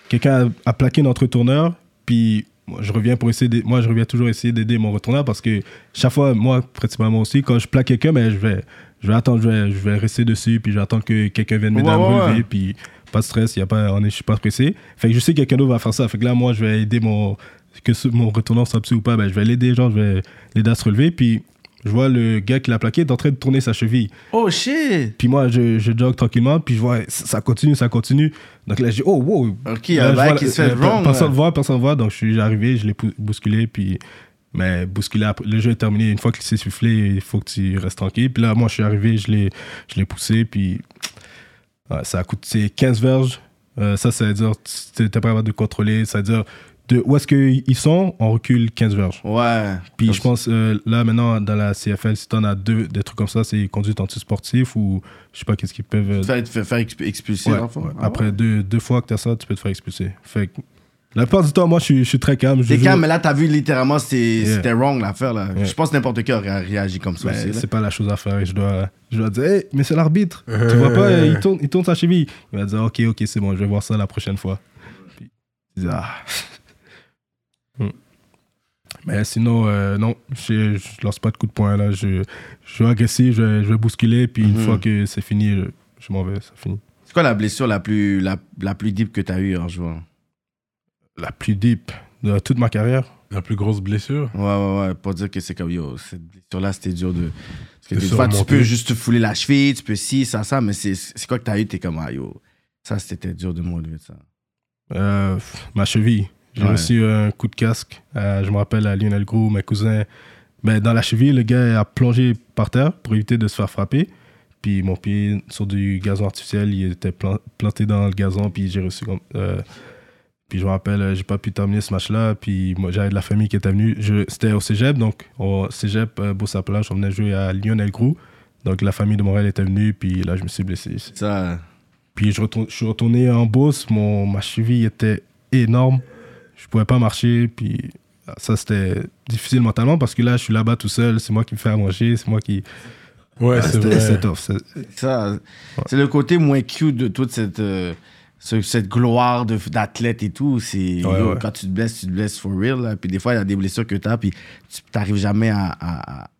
[SPEAKER 4] quelqu'un a, a plaqué notre retourneur, puis moi je reviens pour essayer d'aider- moi je reviens toujours essayer d'aider mon retourneur parce que chaque fois moi principalement aussi quand je plaque quelqu'un ben, je vais je vais attendre je vais, je vais rester dessus puis j'attends que quelqu'un vienne m'aider à me
[SPEAKER 2] Ouais, ouais,
[SPEAKER 4] relever
[SPEAKER 2] ouais.
[SPEAKER 4] puis pas de stress y a pas on est, je suis pas pressé fait que je sais que quelqu'un d'autre va faire ça fait que là moi je vais aider mon que ce- mon retourneur soit psy ou pas ben, je vais l'aider genre je vais l'aider à se relever puis je vois le gars qui l'a plaqué est en train de tourner sa cheville
[SPEAKER 2] Oh shit!
[SPEAKER 4] puis moi, je, je jog tranquillement, puis je vois, ça ça continue, ça continue. Donc là, j'ai oh, wow.
[SPEAKER 2] Ok, y a un
[SPEAKER 4] Là, je
[SPEAKER 2] bail
[SPEAKER 4] vois
[SPEAKER 2] qui
[SPEAKER 4] la-
[SPEAKER 2] se fait
[SPEAKER 4] euh,
[SPEAKER 2] wrong,
[SPEAKER 4] Personne
[SPEAKER 2] là.
[SPEAKER 4] voit, personne voit. Donc je suis arrivé, je l'ai pou- bousculé, puis. Mais bousculé, après- le jeu est terminé. Une fois qu'il s'est soufflé, il faut que tu restes tranquille. Puis là, moi, je suis arrivé, je l'ai je l'ai poussé, puis. ouais, ça a coûté 15 verges. Euh, ça, ça veut dire, tu n'es pas capable de contrôler. Ça veut dire, de où est-ce qu'ils sont, on recule 15 verges.
[SPEAKER 2] Ouais.
[SPEAKER 4] Puis je pense, euh, là, maintenant, dans la CFL, si t'en as deux, des trucs comme ça, c'est conduite antisportive ou je sais pas qu'est-ce qu'ils peuvent. euh,
[SPEAKER 2] Te faire, te faire- faire exp- expulser
[SPEAKER 4] ouais,
[SPEAKER 2] l'enfant.
[SPEAKER 4] ouais.
[SPEAKER 2] Ah
[SPEAKER 4] Après
[SPEAKER 2] ouais.
[SPEAKER 4] deux, deux fois que t'as ça, tu peux te faire expulser. Fait que la plupart du temps, moi, je suis, je suis très calme. je
[SPEAKER 2] T'es
[SPEAKER 4] joue-
[SPEAKER 2] calme, hein? mais là, t'as vu littéralement, c'est-
[SPEAKER 4] Yeah.
[SPEAKER 2] c'était wrong l'affaire. là.
[SPEAKER 4] Yeah.
[SPEAKER 2] Je pense que n'importe qui aurait réagi comme ça
[SPEAKER 4] Ben,
[SPEAKER 2] aussi. là.
[SPEAKER 4] c'est pas la chose à faire. Et je dois, je dois dire, hey, mais c'est l'arbitre.
[SPEAKER 2] Euh,
[SPEAKER 4] tu vois pas, il tourne, il tourne sa cheville. Il va dire, ok, ok, c'est bon, je vais voir ça la prochaine fois. Puis, il dit, Ah. Hmm. Mais sinon, euh, non, je, je lance pas de coup de poing là. Je, je suis agressif, je, vais- je vais bousculer, puis une
[SPEAKER 2] Mhm.
[SPEAKER 4] fois que c'est fini, je, je m'en vais, ça finit.
[SPEAKER 2] C'est quoi la blessure la plus, la, la plus deep que t'as eue en jouant?
[SPEAKER 4] La plus deep de toute ma carrière.
[SPEAKER 3] La plus grosse blessure.
[SPEAKER 2] Ouais, ouais, ouais. Pour dire que c'est comme, yo, cette blessure-là, c'était dur de. Parce que
[SPEAKER 3] De
[SPEAKER 2] des
[SPEAKER 3] se
[SPEAKER 2] fois, tu
[SPEAKER 3] remonter.
[SPEAKER 4] Mm.
[SPEAKER 2] peux juste te fouler la cheville, tu peux ci, ça, ça, mais c'est c'est quoi que t'as eu? T'es comme, ah, yo, ça, c'était dur de me relever de ça.
[SPEAKER 4] Euh, ma cheville. J'ai
[SPEAKER 2] Ouais.
[SPEAKER 4] reçu un coup de casque. euh, je me rappelle à Lionel Gros, mes cousins. Ben, dans la cheville, le gars a plongé par terre pour éviter de se faire frapper. Puis mon pied sur du gazon artificiel, il était plan- planté dans le gazon. Puis j'ai reçu. comme- euh, puis je me rappelle, euh, j'ai pas pu terminer ce match-là. Puis moi, j'avais de la famille qui était venue. Je- C'était au cégep, donc au cégep euh, Beau-Saplage, on venait jouer à Lionel Gros. Donc la famille de Montréal était venue. Puis là, je me suis blessé.
[SPEAKER 2] Ça,
[SPEAKER 4] Puis je, retourne- je suis retourné en bourse, mon, ma cheville était énorme. Je pouvais pas marcher, puis ah, ça c'était difficile mentalement parce que là je suis là-bas tout seul, c'est moi qui me fais à manger, c'est moi qui.
[SPEAKER 3] Ouais, Ah, c'est
[SPEAKER 4] C'était
[SPEAKER 3] vrai.
[SPEAKER 4] c'est tough. c'est-
[SPEAKER 2] ça c'est le côté moins cute de toute cette. euh, ce- cette gloire de- d'athlète et tout, c'est
[SPEAKER 4] Ouais,
[SPEAKER 2] yo,
[SPEAKER 4] ouais.
[SPEAKER 2] quand tu te blesses, tu te blesses for real. là. Puis des fois, il y a des blessures que tu as, puis tu n'arrives jamais à. à- à-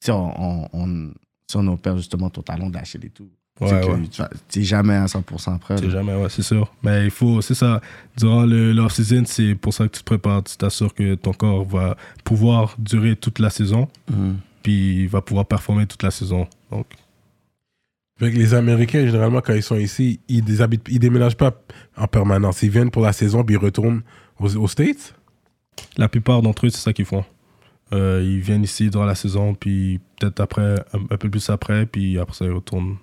[SPEAKER 2] tu sais, on, on- on- si on opère justement ton talent de la chaîne et tout.
[SPEAKER 4] Ouais,
[SPEAKER 2] c'est que
[SPEAKER 4] ouais.
[SPEAKER 2] tu vas- t'es jamais à 100% prêt.
[SPEAKER 4] C'est jamais, ouais, c'est sûr. Mais il faut, c'est ça. Durant le- l'off-season, c'est pour ça que tu te prépares. Tu t'assures que ton corps va pouvoir durer toute la saison, puis il va pouvoir performer toute la saison. Donc,
[SPEAKER 3] Fait que les Américains, généralement, quand ils sont ici, ils ne ils déménagent pas en permanence. Ils viennent pour la saison, puis ils retournent aux, aux States.
[SPEAKER 4] la plupart d'entre eux, c'est ça qu'ils font. Euh, ils viennent ici durant la saison, puis peut-être après, un, un peu plus après, puis après ça, ils retournent.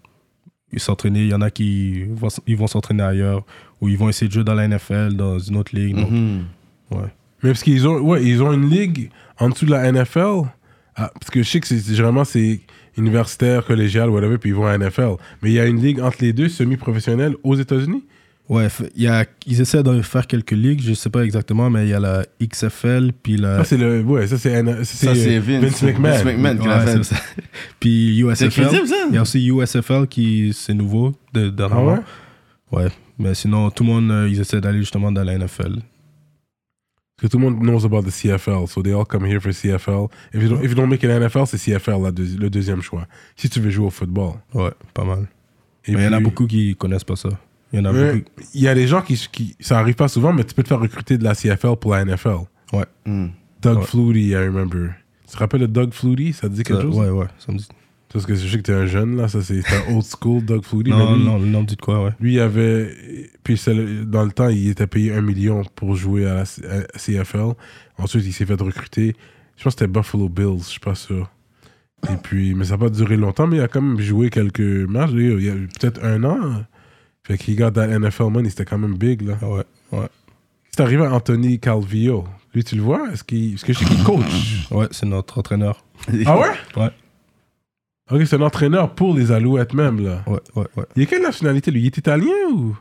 [SPEAKER 4] Ils s'entraînent. Il y en a qui vont, s- ils vont s'entraîner ailleurs, ou ils vont essayer de jouer dans la NFL, dans une autre ligue. Donc,
[SPEAKER 2] Mm-hmm.
[SPEAKER 4] ouais.
[SPEAKER 3] Mais parce qu'ils ont, ouais, ils ont une ligue en dessous de la NFL. Ah, parce que je sais que c'est, c'est- généralement, c'est universitaire, collégial, whatever, puis ils vont à la NFL. Mais il y a une ligue entre les deux, semi-professionnelle, aux États-Unis.
[SPEAKER 4] Ouais, f- il y a, ils essaient de faire quelques ligues, je sais pas exactement, mais il y a la XFL, puis
[SPEAKER 2] Ah,
[SPEAKER 4] la.
[SPEAKER 3] Ça, c'est le, ouais, ça, c'est,
[SPEAKER 2] Ça,
[SPEAKER 3] N- c'est
[SPEAKER 2] c'est
[SPEAKER 3] euh,
[SPEAKER 2] Vince-
[SPEAKER 3] Vince McMahon.
[SPEAKER 2] Vince McMahon. qui
[SPEAKER 4] Ouais,
[SPEAKER 2] l'a fait.
[SPEAKER 4] c'est ça. puis USFL.
[SPEAKER 2] crédible, ça. Ah
[SPEAKER 4] Il y a aussi USFL qui c'est nouveau de, dernièrement. ouais? mais sinon tout le monde euh, ils essaient d'aller justement dans la NFL.
[SPEAKER 3] Parce que tout le monde knows about the CFL, so they all come here for CFL. If you don't, if you don't make an NFL, c'est CFL la deuxi- le deuxième choix. Si tu veux jouer au football.
[SPEAKER 4] Ouais, pas mal.
[SPEAKER 3] Et
[SPEAKER 4] mais il y en a
[SPEAKER 3] puis-
[SPEAKER 4] beaucoup qui connaissent pas ça. Il y en a
[SPEAKER 3] Mais
[SPEAKER 4] beaucoup.
[SPEAKER 3] Il y a des gens qui, qui. Ça arrive pas souvent, mais tu peux te faire recruter de la CFL pour la NFL.
[SPEAKER 4] Ouais.
[SPEAKER 3] Doug
[SPEAKER 4] Ouais.
[SPEAKER 3] Flutie, I remember. Tu te rappelles de Doug Flutie Ça te dit quelque
[SPEAKER 4] Ça-
[SPEAKER 3] chose
[SPEAKER 4] ouais, ouais, ça me dit.
[SPEAKER 3] Parce que je sais que t'es un jeune, là. Ça, c'est c'est un old school Doug Flutie.
[SPEAKER 4] Non,
[SPEAKER 3] mais lui,
[SPEAKER 4] non, le nom me dit de quoi, ouais.
[SPEAKER 3] Lui, il avait. Puis c'est le- dans le temps, il était payé un million pour jouer à la C- à CFL. Ensuite, il s'est fait recruter. Je pense que c'était Buffalo Bills, je suis pas sûr. Et puis, mais ça n'a pas duré longtemps, mais il a quand même joué quelques matchs. Lui, Il y a eu peut-être un an. Fait qu'il got that NFL money, c'était quand même big, là.
[SPEAKER 4] Ouais, ouais.
[SPEAKER 3] C'est arrivé à Anthony Calvillo. Lui, tu le vois Est-ce qu'il... Parce que je sais qu'il coach.
[SPEAKER 4] Ouais, c'est notre entraîneur.
[SPEAKER 3] ah ouais
[SPEAKER 4] Ouais.
[SPEAKER 3] Ok, c'est un entraîneur pour les Alouettes même, là.
[SPEAKER 4] Ouais, ouais, ouais.
[SPEAKER 3] Il est quelle nationalité, lui Il est italien ou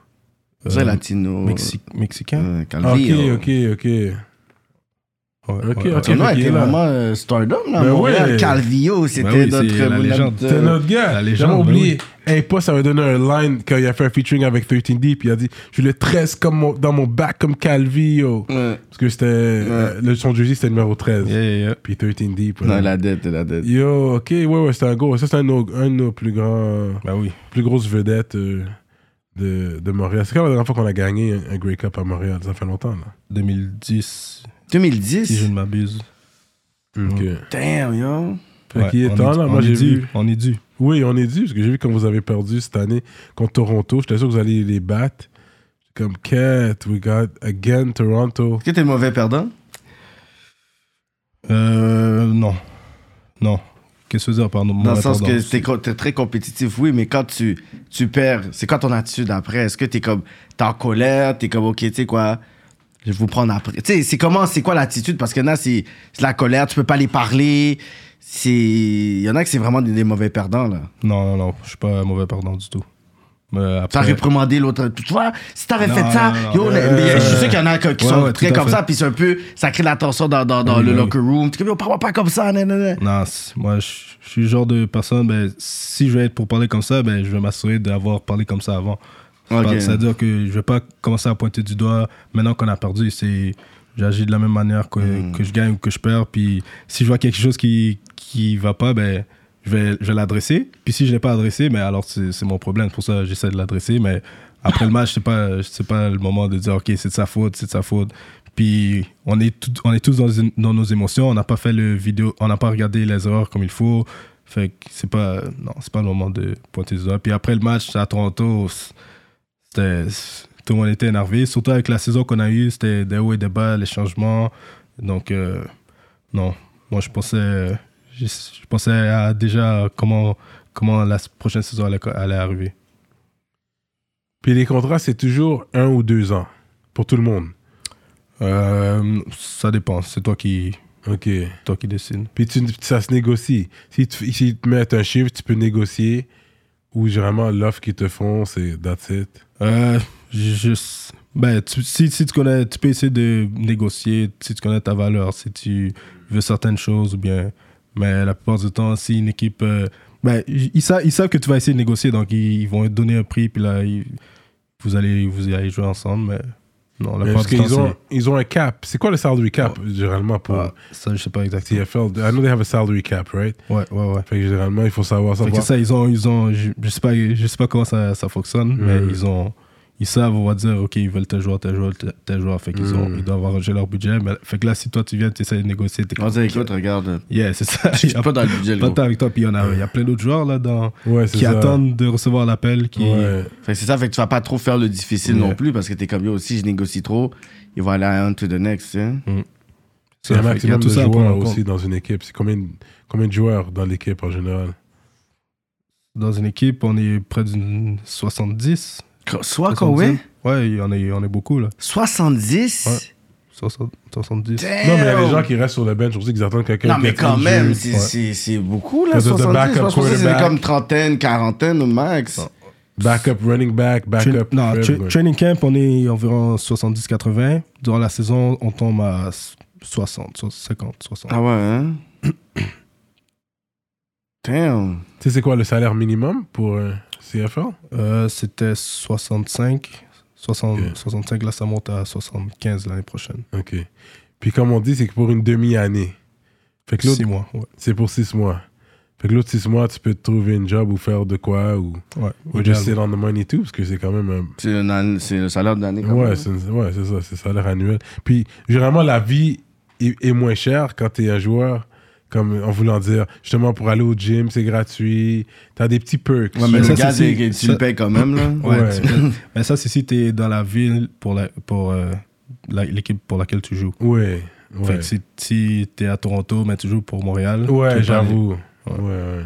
[SPEAKER 2] Ça,
[SPEAKER 4] Euh,
[SPEAKER 2] latino.
[SPEAKER 4] Mexi- mexicain.
[SPEAKER 2] euh,
[SPEAKER 3] Ah, Ok,
[SPEAKER 2] Calvillo.
[SPEAKER 3] ok, ok.
[SPEAKER 4] Euh,
[SPEAKER 2] Mm.
[SPEAKER 4] Ouais,
[SPEAKER 3] Ok,
[SPEAKER 4] ouais,
[SPEAKER 3] ok.
[SPEAKER 2] Tournoi
[SPEAKER 4] ouais.
[SPEAKER 3] Fait qu'il
[SPEAKER 2] était
[SPEAKER 3] est là.
[SPEAKER 2] vraiment euh, stardom là. à
[SPEAKER 3] Ben
[SPEAKER 2] Montréal.
[SPEAKER 3] ouais.
[SPEAKER 2] Calvillo, c'était
[SPEAKER 4] Ben oui,
[SPEAKER 2] notre
[SPEAKER 4] c'est la
[SPEAKER 2] boulette,
[SPEAKER 4] légende.
[SPEAKER 3] C'est
[SPEAKER 2] euh,
[SPEAKER 3] notre gars.
[SPEAKER 4] la
[SPEAKER 3] J'ai
[SPEAKER 4] légende,
[SPEAKER 3] jamais
[SPEAKER 4] ben
[SPEAKER 3] oublié. Hey, Post, ça avait donné un line quand il a fait un featuring avec 13 Deep. Il a dit Je le tresse comme mon- dans mon bac comme Calvillo.
[SPEAKER 2] Ouais.
[SPEAKER 3] Parce que c'était. euh, le son jersey, c'était numéro 13.
[SPEAKER 4] Yeah, yeah, yeah.
[SPEAKER 3] Puis 13 Deep.
[SPEAKER 2] Non,
[SPEAKER 3] voilà.
[SPEAKER 2] la dette, la dette.
[SPEAKER 3] Yo, ok, ouais, ouais, c'était un go. Ça, c'est un, de nos- un de nos plus grands.
[SPEAKER 4] Bah oui.
[SPEAKER 3] plus grosse vedette euh, de, de Montréal. C'est quand même la dernière fois qu'on a gagné un, un Grey Cup à Montréal. Ça fait longtemps, là.
[SPEAKER 4] 2010, si je
[SPEAKER 2] 2010.
[SPEAKER 4] ne m'abuse.
[SPEAKER 3] Ok.
[SPEAKER 2] Damn, yo.
[SPEAKER 3] Fait qu'il est
[SPEAKER 4] on
[SPEAKER 3] temps,
[SPEAKER 4] est-
[SPEAKER 3] là.
[SPEAKER 4] on
[SPEAKER 3] Moi,
[SPEAKER 4] est
[SPEAKER 3] j'ai
[SPEAKER 4] dû,
[SPEAKER 3] vu.
[SPEAKER 4] On est dû.
[SPEAKER 3] Oui, on est dû, parce que j'ai vu quand vous avez perdu cette année contre Toronto. J'étais sûr que vous alliez les battre. Comme Cat, we got again Toronto.
[SPEAKER 2] Est-ce que t'es le mauvais perdant?
[SPEAKER 4] Euh, non. Non. Qu'est-ce que tu veux dire, pardon?
[SPEAKER 2] Dans le sens que t'es, co- t'es très compétitif, oui, mais quand tu, tu perds, c'est quand ton attitude après. Est-ce que t'es comme, t'es en colère, t'es comme, ok, tu sais quoi, je vais vous prendre après. Tu sais, c'est comment, c'est quoi l'attitude? Parce qu'il y en a, c'est, c'est la colère, tu peux pas les parler. C'est, il y en a que c'est vraiment des, des mauvais perdants, là.
[SPEAKER 4] Non, non, non. Je suis pas un mauvais perdant du tout. Mais
[SPEAKER 2] T'as
[SPEAKER 4] après...
[SPEAKER 2] réprimandé l'autre. Tu vois, si t'avais
[SPEAKER 4] Non,
[SPEAKER 2] fait ça,
[SPEAKER 4] non, non,
[SPEAKER 2] yo,
[SPEAKER 4] non,
[SPEAKER 2] les-
[SPEAKER 4] non,
[SPEAKER 2] mais
[SPEAKER 4] non,
[SPEAKER 2] je suis
[SPEAKER 4] non,
[SPEAKER 2] sûr qu'il y en a qui, qui
[SPEAKER 4] ouais,
[SPEAKER 2] sont
[SPEAKER 4] ouais,
[SPEAKER 2] très
[SPEAKER 4] tout à
[SPEAKER 2] comme
[SPEAKER 4] fait.
[SPEAKER 2] ça, puis c'est un peu, ça crée de la tension dans, dans, dans
[SPEAKER 4] Oui,
[SPEAKER 2] le
[SPEAKER 4] oui.
[SPEAKER 2] locker room. Tu es comme, yo, parle pas comme ça, nan, nan, nan.
[SPEAKER 4] Non, c'est- moi, je je suis le genre de personne, ben, si je vais être pour parler comme ça, ben, je vais m'assurer d'avoir parlé comme ça avant.
[SPEAKER 2] Ok.
[SPEAKER 4] Par- C'est-à-dire que je vais pas commencer à pointer du doigt maintenant qu'on a perdu. C'est, j'agis de la même manière que, que je gagne ou que je perds. Puis si je vois quelque chose qui qui va pas, ben je vais, je vais l'adresser. Puis si je l'ai pas adressé, mais alors c'est c'est mon problème. C'est Pour ça, j'essaie de l'adresser. Mais après le match, c'est pas c'est pas le moment de dire ok c'est de sa faute, c'est de sa faute. Puis on est tout- on est tous dans, une- dans nos émotions. On n'a pas fait le vidéo, on n'a pas regardé les erreurs comme il faut. Fait que c'est pas non c'est pas le moment de pointer du doigt. Puis après le match à Toronto. c'est- c'était- tout le monde était énervé, surtout avec la saison qu'on a eue, c'était des hauts et des bas, les changements. Donc, euh, non, moi je pensais, je, je pensais à déjà comment, comment la prochaine saison allait, allait arriver.
[SPEAKER 3] Puis les contrats, c'est toujours un ou deux ans pour tout le monde.
[SPEAKER 4] Euh, ça dépend, c'est toi qui,
[SPEAKER 3] Ok.
[SPEAKER 4] toi qui décides.
[SPEAKER 3] Puis tu, ça se négocie. Si tu, si te mettent un chiffre, tu peux négocier. Ou généralement, l'offre qu'ils te font, c'est that's it.
[SPEAKER 4] Euh, juste. Ben, tu- si, si tu connais, tu peux essayer de négocier, si tu connais ta valeur, si tu veux certaines choses ou bien. Mais la plupart du temps, si une équipe. euh, ben, ils, ils savent, ils savent que tu vas essayer de négocier, donc ils, ils vont te donner un prix, puis là, ils- vous, allez, vous allez jouer ensemble. Mais Non, la
[SPEAKER 3] Mais
[SPEAKER 4] plupart
[SPEAKER 3] Parce
[SPEAKER 4] du temps,
[SPEAKER 3] qu'ils ont,
[SPEAKER 4] c'est-
[SPEAKER 3] ils ont un cap. C'est quoi le salary cap, généralement, pour
[SPEAKER 4] Ah, ça, je sais pas exactement.
[SPEAKER 3] TFL? I know they have a salary cap, right?
[SPEAKER 4] Ouais, ouais, ouais.
[SPEAKER 3] Fait que généralement, il faut savoir
[SPEAKER 4] Fait que
[SPEAKER 3] savoir.
[SPEAKER 4] ça, ils ont, ils ont je, je sais pas, je sais pas comment ça, ça fonctionne, mais ils ont, ils savent, on va dire, ok, ils veulent tel joueur, tel joueur, tel, tel joueur. Fait qu'ils
[SPEAKER 2] Mm.
[SPEAKER 4] ont, ils doivent arranger leur budget. Mais, fait que là, si toi, tu viens, tu essaies de négocier. t'es
[SPEAKER 2] On
[SPEAKER 4] comme,
[SPEAKER 2] dit, écoute, regarde,
[SPEAKER 4] Yeah, c'est ça.
[SPEAKER 2] je suis pas dans le budget,
[SPEAKER 4] Pas
[SPEAKER 2] gros.
[SPEAKER 4] de temps avec toi. Puis il y en a, il y a plein d'autres joueurs là dans,
[SPEAKER 3] Ouais, c'est
[SPEAKER 4] qui
[SPEAKER 3] ça.
[SPEAKER 4] attendent de recevoir l'appel, qui,
[SPEAKER 3] Ouais.
[SPEAKER 2] Fait que c'est ça, fait que tu vas pas trop faire le difficile
[SPEAKER 4] Ouais.
[SPEAKER 2] non plus parce que t'es comme yo, si je négocie trop, il va aller à un to the next. hein.
[SPEAKER 3] C'est un
[SPEAKER 4] fait qu'il y a
[SPEAKER 3] maximum
[SPEAKER 4] tout
[SPEAKER 3] de
[SPEAKER 4] ça à prendre
[SPEAKER 3] joueurs
[SPEAKER 4] en compte.
[SPEAKER 3] aussi dans une équipe. C'est combien, combien de joueurs dans l'équipe en général?
[SPEAKER 4] dans une équipe, on est près d'une 70.
[SPEAKER 2] Soit
[SPEAKER 4] 70.
[SPEAKER 2] Kowe,
[SPEAKER 4] Ouais, il y en a, il y en a beaucoup là.
[SPEAKER 2] 70
[SPEAKER 4] 60 70.
[SPEAKER 3] Non, mais il y a des gens qui restent sur le bench. Je sais qu'ils attendent quelqu'un.
[SPEAKER 2] Eh oh. Non, mais
[SPEAKER 3] qui
[SPEAKER 2] quand
[SPEAKER 3] joue.
[SPEAKER 2] même, c'est
[SPEAKER 3] Ouais.
[SPEAKER 2] c'est- c'est beaucoup là,
[SPEAKER 3] Parce que t'as
[SPEAKER 2] 70. Je
[SPEAKER 3] backup
[SPEAKER 2] pense que c'est
[SPEAKER 3] quarterback.
[SPEAKER 2] comme trentaine, quarantaine au max.
[SPEAKER 3] Backup running back,
[SPEAKER 4] Train-
[SPEAKER 3] backup.
[SPEAKER 4] non, tra-
[SPEAKER 3] forever.
[SPEAKER 4] training camp, on est environ 70-80. Durant la saison, on tombe à s- 60, so- 50, 60.
[SPEAKER 2] Ah ouais, hein? Damn.
[SPEAKER 3] Tu sais, c'est quoi le salaire minimum pour euh, CFL?
[SPEAKER 4] Euh, C'était 65. 60,
[SPEAKER 3] Ok.
[SPEAKER 4] 65, là, ça monte à 75 l'année prochaine.
[SPEAKER 3] OK. Puis comme on dit, c'est que pour une demi-année. Fait que l'autre,
[SPEAKER 4] 6 mois, ouais.
[SPEAKER 3] c'est pour six mois. Fait que l'autre six mois, tu peux te trouver une job ou faire de quoi ou,
[SPEAKER 4] ouais
[SPEAKER 3] ou
[SPEAKER 4] idéalement.
[SPEAKER 3] just sit on the money too, parce que c'est quand même un,
[SPEAKER 2] C'est une année- c'est le salaire de l'année quand
[SPEAKER 3] Ouais,
[SPEAKER 2] même. hein?
[SPEAKER 3] c'est ouais, c'est ça, c'est salaire annuel. Puis, généralement, la vie est, est moins chère quand t'es un joueur, comme en voulant dire, justement, pour aller au gym, c'est gratuit, t'as des petits perks.
[SPEAKER 2] Ouais, mais
[SPEAKER 4] Ça,
[SPEAKER 2] le
[SPEAKER 4] c'est-
[SPEAKER 2] gars,
[SPEAKER 4] c'est-
[SPEAKER 2] c'est- tu
[SPEAKER 4] ça-
[SPEAKER 2] le payes quand même là.
[SPEAKER 4] Ouais,
[SPEAKER 3] Ouais.
[SPEAKER 4] tu peux- Mais ça, c'est si tu es dans la ville pour la- pour, euh, la- l'équipe pour laquelle tu joues.
[SPEAKER 3] Ouais,
[SPEAKER 4] Fait
[SPEAKER 3] ouais.
[SPEAKER 4] que si, tu es à Toronto, mais tu joues pour Montréal. tu
[SPEAKER 3] Ouais,
[SPEAKER 4] peux
[SPEAKER 3] j'avoue. Ouais,
[SPEAKER 4] Ouais.
[SPEAKER 3] ouais.
[SPEAKER 4] aller-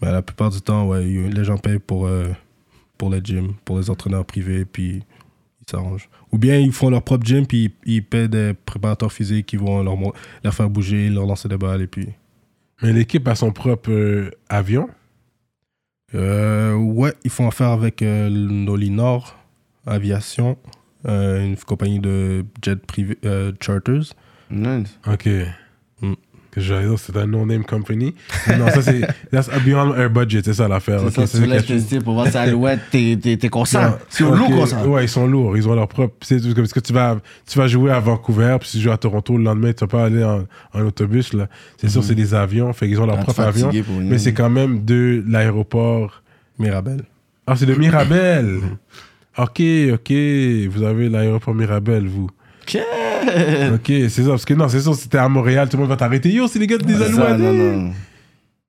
[SPEAKER 4] mais Ben, la plupart du temps, ouais, y- les gens payent pour, euh, pour les gyms, pour les entraîneurs privés, puis ils s'arrangent. Ou bien ils font leur propre gym, puis ils, ils paient des préparateurs physiques qui vont leur, mon- leur faire bouger, leur lancer des balles, et puis.
[SPEAKER 3] Mais l'équipe a son propre euh, avion.
[SPEAKER 4] Euh, ouais, ils font affaire avec euh, Noli Nord Aviation, euh, une compagnie de jet privé, euh, charters.
[SPEAKER 2] Nice.
[SPEAKER 3] Ok.
[SPEAKER 4] Mm.
[SPEAKER 3] Que j'allais dire, c'est un no-name company. Mais non, ça, c'est. That's beyond our budget, c'est ça l'affaire.
[SPEAKER 2] C'est
[SPEAKER 3] ok,
[SPEAKER 2] ça,
[SPEAKER 3] c'est
[SPEAKER 2] tu
[SPEAKER 3] quelque
[SPEAKER 2] laisses tester pour voir si Alouette, t'es- t'es t'es consent. C'est
[SPEAKER 3] Ok,
[SPEAKER 2] lourd consent.
[SPEAKER 3] Ouais, ils sont lourds. Ils ont leur propre. C'est tout. Parce que tu vas, tu vas jouer à Vancouver, puis si tu joues à Toronto, le lendemain, tu vas pas aller en, en autobus. là. C'est
[SPEAKER 2] Mm.
[SPEAKER 3] sûr, c'est des avions. Fait qu'ils ont leur
[SPEAKER 2] Ah,
[SPEAKER 3] propre
[SPEAKER 2] fatigué
[SPEAKER 3] avion.
[SPEAKER 2] pour une
[SPEAKER 3] Mais
[SPEAKER 2] année.
[SPEAKER 3] c'est quand même de l'aéroport.
[SPEAKER 4] Mirabel.
[SPEAKER 3] Ah, c'est de
[SPEAKER 2] Mm.
[SPEAKER 3] Mirabel. ok, ok. Vous avez l'aéroport Mirabel, vous. Ok, c'est ça. Parce que non, c'est sûr, si t'es à Montréal, tout le monde va t'arrêter. Yo, c'est les gars des
[SPEAKER 2] C'est ça,
[SPEAKER 3] Alouettes.
[SPEAKER 2] non,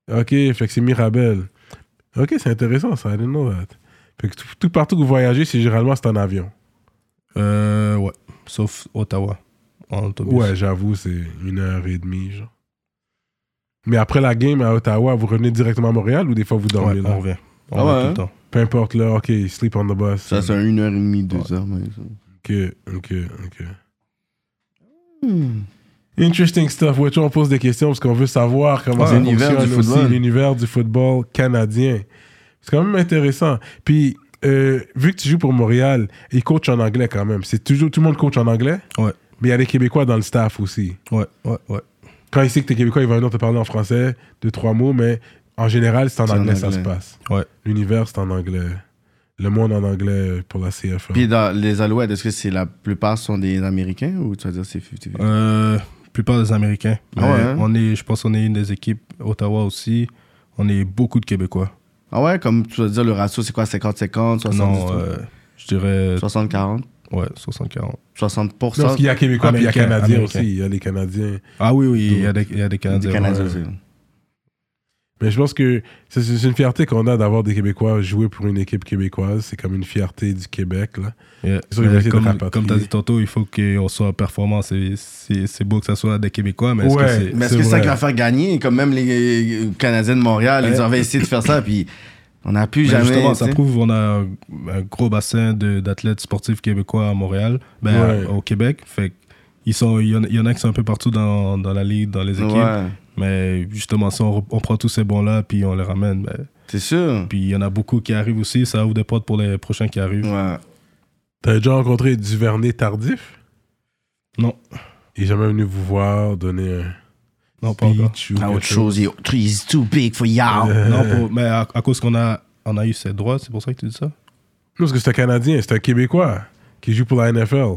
[SPEAKER 2] non.
[SPEAKER 3] Ok, fait que c'est Mirabel. Ok, c'est intéressant ça. I didn't know that. Fait que tout, tout partout que vous voyagez, c'est généralement c'est en avion.
[SPEAKER 4] Euh, ouais, sauf Ottawa, en autobus.
[SPEAKER 3] Ouais, j'avoue, c'est une heure et demie, genre. Mais après la game à Ottawa, vous revenez directement à Montréal ou des fois vous
[SPEAKER 4] Ouais,
[SPEAKER 3] dormez là
[SPEAKER 4] on revient. On
[SPEAKER 2] Ah
[SPEAKER 4] revient
[SPEAKER 2] ouais,
[SPEAKER 4] tout
[SPEAKER 2] hein?
[SPEAKER 4] le temps.
[SPEAKER 3] Peu importe là, ok, sleep on the bus. euh,
[SPEAKER 2] Ça, c'est un une heure et demie, deux heures. mais ça.
[SPEAKER 3] Ok, ok, ok. Hmm. Interesting stuff. Ouais, tu vois, on pose des questions parce qu'on veut savoir comment
[SPEAKER 2] Ah,
[SPEAKER 3] ça
[SPEAKER 2] l'univers
[SPEAKER 3] fonctionne
[SPEAKER 2] du
[SPEAKER 3] aussi,
[SPEAKER 2] football.
[SPEAKER 3] l'univers du football canadien. C'est quand même intéressant. Puis, euh, vu que tu joues pour Montréal, ils coachent en anglais quand même. C'est toujours tout le monde coach en anglais.
[SPEAKER 4] Ouais.
[SPEAKER 3] Mais il y a des Québécois dans le staff aussi.
[SPEAKER 4] Ouais, ouais, ouais.
[SPEAKER 3] Quand il sait que t'es Québécois, il va venir te parler en français, deux, trois mots, mais en général, c'est en
[SPEAKER 2] C'est en
[SPEAKER 3] anglais, ça se
[SPEAKER 2] anglais.
[SPEAKER 3] passe.
[SPEAKER 4] Ouais.
[SPEAKER 3] L'univers, c'est en anglais. Le monde en anglais pour la CFA.
[SPEAKER 2] Puis dans les Alouettes, est-ce que c'est la plupart sont des Américains ou tu vas dire c'est 50
[SPEAKER 4] Euh, plupart des Américains.
[SPEAKER 2] Ah
[SPEAKER 4] Mais
[SPEAKER 2] ouais, hein?
[SPEAKER 4] on est, je pense qu'on est une des équipes, Ottawa aussi. On est beaucoup de Québécois.
[SPEAKER 2] Ah ouais, comme tu vas dire, le ratio, c'est quoi 50-50, 70
[SPEAKER 4] non, euh, je dirais
[SPEAKER 2] 60-40
[SPEAKER 4] ouais, 60-40.
[SPEAKER 2] 60
[SPEAKER 3] Non, parce qu'il y a Québécois, puis il y a
[SPEAKER 4] Américain,
[SPEAKER 3] Canadiens
[SPEAKER 4] Américain.
[SPEAKER 3] aussi. Il y a les Canadiens.
[SPEAKER 4] Ah oui, oui, il y a des, il y a des Canadiens.
[SPEAKER 2] des Canadiens
[SPEAKER 4] ouais.
[SPEAKER 2] aussi.
[SPEAKER 3] Mais je pense que c'est c'est une fierté qu'on a d'avoir des Québécois jouer pour une équipe québécoise. C'est comme une fierté du Québec, là.
[SPEAKER 4] Yeah.
[SPEAKER 3] Ils ont essayé
[SPEAKER 4] Mais
[SPEAKER 3] de
[SPEAKER 4] Comme,
[SPEAKER 3] rapatrier.
[SPEAKER 4] comme tu as dit tantôt, il faut qu'on soit performant. C'est- C'est c'est beau que ça soit des Québécois, mais est-ce
[SPEAKER 3] Ouais.
[SPEAKER 4] que c'est.
[SPEAKER 2] Mais est-ce
[SPEAKER 3] C'est
[SPEAKER 2] que c'est ça
[SPEAKER 3] vrai.
[SPEAKER 2] qui va faire gagner Comme même les euh, Canadiens de Montréal, ils avaient essayé de faire ça, puis on n'a plus
[SPEAKER 4] Mais
[SPEAKER 2] jamais.
[SPEAKER 4] Ben, justement, ça
[SPEAKER 2] tu sais.
[SPEAKER 4] prouve qu'on a un, un gros bassin de- d'athlètes sportifs québécois à Montréal, ben,
[SPEAKER 3] Ouais.
[SPEAKER 4] à- au Québec. Fait que ils sont, il y en, il y en a qui sont un peu partout dans, dans la ligue, dans les équipes.
[SPEAKER 2] Ouais,
[SPEAKER 4] Mais justement, si on, re- on prend tous ces bons-là, puis on les ramène, ben,
[SPEAKER 2] c'est sûr.
[SPEAKER 4] puis il y en a beaucoup qui arrivent aussi, ça ouvre des portes pour les prochains qui arrivent.
[SPEAKER 2] Ouais.
[SPEAKER 3] T'as déjà rencontré Duvernay tardif
[SPEAKER 4] Non.
[SPEAKER 3] Il est jamais venu vous voir, donner un
[SPEAKER 4] Non, pas encore.
[SPEAKER 3] speech ou
[SPEAKER 2] Ah,
[SPEAKER 3] quelque
[SPEAKER 2] autre chose, il- he's too big for y'all.
[SPEAKER 4] Non, pour- mais à, à cause qu'on a, on a eu ces droits, c'est pour ça que tu dis ça
[SPEAKER 3] Non, parce que c'est un Canadien, c'est un Québécois. qui joue pour la NFL.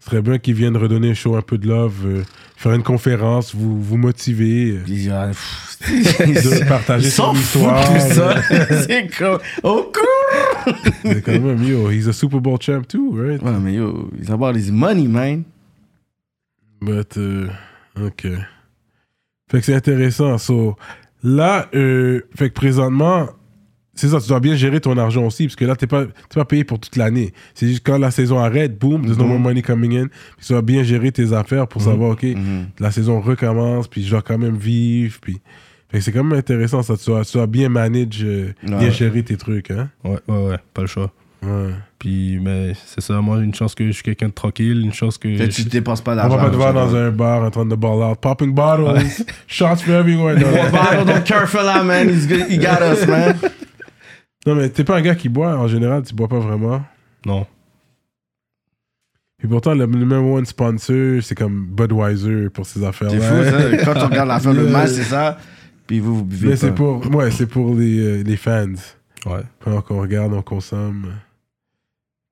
[SPEAKER 3] Ce serait bien qu'ils viennent redonner un show un peu de love, euh, faire une conférence, vous, vous motiver, euh,
[SPEAKER 2] Puis, ah, pff,
[SPEAKER 3] de partager
[SPEAKER 2] Ils s'en
[SPEAKER 3] son histoire.
[SPEAKER 2] foutent de ça. C'est comme. Oh, cool!
[SPEAKER 3] C'est quand même, yo, he's a Super Bowl champ too, right?
[SPEAKER 2] Ouais, mais yo, it's about his money, man.
[SPEAKER 3] But, euh, ok. Fait que c'est intéressant. So, là, euh, fait que présentement, c'est ça, tu dois bien gérer ton argent aussi, parce que là, t'es pas, t'es pas payé pour toute l'année. C'est juste quand la saison arrête, boom, there's no more money coming in. Puis tu dois bien gérer tes affaires pour savoir, ok,
[SPEAKER 5] Mhm.
[SPEAKER 2] Mhm.
[SPEAKER 3] la saison recommence, puis je dois quand même vivre, puis. Fait que c'est quand même intéressant, ça. Tu dois, tu dois bien manage, euh,
[SPEAKER 2] Ouais.
[SPEAKER 3] bien gérer tes trucs, hein.
[SPEAKER 4] Ouais, ouais, ouais, pas le choix.
[SPEAKER 3] Ouais.
[SPEAKER 4] Puis, mais c'est ça, moi, une chance que je suis quelqu'un de tranquille, une chance que.
[SPEAKER 2] Fait que tu te dépenses pas
[SPEAKER 3] On
[SPEAKER 2] d'argent.
[SPEAKER 3] va pas te voir
[SPEAKER 2] tu vois.
[SPEAKER 3] dans un bar en train de ball out. Popping bottles, shots for everyone. Non, non.
[SPEAKER 2] Well, Bottle, don't care for that, man. He's good. He got us, man.
[SPEAKER 3] Non, mais t'es pas un gars qui boit. En général, tu bois pas vraiment.
[SPEAKER 4] Non.
[SPEAKER 3] Puis pourtant, le le number one sponsor, c'est comme Budweiser pour ces
[SPEAKER 2] C'est
[SPEAKER 3] affaires-là.
[SPEAKER 2] fou, ça. Quand on regarde la fin de match, c'est ça. Puis vous, vous buvez.
[SPEAKER 3] Mais c'est
[SPEAKER 2] pas.
[SPEAKER 3] pour, ouais, c'est pour les, euh, les fans.
[SPEAKER 4] Ouais.
[SPEAKER 3] Pendant qu'on regarde, on consomme.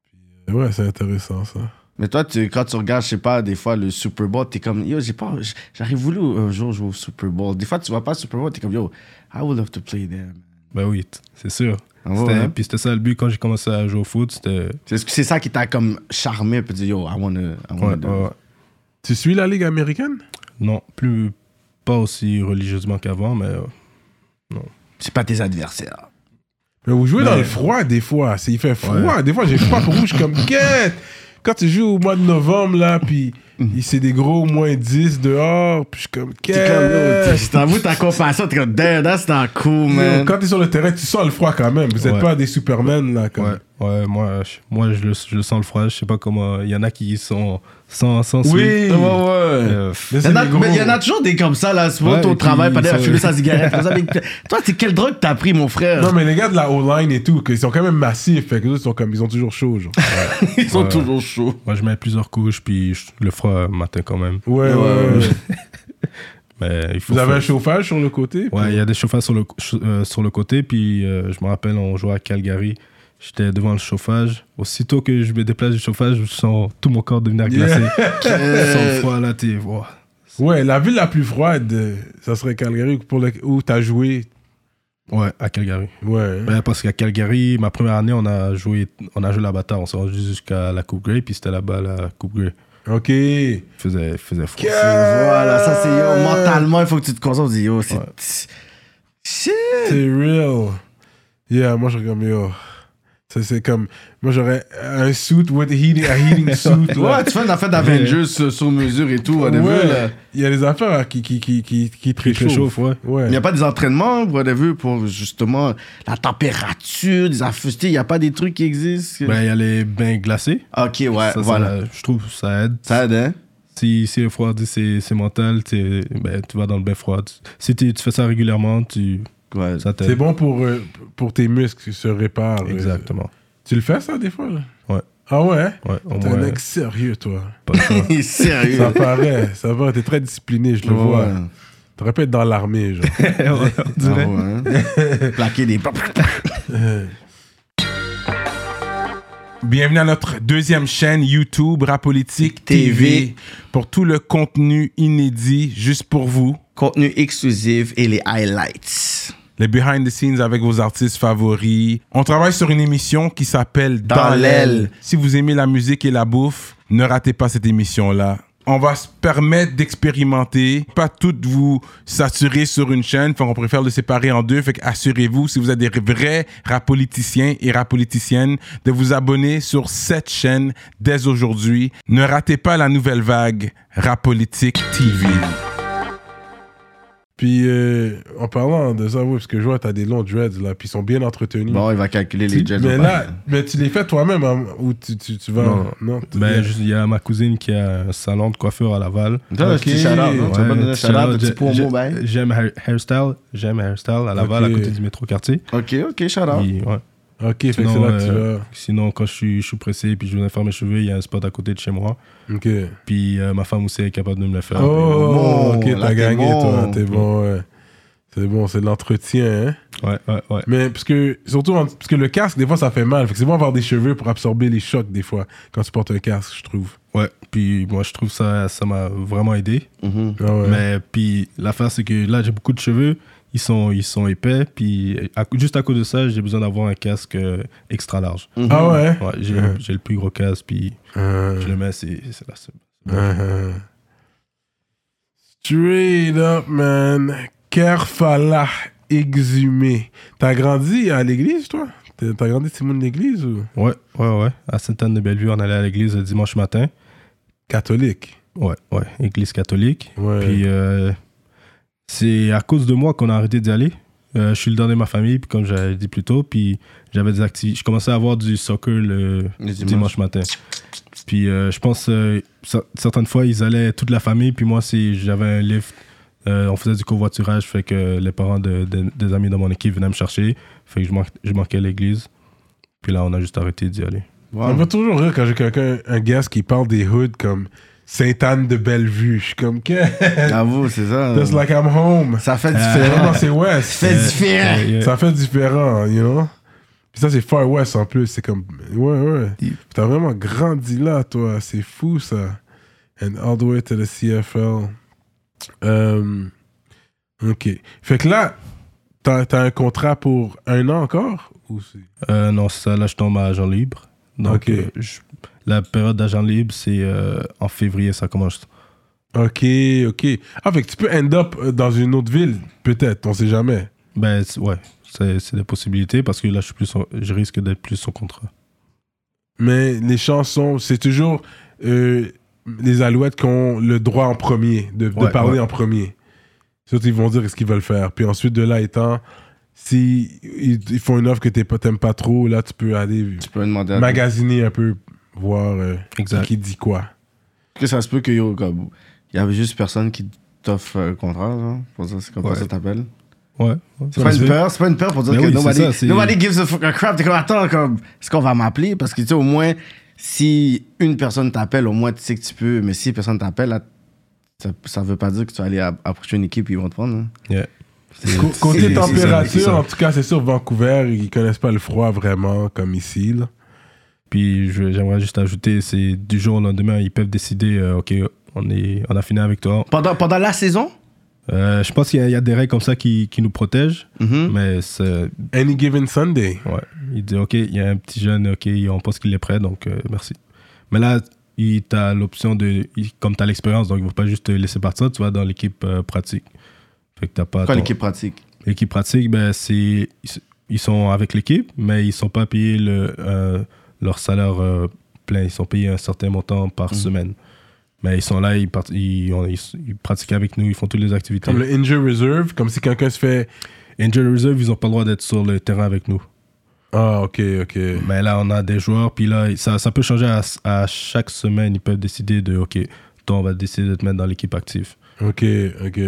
[SPEAKER 3] Puis, euh, ouais, c'est intéressant, ça.
[SPEAKER 2] Mais toi, tu, quand tu regardes, je sais pas, des fois le Super Bowl, t'es comme, yo, j'ai pas, j- j'aurais voulu un jour jouer au Super Bowl. Des fois, tu vois pas le Super Bowl, t'es comme, yo, I would love to play there. man.
[SPEAKER 4] Ben oui, t- c'est sûr.
[SPEAKER 2] Ah ouais,
[SPEAKER 4] C'était-
[SPEAKER 2] hein?
[SPEAKER 4] Puis c'était ça le but quand j'ai commencé à jouer au foot. C'était.
[SPEAKER 2] C'est ce que- c'est ça qui t'a comme charmé, puis dit, yo, I wanna, I wanna
[SPEAKER 4] Ouais,
[SPEAKER 2] do
[SPEAKER 4] ouais,
[SPEAKER 2] it.
[SPEAKER 4] ouais.
[SPEAKER 3] Tu suis la Ligue américaine?
[SPEAKER 4] Non, plus. Pas aussi religieusement qu'avant, mais. euh,
[SPEAKER 2] C'est pas tes adversaires.
[SPEAKER 3] Mais vous jouez dans
[SPEAKER 4] Ouais.
[SPEAKER 3] le froid, des fois. C'est- Il fait froid. Des fois, j'ai froid rouge comme quête. Quand tu joues au mois de novembre, là, puis il- c'est des gros moins 10 dehors, puis je suis comme
[SPEAKER 2] T'es comme, yo,
[SPEAKER 3] quête.
[SPEAKER 2] t'es- Euh, je t'avoue, ta compassion, t'es comme, damn, that's not cool,
[SPEAKER 3] Yo,
[SPEAKER 2] Oh, man.
[SPEAKER 3] Quand t'es sur le terrain, tu sens le froid quand même. Vous êtes
[SPEAKER 4] Ouais.
[SPEAKER 3] pas des Superman, là. Comme.
[SPEAKER 4] Ouais, ouais, moi, je, moi je, le, je le sens le froid. Je sais pas comment. Il y en a qui sont sans, sans
[SPEAKER 3] Oui.
[SPEAKER 4] slip.
[SPEAKER 2] Ouais, ouais.
[SPEAKER 4] Euh, pff,
[SPEAKER 3] Mais
[SPEAKER 2] Il y,
[SPEAKER 3] c'est
[SPEAKER 2] en a,
[SPEAKER 3] des gros.
[SPEAKER 2] mais il y en a toujours des comme ça, là, c'est
[SPEAKER 4] Ouais,
[SPEAKER 2] au
[SPEAKER 4] et
[SPEAKER 2] travail,
[SPEAKER 4] puis,
[SPEAKER 2] pas d'aller
[SPEAKER 4] ça-
[SPEAKER 2] fumer sa cigarette. comme ça, mais que- toi, c'est quelle drogue t'as pris, mon frère
[SPEAKER 3] Non, mais les gars de la O-line et tout, ils sont quand même massifs. Fait que les autres sont comme, ils ont toujours chaud, genre.
[SPEAKER 2] Ils sont toujours chauds.
[SPEAKER 4] moi, je mets plusieurs couches, puis je le froid euh, matin quand même.
[SPEAKER 3] Ouais, ouais, ouais.
[SPEAKER 4] Mais il faut
[SPEAKER 3] Vous avez
[SPEAKER 4] faire-
[SPEAKER 3] un chauffage sur le côté?
[SPEAKER 4] Ouais, il y a des chauffages sur le, ch- euh, sur le côté. Puis euh, je me rappelle, on jouait à Calgary. J'étais devant le chauffage. Aussitôt que je me déplace du chauffage, je sens tout mon corps devenir glacé. Sans le froid, là, t'es. wow.
[SPEAKER 3] Ouais, la ville la plus froide, euh, ça serait Calgary pour le- où t'as joué.
[SPEAKER 4] Ouais, à Calgary.
[SPEAKER 3] Ouais.
[SPEAKER 4] Ouais, parce qu'à Calgary, ma première année, on a joué, on a joué la bataille. On s'est rendu jusqu'à la Coupe Grey, puis c'était là-bas la Coupe Grey.
[SPEAKER 3] Ok.
[SPEAKER 4] Il faisait, il faisait froid.
[SPEAKER 2] Voilà, ça c'est yo. Mentalement, il faut que tu te concentres. Tu dis, yo, c'est. Shit!
[SPEAKER 3] C'est real. Yeah, moi, je regarde, mais oh. Ça, c'est comme. Moi, j'aurais un suit with heating, un heating suit. là.
[SPEAKER 2] Ouais, tu fais une affaire d'Avengers sur sur mesure et tout, whatever.
[SPEAKER 3] Ouais.
[SPEAKER 2] là.
[SPEAKER 3] Il y a des affaires hein, qui, qui, qui, qui, qui te
[SPEAKER 4] Puis il
[SPEAKER 3] réchauffent.
[SPEAKER 4] réchauffe, ouais.
[SPEAKER 3] Ouais.
[SPEAKER 2] Il n'y a pas des entraînements, whatever, pour justement la température, des affaires. tu sais, Il n'y a pas des trucs qui existent.
[SPEAKER 4] Ben, il y a les bains glacés.
[SPEAKER 2] ok, ouais,
[SPEAKER 4] Ça, ça,
[SPEAKER 2] voilà.
[SPEAKER 4] je trouve que ça aide.
[SPEAKER 2] Ça aide, hein?
[SPEAKER 4] Si, si le froid, c'est c'est mental, t'es- ben, tu vas dans le bain froid. Tu- Si t'es- tu fais ça régulièrement, tu,
[SPEAKER 2] Ouais.
[SPEAKER 4] ça t'aide.
[SPEAKER 3] C'est bon pour, euh, pour tes muscles qui se réparent. Euh,
[SPEAKER 4] Exactement.
[SPEAKER 3] Tu le fais, ça, des fois, là?
[SPEAKER 4] Ouais.
[SPEAKER 3] Ah ouais?
[SPEAKER 4] Ouais, au
[SPEAKER 3] T'es un
[SPEAKER 4] moins,
[SPEAKER 3] mec sérieux, toi.
[SPEAKER 4] pas le choix.
[SPEAKER 2] Il est Sérieux.
[SPEAKER 3] Ça paraît, ça va, t'es très discipliné, je le
[SPEAKER 2] Ah, Ouais.
[SPEAKER 3] vois. T'aurais pu être dans l'armée, genre.
[SPEAKER 2] Ah ouais, hein? Plaquer des.
[SPEAKER 1] Bienvenue à notre deuxième chaîne YouTube Rapolitique
[SPEAKER 2] TV.
[SPEAKER 1] TV pour tout le contenu inédit juste pour vous.
[SPEAKER 2] Contenu exclusif et les highlights.
[SPEAKER 1] Les behind the scenes avec vos artistes favoris. On travaille sur une émission qui s'appelle Dans,
[SPEAKER 2] Dans l'aile.
[SPEAKER 1] l'aile. Si vous aimez la musique et la bouffe, ne ratez pas cette émission-là. On va se permettre d'expérimenter, pas toutes vous saturer sur une chaîne, on préfère le séparer en deux, fait assurez-vous, si vous êtes des vrais rapoliticiens et rapoliticiennes, de vous abonner sur cette chaîne dès aujourd'hui. Ne ratez pas la nouvelle vague Rapolitique TV.
[SPEAKER 3] Puis, euh, en parlant de ça, oui, parce que je vois, t'as des longs dreads, là, puis ils sont bien entretenus.
[SPEAKER 2] Bon, il va calculer les jets.
[SPEAKER 3] mais là, mais tu les fais toi-même, hein, ou tu, tu, tu vas...
[SPEAKER 4] Non.
[SPEAKER 3] tu-
[SPEAKER 4] Ben, je- il y a ma cousine qui a un salon de coiffure à Laval.
[SPEAKER 2] T'as
[SPEAKER 3] Ok.
[SPEAKER 2] petit shout-out, non? Tu vas
[SPEAKER 4] Ouais,
[SPEAKER 2] pas donner un
[SPEAKER 4] petit
[SPEAKER 2] shout-out, un
[SPEAKER 4] shout-out,
[SPEAKER 2] petit
[SPEAKER 4] j'ai-
[SPEAKER 2] pour
[SPEAKER 4] j'ai-
[SPEAKER 2] mot, ben.
[SPEAKER 4] J'aime Hair- Hairstyle, j'aime Hairstyle à Laval,
[SPEAKER 3] Ok.
[SPEAKER 4] à côté du métro quartier.
[SPEAKER 2] Ok, ok, shout-out.
[SPEAKER 4] Puis, ouais.
[SPEAKER 3] Ok, fait que c'est
[SPEAKER 4] Sinon,
[SPEAKER 3] là que tu
[SPEAKER 4] euh,
[SPEAKER 3] vas...
[SPEAKER 4] sinon, quand je suis, je suis pressé puis je voulais faire mes cheveux, il y a un spot à côté de chez moi.
[SPEAKER 3] Ok.
[SPEAKER 4] Puis euh, ma femme aussi est capable de me le faire.
[SPEAKER 3] Oh,
[SPEAKER 2] bon,
[SPEAKER 3] ok,
[SPEAKER 2] là,
[SPEAKER 3] t'as
[SPEAKER 2] t'es
[SPEAKER 3] gagné,
[SPEAKER 2] bon.
[SPEAKER 3] toi, t'es bon, ouais. C'est bon, c'est de l'entretien, hein.
[SPEAKER 4] Ouais, ouais, ouais.
[SPEAKER 3] Mais parce que, surtout, en- parce que le casque, des fois, ça fait mal. Fait que c'est bon avoir des cheveux pour absorber les chocs, des fois, quand tu portes un casque, je trouve.
[SPEAKER 4] Ouais, puis moi je trouve ça ça m'a vraiment aidé.
[SPEAKER 3] Ah ouais.
[SPEAKER 4] Mais puis l'affaire c'est que là j'ai beaucoup de cheveux, ils sont ils sont épais, puis à- juste à cause de ça j'ai besoin d'avoir un casque euh, extra large.
[SPEAKER 2] Mm-hmm.
[SPEAKER 3] Ah ouais?
[SPEAKER 4] Ouais, j'ai j'ai le plus gros casque puis
[SPEAKER 3] Euh,
[SPEAKER 4] je le mets c'est c'est la seule.
[SPEAKER 3] euh, Straight up, man. Kerfala, exhumé. T'as grandi à l'église, toi? T'as t'as grandi, Simone, l'église ou?
[SPEAKER 4] Ouais, ouais, ouais. À Sainte-Anne-de-Bellevue, on allait à l'église le dimanche matin.
[SPEAKER 3] Catholique.
[SPEAKER 4] Ouais, ouais, église catholique.
[SPEAKER 3] Ouais.
[SPEAKER 4] Puis euh, c'est à cause de moi qu'on a arrêté d'y aller. Euh, je suis le dernier de ma famille, puis comme j'avais dit plus tôt, puis j'avais des activités. Je commençais à avoir du soccer le,
[SPEAKER 2] Le dimanche.
[SPEAKER 4] dimanche. matin. Puis euh, je pense, euh, cer- certaines fois, ils allaient toute la famille, puis moi, c'est- j'avais un lift. Euh, on faisait du covoiturage, fait que les parents de- de- des amis de mon équipe venaient me chercher. Fait que je, manquais- je manquais l'église. Puis là, on a juste arrêté d'y aller.
[SPEAKER 2] Ah.
[SPEAKER 3] On me fait toujours rire quand j'ai quelqu'un, un gars qui parle des hoods comme Sainte-Anne de Bellevue. Je suis comme, qu'est-ce?
[SPEAKER 2] J'avoue, c'est ça.
[SPEAKER 3] Just like I'm home.
[SPEAKER 2] Euh, Ça fait
[SPEAKER 3] C'est
[SPEAKER 2] différent.
[SPEAKER 3] vraiment, c'est West.
[SPEAKER 2] Ah. C'est différent.
[SPEAKER 4] Et, euh,
[SPEAKER 3] Ça fait différent, you know? Puis ça, c'est Far West en plus. C'est comme. Ouais, ouais.
[SPEAKER 2] Deep.
[SPEAKER 3] T'as vraiment grandi là, toi. C'est fou, ça. And all the way to the CFL. Um, ok. Fait que là, t'as t'as un contrat pour un an encore? Ou c'est-
[SPEAKER 4] Euh, non, ça, là, je tombe à agent libre. Donc,
[SPEAKER 3] Ok.
[SPEAKER 4] euh, je- la période d'agent libre, c'est euh, en février, ça commence.
[SPEAKER 3] Ok, ok. Ah, fait que tu peux end up euh, dans une autre ville, peut-être. On sait jamais.
[SPEAKER 4] Ben, c'est- ouais, c'est c'est des possibilités parce que là, je, suis plus en- je risque d'être plus son contrat.
[SPEAKER 3] Mais les chansons, c'est toujours euh, les Alouettes qui ont le droit en premier, de, de
[SPEAKER 4] Ouais,
[SPEAKER 3] parler
[SPEAKER 4] ouais.
[SPEAKER 3] en premier. Surtout, ils vont dire ce qu'ils veulent faire. Puis ensuite, de là étant, si ils, ils font une offre que t'es pas- t'aimes pas trop, là, tu peux aller
[SPEAKER 2] Tu peux demander à
[SPEAKER 3] magasiner un peu, voir euh,
[SPEAKER 4] Exact.
[SPEAKER 3] qui dit quoi.
[SPEAKER 2] que ça se peut que yo, comme, il y avait juste personne qui t'offre un contrat, genre. Pour ça, c'est comme
[SPEAKER 4] Ouais.
[SPEAKER 2] ça que ça t'appelle.
[SPEAKER 4] Ouais. ouais,
[SPEAKER 2] C'est
[SPEAKER 4] ça
[SPEAKER 2] pas
[SPEAKER 4] se
[SPEAKER 2] une
[SPEAKER 4] fait.
[SPEAKER 2] peur, c'est pas une peur pour dire
[SPEAKER 4] Mais
[SPEAKER 2] que
[SPEAKER 4] oui, c'est
[SPEAKER 2] nobody,
[SPEAKER 4] ça, c'est-
[SPEAKER 2] nobody gives a fuck a crap. T'es comme, attends, comme, est-ce qu'on va m'appeler? Parce que tu sais, au moins, si une personne t'appelle, au moins tu sais que tu peux. Mais si personne t'appelle, là, ça, ça veut pas dire que tu vas aller à- approcher une équipe et ils vont te prendre. hein.
[SPEAKER 4] Yeah.
[SPEAKER 3] Co-
[SPEAKER 2] c'est-
[SPEAKER 3] Côté
[SPEAKER 2] c'est ça,
[SPEAKER 4] c'est
[SPEAKER 3] température,
[SPEAKER 4] ça.
[SPEAKER 3] en tout cas, c'est sûr, Vancouver, ils connaissent pas le froid vraiment comme ici. là.
[SPEAKER 4] Puis je- j'aimerais juste ajouter, c'est du jour au lendemain, ils peuvent décider, euh, OK, on, est, on a fini avec toi.
[SPEAKER 2] Pendant, pendant la saison?
[SPEAKER 4] Euh, je pense qu'il y, a- il y a des règles comme ça qui, qui nous protègent,
[SPEAKER 2] Mhm.
[SPEAKER 4] mais c'est-
[SPEAKER 3] Any given Sunday.
[SPEAKER 4] Ouais. Il dit, OK, il y a un petit jeune, OK, on pense qu'il est prêt, donc euh, merci. Mais là, il t'a l'option de. il- comme tu as l'expérience, donc ils ne vont pas juste te laisser partir, tu vas dans l'équipe euh, pratique. Fait que t'as pas.
[SPEAKER 2] Quoi,
[SPEAKER 4] ton-
[SPEAKER 2] l'équipe pratique?
[SPEAKER 4] L'équipe pratique, ben, c'est. ils- Ils sont avec l'équipe, mais ils ne sont pas payés le, euh, leur salaire euh, plein. Ils sont payés un certain montant par semaine. Mais ils sont là, ils, part- ils, on- ils, ils pratiquent avec nous, ils font toutes les activités.
[SPEAKER 3] Comme le Injury Reserve, comme si quelqu'un se fait.
[SPEAKER 4] Injury Reserve, ils n'ont pas le droit d'être sur le terrain avec nous.
[SPEAKER 3] Ah, ok, ok.
[SPEAKER 4] Mais Ben là, on a des joueurs, puis là, ça, ça peut changer à, à chaque semaine. Ils peuvent décider de, OK, toi, on va décider de te mettre dans l'équipe active.
[SPEAKER 3] Ok, ok.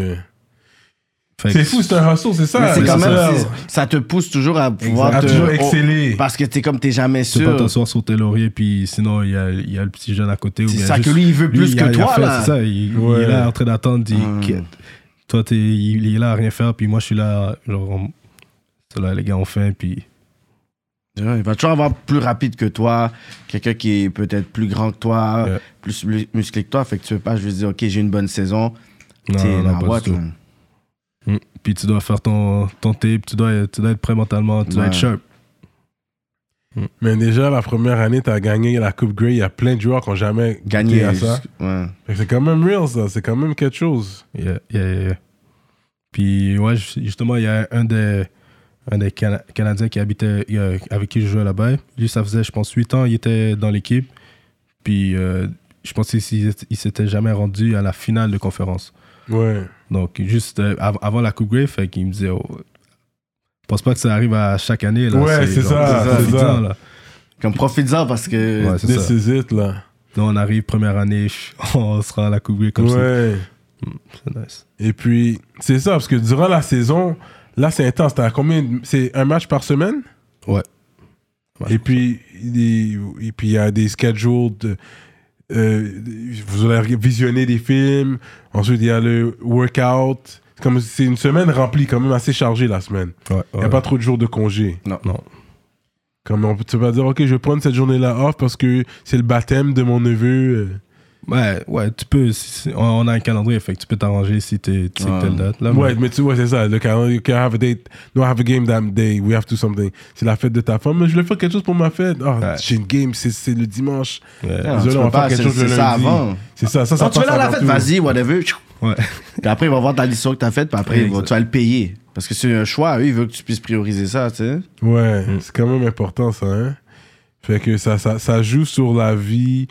[SPEAKER 4] Fait que-
[SPEAKER 3] C'est fou, c'est un hustle, c'est ça.
[SPEAKER 2] Mais c'est
[SPEAKER 3] le
[SPEAKER 2] quand même,
[SPEAKER 3] hustle.
[SPEAKER 2] c'est- ça te pousse toujours à pouvoir
[SPEAKER 3] À
[SPEAKER 2] te-
[SPEAKER 3] toujours
[SPEAKER 2] oh,
[SPEAKER 3] exceller.
[SPEAKER 2] parce que t'es comme t'es jamais
[SPEAKER 4] Tu peux pas
[SPEAKER 2] sûr.
[SPEAKER 4] t'asseoir sur tes lauriers, puis sinon, il y a, il y a le petit jeune à côté. ou
[SPEAKER 2] C'est
[SPEAKER 4] bien
[SPEAKER 2] ça
[SPEAKER 4] juste-
[SPEAKER 2] que lui, il veut plus
[SPEAKER 4] il a-
[SPEAKER 2] que
[SPEAKER 4] il a
[SPEAKER 2] toi,
[SPEAKER 4] fait,
[SPEAKER 2] là.
[SPEAKER 4] C'est ça, il, il
[SPEAKER 3] Ouais.
[SPEAKER 4] est là en train d'attendre. dit,
[SPEAKER 2] Hmm.
[SPEAKER 4] Qui- Toi, t'es- il, il est là à rien faire, puis moi, je suis là, genre, on- c'est là, les gars, on fait, puis...
[SPEAKER 2] Ouais, il va toujours avoir plus rapide que toi, quelqu'un qui est peut-être plus grand que toi,
[SPEAKER 4] Ouais.
[SPEAKER 2] plus mu- musclé que toi. Fait que tu veux pas juste dire, OK, j'ai une bonne saison.
[SPEAKER 4] Non,
[SPEAKER 2] T'es
[SPEAKER 4] non,
[SPEAKER 2] la
[SPEAKER 4] pas du
[SPEAKER 2] boîte,
[SPEAKER 4] tout.
[SPEAKER 2] là.
[SPEAKER 4] Hmm. Puis tu dois faire ton, ton tape, tu dois, tu dois être prêt mentalement, tu dois
[SPEAKER 2] Ouais.
[SPEAKER 4] être sharp.
[SPEAKER 3] Mais déjà, la première année, t'as gagné la Coupe Grey. Il y a plein de joueurs qui n'ont jamais
[SPEAKER 2] Gagner.
[SPEAKER 3] goûté à ça.
[SPEAKER 2] jusqu'- ouais.
[SPEAKER 3] Fait que C'est quand même real, ça. C'est quand même quelque chose.
[SPEAKER 4] Yeah, yeah, yeah, yeah. Puis, ouais, ju- justement, il y a un des, un des Cana- Canadiens qui habitait, euh, avec qui je jouais là-bas. Lui, ça faisait, je pense, 8 ans, il était dans l'équipe. Puis, euh, je pense qu'il s'y est- il s'était jamais rendu à la finale de conférence.
[SPEAKER 3] Ouais.
[SPEAKER 4] Donc, juste euh, av- avant la Coupe Grey, fait qu'il me disait, oh, je pense pas que ça arrive à chaque année. Là.
[SPEAKER 3] Ouais, c'est
[SPEAKER 4] genre,
[SPEAKER 3] ça,
[SPEAKER 4] c'est
[SPEAKER 3] c'est ça.
[SPEAKER 4] évident, là.
[SPEAKER 2] Comme profite-en parce que.
[SPEAKER 4] Ouais, c'est
[SPEAKER 3] This
[SPEAKER 4] ça.
[SPEAKER 3] is it, là.
[SPEAKER 4] Nous, on arrive, première année, on sera à la Coupe Grey comme
[SPEAKER 3] ouais.
[SPEAKER 4] ça. C'est nice.
[SPEAKER 3] Et puis, c'est ça, parce que durant la saison, là, c'est intense. T'as combien de- C'est un match par semaine
[SPEAKER 4] Ouais. Ouais.
[SPEAKER 3] Et puis, il et puis, il y a des schedules. de- euh, vous allez visionner des films. Ensuite, il y a le workout. c'est comme- C'est une semaine remplie, quand même assez chargée la semaine.
[SPEAKER 4] Ouais,
[SPEAKER 3] Il n'y a
[SPEAKER 4] ouais.
[SPEAKER 3] pas trop de jours de congé.
[SPEAKER 2] Non.
[SPEAKER 4] Non.
[SPEAKER 3] Comme on peut pas dire, ok, je vais prendre cette journée-là off parce que c'est le baptême de mon neveu. euh.
[SPEAKER 4] Ouais, ouais, tu peux. si- si- on- on a un calendrier, fait que tu peux t'arranger si t'es si
[SPEAKER 2] Ouais.
[SPEAKER 4] telle date. Là,
[SPEAKER 3] Ouais, mais tu vois, c'est ça. Le calendrier, okay, I have a date. No, I have a game that day. We have to do something. C'est la fête de ta femme. Mais je vais faire quelque chose pour ma fête. Ah,
[SPEAKER 4] Ouais.
[SPEAKER 3] j'ai une game, c'est- c'est le dimanche.
[SPEAKER 4] Ouais.
[SPEAKER 2] Non, Ah, tu
[SPEAKER 3] Désolé, on
[SPEAKER 2] peux
[SPEAKER 3] va
[SPEAKER 2] pas,
[SPEAKER 3] faire quelque
[SPEAKER 2] c'est-
[SPEAKER 3] chose le
[SPEAKER 2] c'est
[SPEAKER 3] lundi.
[SPEAKER 2] ça avant.
[SPEAKER 3] C'est ça, ça, ça
[SPEAKER 2] Non, tu vas
[SPEAKER 3] passe
[SPEAKER 2] là à la
[SPEAKER 3] avant
[SPEAKER 2] fête,
[SPEAKER 3] tout.
[SPEAKER 2] vas-y, whatever. Puis
[SPEAKER 4] ouais.
[SPEAKER 2] après, il va voir dans l'histoire que t'as faite, puis après, il va-
[SPEAKER 4] Exact.
[SPEAKER 2] tu vas le payer. Parce que c'est un choix, eux, ils veulent que tu puisses prioriser ça, tu sais.
[SPEAKER 3] Ouais,
[SPEAKER 4] Mm.
[SPEAKER 3] c'est quand même important ça. Hein? Fait que ça, ça, ça joue sur la vie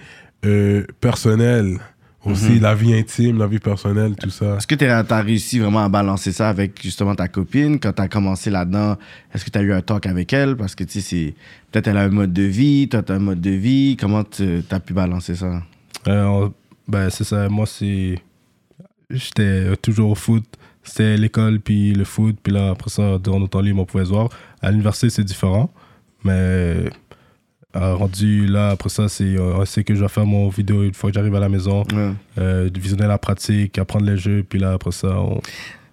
[SPEAKER 3] euh, personnelle aussi,
[SPEAKER 4] Mm-hmm.
[SPEAKER 3] la vie intime, la vie personnelle, tout ça.
[SPEAKER 2] Est-ce que t'es- t'as réussi vraiment à balancer ça avec justement ta copine quand t'as commencé là-dedans? Est-ce que t'as eu un talk avec elle? Parce que tu sais, c'est- peut-être elle a un mode de vie, toi t'as un mode de vie. Comment tu- t'as pu balancer ça?
[SPEAKER 4] Euh, on- ben, c'est ça. Moi, c'est. J'étais toujours au foot. C'était l'école, puis le foot. Puis là, après ça, durant notre temps libre, on pouvait se voir. À l'université, c'est différent. Mais. euh, rendu là, après ça, c'est euh, c'est que je vais faire mon vidéo une fois que j'arrive à la maison.
[SPEAKER 2] Ouais.
[SPEAKER 4] euh, visionner la pratique, apprendre les jeux. Puis là, après ça, on.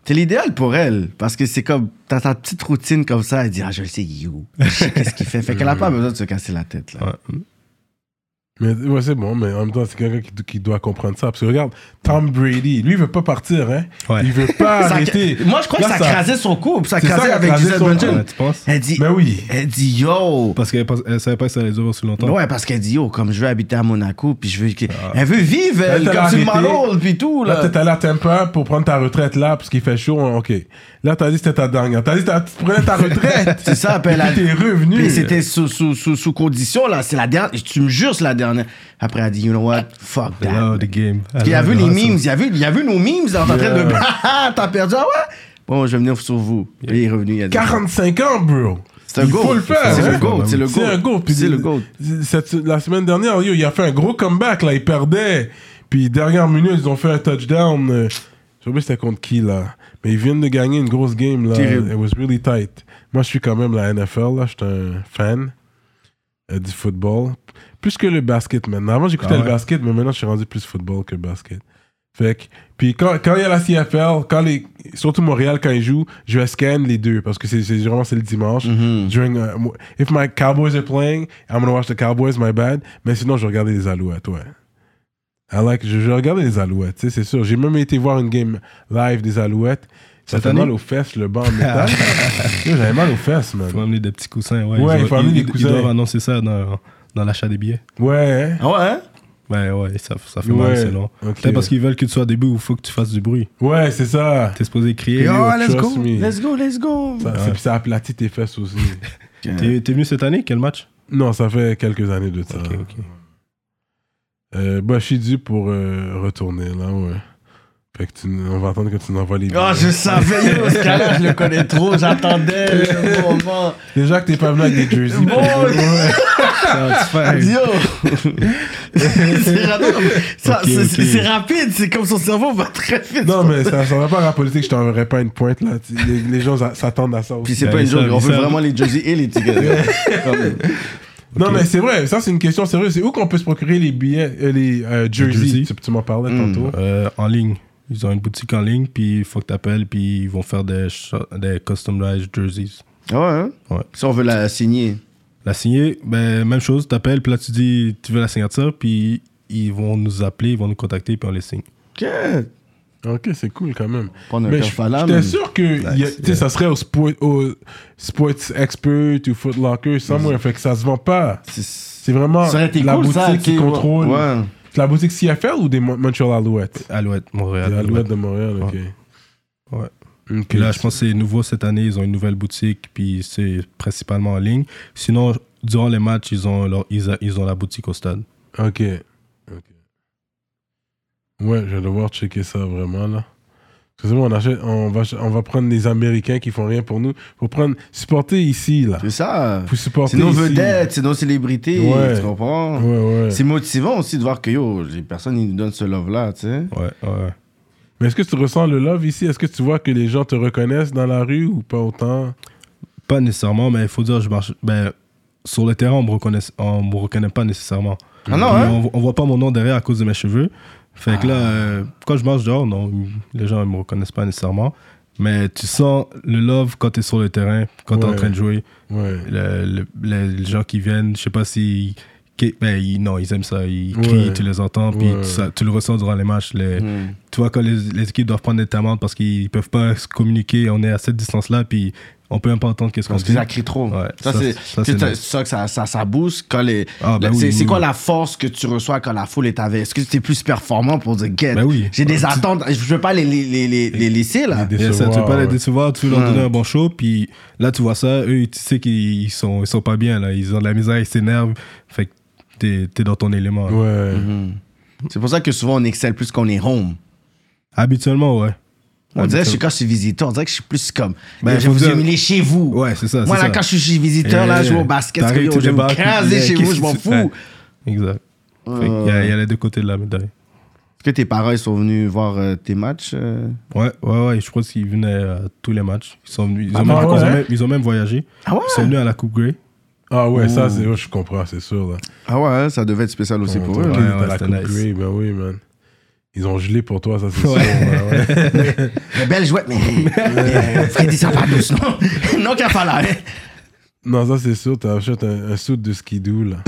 [SPEAKER 2] T'es l'idéal pour elle, parce que c'est comme, t'as ta petite routine comme ça, elle dit, ah, je le sais, il est où? Je sais qu'est-ce qu'il fait. Fait qu'elle a pas besoin de se casser la tête, là.
[SPEAKER 4] Ouais.
[SPEAKER 3] Mais ouais, c'est bon, mais en même temps, c'est quelqu'un qui, qui doit comprendre ça. Parce que regarde, Tom Brady, lui, il veut pas partir, hein.
[SPEAKER 4] Ouais.
[SPEAKER 3] Il veut pas
[SPEAKER 2] Ça-
[SPEAKER 3] arrêter.
[SPEAKER 2] Moi, je crois
[SPEAKER 3] Là,
[SPEAKER 2] que ça, crasait son couple, ça
[SPEAKER 3] C'est ça
[SPEAKER 2] crasait
[SPEAKER 3] qui a
[SPEAKER 2] avec
[SPEAKER 3] crasé
[SPEAKER 2] Gisèle
[SPEAKER 3] son-
[SPEAKER 2] Bundchen.
[SPEAKER 4] Ouais, tu penses?
[SPEAKER 2] Elle dit,
[SPEAKER 3] Ben oui.
[SPEAKER 2] elle dit, yo!
[SPEAKER 4] Parce qu'elle pense- elle savait pas que ça allait durer aussi longtemps.
[SPEAKER 2] Ouais, parce qu'elle dit, yo, comme je veux habiter à Monaco, puis je veux. que- Elle veut vivre, elle,
[SPEAKER 3] Ah. Elle t'a
[SPEAKER 2] comme tu
[SPEAKER 3] arrêté.
[SPEAKER 2] Malone, puis tout,
[SPEAKER 3] Là,
[SPEAKER 2] là.
[SPEAKER 3] t'es allé à Tampa pour prendre ta retraite là, parce qu'il fait chaud, hein, ok. Là, t'as dit que c'était ta dernière. T'as dit que t'as- tu prenais ta retraite.
[SPEAKER 2] C'est ça, puis elle a-
[SPEAKER 3] Et puis t'es revenu.
[SPEAKER 2] Puis c'était sous, sous, sous, sous condition, là. C'est la dernière. Tu me jures, c'est la dernière. Après, elle dit, you know what? Fuck that.
[SPEAKER 4] Love the game.
[SPEAKER 2] Puis il a
[SPEAKER 4] Love
[SPEAKER 2] vu
[SPEAKER 4] the
[SPEAKER 2] les
[SPEAKER 4] hustle.
[SPEAKER 2] memes, il a vu, il a vu nos memes, il est en train de. Ah, T'as perdu, ah ouais? Bon, je vais venir sur vous. Puis il est revenu, il a dit.
[SPEAKER 3] 45 ans, bro.
[SPEAKER 2] C'est un
[SPEAKER 3] Il
[SPEAKER 2] goal.
[SPEAKER 3] faut le faire.
[SPEAKER 2] C'est
[SPEAKER 3] hein.
[SPEAKER 2] le goal, c'est le
[SPEAKER 3] C'est
[SPEAKER 2] goal.
[SPEAKER 3] un goal. Puis
[SPEAKER 2] C'est le goal.
[SPEAKER 3] cette- la semaine dernière, yo, il a fait un gros comeback. Là, il perdait. Puis dernière minute, ils ont fait un touchdown. euh, Je sais pas c'était contre qui là. Mais ils viennent de gagner une grosse game là.
[SPEAKER 2] Terrible.
[SPEAKER 3] It was really tight. Moi, je suis quand même la NFL là. Je suis un fan euh, du football. Plus que le basket maintenant. Avant, j'écoutais
[SPEAKER 4] Ah ouais.
[SPEAKER 3] le basket, mais maintenant, je suis rendu plus football que basket. Fait que, puis quand quand il y a la CFL, quand les, surtout Montréal, quand ils jouent, je vais scan les deux parce que c'est c'est- vraiment c'est le dimanche.
[SPEAKER 4] Mm-hmm.
[SPEAKER 3] During, uh, mo- if my Cowboys are playing, I'm gonna watch the Cowboys, my bad. Mais sinon, je regardais les Alouettes, ouais. I like, je, je regardais les Alouettes, tu sais, c'est sûr. J'ai même été voir une game live des Alouettes. Ça
[SPEAKER 4] Cette
[SPEAKER 3] fait
[SPEAKER 4] année?
[SPEAKER 3] mal aux fesses, le banc en métal. Yo, J'avais mal aux fesses, man.
[SPEAKER 4] Il faut amener des petits coussins. Ouais,
[SPEAKER 3] Ouais, il
[SPEAKER 4] ils
[SPEAKER 3] faut
[SPEAKER 4] doivent-
[SPEAKER 3] amener
[SPEAKER 4] ils-
[SPEAKER 3] des
[SPEAKER 4] ils
[SPEAKER 3] coussins.
[SPEAKER 4] doivent annoncer ça dans, dans l'achat des billets.
[SPEAKER 3] Ouais, hein?
[SPEAKER 2] Ah ouais, hein?
[SPEAKER 4] Ouais, ouais, ça, ça fait
[SPEAKER 3] Ouais,
[SPEAKER 4] mal, c'est long.
[SPEAKER 3] ok.
[SPEAKER 4] Peut-être parce qu'ils veulent que tu sois au début où il faut que tu fasses du bruit.
[SPEAKER 3] ouais, c'est ça.
[SPEAKER 4] T'es supposé crier.
[SPEAKER 3] Yo,
[SPEAKER 4] yo.
[SPEAKER 3] trust me.
[SPEAKER 2] Ah, Let's go, let's go.
[SPEAKER 3] Ça, c'est- puis ça aplatit tes fesses aussi.
[SPEAKER 4] T'es t'es venu cette année Quel match
[SPEAKER 3] non, ça fait quelques années de ça.
[SPEAKER 4] Ok, ok.
[SPEAKER 3] Euh, bah, je suis dû pour euh, retourner là, ouais. Fait que tu, on va attendre que tu nous envoies les
[SPEAKER 2] Ah,
[SPEAKER 3] billets.
[SPEAKER 2] je savais, yo, ce gars-là, je le connais trop, j'attendais le moment.
[SPEAKER 3] Déjà que t'es pas venu avec des jerseys.
[SPEAKER 2] Bon,
[SPEAKER 3] Ah,
[SPEAKER 2] yo! C'est rapide, ça,
[SPEAKER 4] Ok,
[SPEAKER 2] c'est-
[SPEAKER 4] ok.
[SPEAKER 2] c'est- c'est rapide, c'est comme son cerveau va très vite.
[SPEAKER 3] Non, mais ça ne va pas à la politique, je t'enverrai pas une pointe là. Tu- Les, les gens s'a- s'attendent à ça
[SPEAKER 2] Puis
[SPEAKER 3] aussi.
[SPEAKER 2] c'est pas une
[SPEAKER 4] ça,
[SPEAKER 2] joke, on
[SPEAKER 4] ça-
[SPEAKER 2] veut vraiment les jerseys et les tickets. Comme-
[SPEAKER 3] Non, mais c'est vrai, ça c'est une question sérieuse. C'est où qu'on peut se procurer les billets, euh, les euh, jerseys
[SPEAKER 4] jerseys.
[SPEAKER 3] Tu, tu m'en parlais tantôt.
[SPEAKER 4] Euh, En ligne. Ils ont une boutique en ligne, puis il faut que t'appelles, puis ils vont faire des, cho- des customized jerseys.
[SPEAKER 2] Ah ouais, hein?
[SPEAKER 4] Ouais.
[SPEAKER 2] Si on veut la signer.
[SPEAKER 4] La signer, ben, même chose, t'appelles, puis là tu dis tu veux la signature, puis ils vont nous appeler, ils vont nous contacter, puis on les signe.
[SPEAKER 2] Ok.
[SPEAKER 3] Ok, c'est cool quand même.
[SPEAKER 2] Prendre un hein.
[SPEAKER 3] Mais je-
[SPEAKER 2] Kafala,
[SPEAKER 3] j'étais
[SPEAKER 2] mais-
[SPEAKER 3] sûr que il y a- tu sais, ça serait au, sport- au Sports Expert ou Foot Locker, somewhere. Fait que ça se vend pas. C'est vraiment
[SPEAKER 2] Mm. Ça aurait été
[SPEAKER 3] la
[SPEAKER 2] cool,
[SPEAKER 3] boutique
[SPEAKER 2] ça, tu
[SPEAKER 3] qui
[SPEAKER 2] sais,
[SPEAKER 3] contrôle.
[SPEAKER 2] ouais.
[SPEAKER 3] C'est la boutique CFL ou des Mo- Montreal Alouettes
[SPEAKER 4] Alouette, Montréal.
[SPEAKER 3] Des Alouettes de Montréal, ok.
[SPEAKER 4] Ouais.
[SPEAKER 3] Ok.
[SPEAKER 4] Puis là, je pense que c'est nouveau cette année. Ils ont une nouvelle boutique, puis c'est principalement en ligne. Sinon, durant les matchs, ils ont, leur- ils a- ils ont la boutique au stade.
[SPEAKER 3] Ok. Ok. Ouais, je vais devoir checker ça vraiment là. Parce que c'est bon, on, achète, on, va, ch- on va prendre les Américains qui font rien pour nous. Faut prendre, supporter ici là.
[SPEAKER 2] C'est ça.
[SPEAKER 3] Faut supporter
[SPEAKER 2] C'est nos
[SPEAKER 3] ici.
[SPEAKER 2] vedettes, c'est nos célébrités,
[SPEAKER 3] Ouais.
[SPEAKER 2] tu comprends?
[SPEAKER 3] Ouais, ouais.
[SPEAKER 2] C'est motivant aussi de voir que yo, les personnes ils nous donnent ce love-là, tu sais.
[SPEAKER 4] Ouais, ouais.
[SPEAKER 3] Mais est-ce que tu ressens le love ici Est-ce que tu vois que les gens te reconnaissent dans la rue ou pas autant
[SPEAKER 4] Pas nécessairement, mais il faut dire, je marche. Ben, sur le terrain, on me reconnaît, on me reconnaît pas nécessairement.
[SPEAKER 2] Ah non,
[SPEAKER 4] Puis
[SPEAKER 2] hein? Ah.
[SPEAKER 4] on, on voit pas mon nom derrière à cause de mes cheveux, Fait que là, euh, quand je marche dehors, non, les gens ne me reconnaissent pas nécessairement. Mais tu sens le love quand tu es sur le terrain, quand tu es en
[SPEAKER 3] Ouais.
[SPEAKER 4] train de jouer.
[SPEAKER 3] Ouais.
[SPEAKER 4] Le- le- le- les gens qui viennent, je sais pas si. qui- ben, ils- non, ils aiment ça. Ils crient,
[SPEAKER 3] Ouais.
[SPEAKER 4] tu les entends, puis
[SPEAKER 3] Ouais. Hmm.
[SPEAKER 4] ça- tu le ressens durant les matchs. Les, Tu vois, quand les, les équipes doivent prendre des amendes parce qu'ils peuvent pas se communiquer, on est à cette distance-là, puis on peut même pas entendre qu'est-ce qu'on
[SPEAKER 2] Parce
[SPEAKER 4] dit.
[SPEAKER 2] que ça crie trop.
[SPEAKER 4] Ouais,
[SPEAKER 2] ça,
[SPEAKER 4] ça,
[SPEAKER 2] c'est
[SPEAKER 4] ça,
[SPEAKER 2] tu
[SPEAKER 4] c'est
[SPEAKER 2] sais, t'as-
[SPEAKER 4] nice.
[SPEAKER 2] ça que ça, ça, ça booste. Quand les,
[SPEAKER 4] Ah, ben
[SPEAKER 2] la-
[SPEAKER 4] oui,
[SPEAKER 2] c'est
[SPEAKER 4] oui,
[SPEAKER 2] c'est quoi
[SPEAKER 4] oui.
[SPEAKER 2] la force que tu reçois quand la foule est avec Est-ce que tu es plus performant pour dire, get,
[SPEAKER 4] Ben oui.
[SPEAKER 2] j'ai
[SPEAKER 4] Ah,
[SPEAKER 2] des
[SPEAKER 4] tu-
[SPEAKER 2] attentes, je ne peux pas les, les, les, les, les laisser là.
[SPEAKER 3] Les
[SPEAKER 4] Et ça, tu
[SPEAKER 3] décevoir,
[SPEAKER 4] peux pas les
[SPEAKER 3] ouais.
[SPEAKER 4] décevoir, tu veux leur
[SPEAKER 2] Ouais.
[SPEAKER 4] donner un bon show, puis là, tu vois ça, eux, tu sais qu'ils ils sont, ils sont pas bien, là, ils ont de la misère, ils s'énervent, fait que t'es es dans ton élément. là.
[SPEAKER 3] Ouais.
[SPEAKER 2] Mm-hmm. C'est pour ça que souvent on excelle plus qu'on est home.
[SPEAKER 4] Habituellement, ouais.
[SPEAKER 2] On dirait que je-
[SPEAKER 4] Habituellement.
[SPEAKER 2] quand je suis visiteur, on dirait que je suis plus comme.
[SPEAKER 4] Ben,
[SPEAKER 2] je
[SPEAKER 4] faut
[SPEAKER 2] vous
[SPEAKER 4] dire-
[SPEAKER 2] humilier chez vous.
[SPEAKER 4] Ouais, c'est ça.
[SPEAKER 2] Moi,
[SPEAKER 4] c'est
[SPEAKER 2] là,
[SPEAKER 4] ça.
[SPEAKER 2] quand je suis visiteur,
[SPEAKER 4] Et-
[SPEAKER 2] là, je joue au basket,
[SPEAKER 4] t'arrives,
[SPEAKER 2] yo,
[SPEAKER 4] tu
[SPEAKER 2] je vais me
[SPEAKER 4] débarques,
[SPEAKER 2] craser
[SPEAKER 4] puis,
[SPEAKER 2] chez
[SPEAKER 4] qu'est-ce
[SPEAKER 2] vous, je m'en
[SPEAKER 4] que tu-
[SPEAKER 2] fous. Euh.
[SPEAKER 4] Ouais, Exact. Fait qu'il y a- il y, a les deux côtés de la médaille.
[SPEAKER 2] Est-ce que tes parents ils sont venus voir euh, tes matchs euh?
[SPEAKER 4] Ouais, ouais, ouais, je crois qu'ils venaient à tous les matchs. Ils, sont venus- ils, ont,
[SPEAKER 3] bah
[SPEAKER 4] même,
[SPEAKER 3] ouais.
[SPEAKER 4] ils ont même- ils ont même voyagé.
[SPEAKER 2] Ah ouais?
[SPEAKER 4] Ils sont venus à la Coupe Grey.
[SPEAKER 3] Ah ouais, ça, c'est, oh, je comprends, c'est sûr. Là.
[SPEAKER 2] Ah ouais, ça devait être spécial aussi pour eux.
[SPEAKER 3] T'as
[SPEAKER 2] là.
[SPEAKER 4] ouais, ouais,
[SPEAKER 3] la
[SPEAKER 4] c'était
[SPEAKER 3] coupe
[SPEAKER 4] nice.
[SPEAKER 3] Grey, ben oui, man. Ils ont gelé pour toi, ça, c'est sûr.
[SPEAKER 4] Ouais.
[SPEAKER 3] ouais, ouais.
[SPEAKER 2] Mais belle jouette, mais. mais, euh, Freddy, ça pas douce, non? Non, qu'à pas là. hein?
[SPEAKER 3] Non, ça, c'est sûr, t'as acheté un, un suit de skidoo, là.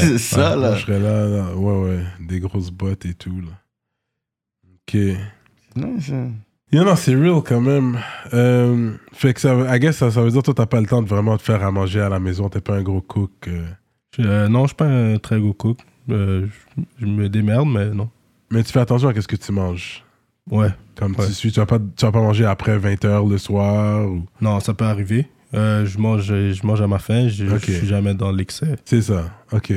[SPEAKER 2] C'est ça,
[SPEAKER 3] Ouais,
[SPEAKER 2] là.
[SPEAKER 3] Je serais là, là. ouais, ouais, des grosses bottes et tout, là. Ok.
[SPEAKER 2] Non, ça-
[SPEAKER 3] Yeah, non, c'est real quand même. Euh, fait que ça, veut- I guess ça, ça veut dire que toi, t'as pas le temps de vraiment te faire à manger à la maison. T'es pas un gros cook. euh.
[SPEAKER 4] Je- euh, non, je suis pas un très gros cook. Euh, je, je me démerde, mais non.
[SPEAKER 3] Mais tu fais attention à qu'est-ce que tu manges.
[SPEAKER 4] Ouais.
[SPEAKER 3] Comme
[SPEAKER 4] Ouais.
[SPEAKER 3] tu suis, tu vas pas, tu vas pas manger après 20h le soir. ou-
[SPEAKER 4] Non, ça peut arriver. Euh, je, mange, je mange à ma faim, je, je
[SPEAKER 3] Ok.
[SPEAKER 4] suis jamais dans l'excès.
[SPEAKER 3] C'est ça, ok.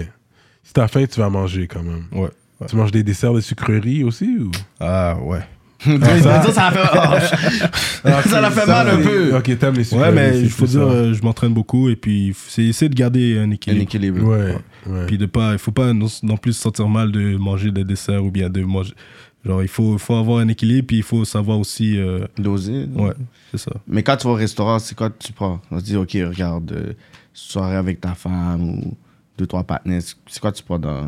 [SPEAKER 3] Si t'as faim, tu vas manger quand même.
[SPEAKER 4] Ouais. ouais.
[SPEAKER 3] Tu manges des desserts, des sucreries aussi ou...
[SPEAKER 4] Ah ouais.
[SPEAKER 2] Il va dire, ça a fait.
[SPEAKER 4] Ah,
[SPEAKER 2] oh, Ça l'a fait mal un peu.
[SPEAKER 3] Ok, t'aimes les sucreries.
[SPEAKER 4] Ouais, mais
[SPEAKER 3] c'est
[SPEAKER 4] il faut
[SPEAKER 3] plus
[SPEAKER 4] dire,
[SPEAKER 3] ça.
[SPEAKER 4] euh, je m'entraîne beaucoup et puis f- c'est essayer de garder un
[SPEAKER 2] Un
[SPEAKER 4] équilibre.
[SPEAKER 2] équilibre.
[SPEAKER 3] Ouais, ouais.
[SPEAKER 4] euh, Puis de pas, il faut pas non, non plus se sentir mal de manger des desserts ou bien de manger. Genre, il faut, faut avoir un équilibre puis il faut savoir aussi. euh,
[SPEAKER 2] Dosé.
[SPEAKER 4] ouais, c'est ça.
[SPEAKER 2] Mais quand tu vas au restaurant, c'est quoi que tu prends On se dit, OK, regarde, euh, soirée avec ta femme ou deux, trois partenaires. C'est quoi que tu prends dans.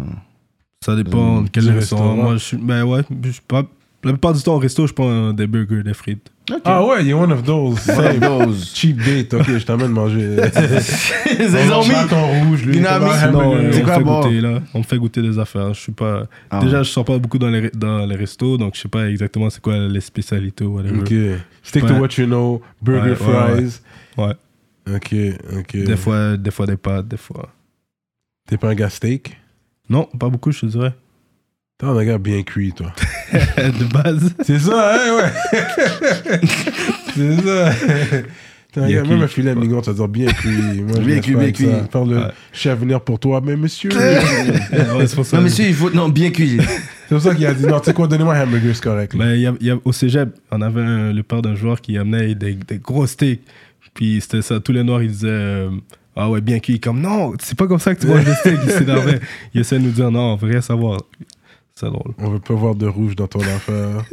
[SPEAKER 4] Ça dépend de quel
[SPEAKER 3] Mm, du
[SPEAKER 4] restaurant.
[SPEAKER 3] restaurant.
[SPEAKER 4] Moi, je suis. Ben ouais, je suis pas. La plupart du temps au resto, je prends euh, des burgers, des frites.
[SPEAKER 3] Ah ouais, you're one of those. same.
[SPEAKER 2] Dose.
[SPEAKER 3] Cheap date, ok, je t'amène manger.
[SPEAKER 2] Ils ont mis.
[SPEAKER 3] en rouge, lui.
[SPEAKER 2] Ils ont mis-
[SPEAKER 3] hamburger.
[SPEAKER 4] Non,
[SPEAKER 2] mais-
[SPEAKER 4] euh, on
[SPEAKER 2] C'est
[SPEAKER 4] me
[SPEAKER 2] quoi,
[SPEAKER 4] fait
[SPEAKER 2] bon?
[SPEAKER 4] goûter là. On me fait goûter des affaires. Je suis pas.
[SPEAKER 2] Ah
[SPEAKER 4] Déjà,
[SPEAKER 2] ouais.
[SPEAKER 4] je sors pas beaucoup dans les, dans les restos, donc je sais pas exactement c'est quoi les spécialités ou whatever.
[SPEAKER 3] Ok. Stick to
[SPEAKER 4] Ouais.
[SPEAKER 3] what you know. Burger
[SPEAKER 4] Ouais, ouais, ouais.
[SPEAKER 3] fries.
[SPEAKER 4] Ouais.
[SPEAKER 3] Ok, ok.
[SPEAKER 4] Des fois, des fois des pâtes, des fois.
[SPEAKER 3] T'es pas un gars steak
[SPEAKER 4] Non, pas beaucoup, je te dirais.
[SPEAKER 3] T'es un gars bien cuit, toi.
[SPEAKER 4] de base.
[SPEAKER 3] C'est ça, hein, ouais. C'est ça. T'es un
[SPEAKER 4] Bien
[SPEAKER 3] gars, même
[SPEAKER 4] cuit.
[SPEAKER 3] un filet mignon, ça veut dire bien cuit. Moi, je
[SPEAKER 2] Bien
[SPEAKER 3] laisse
[SPEAKER 2] cuit,
[SPEAKER 3] pas
[SPEAKER 2] bien
[SPEAKER 3] avec
[SPEAKER 2] cuit.
[SPEAKER 3] ça. Par le
[SPEAKER 4] Ouais.
[SPEAKER 3] chef venir pour toi. Mais monsieur.
[SPEAKER 4] Ouais, c'est pour ça.
[SPEAKER 2] Non, monsieur, il faut. Non, bien cuit.
[SPEAKER 3] C'est pour ça qu'il a dit non, tu sais quoi, donnez-moi un hamburger, c'est correct. là.
[SPEAKER 4] Ben, il y a- il y a- au cégep, on avait un- le père d'un joueur qui amenait des, des gros steaks. Puis c'était ça, tous les noirs, ils disaient euh, Ah ouais, bien cuit. Comme non, c'est pas comme ça que tu manges des steaks. Ils s'énervaient. Ils essaient de nous dire Non, on veut rien savoir. C'est drôle.
[SPEAKER 3] On veut pas voir de rouge dans ton affaire.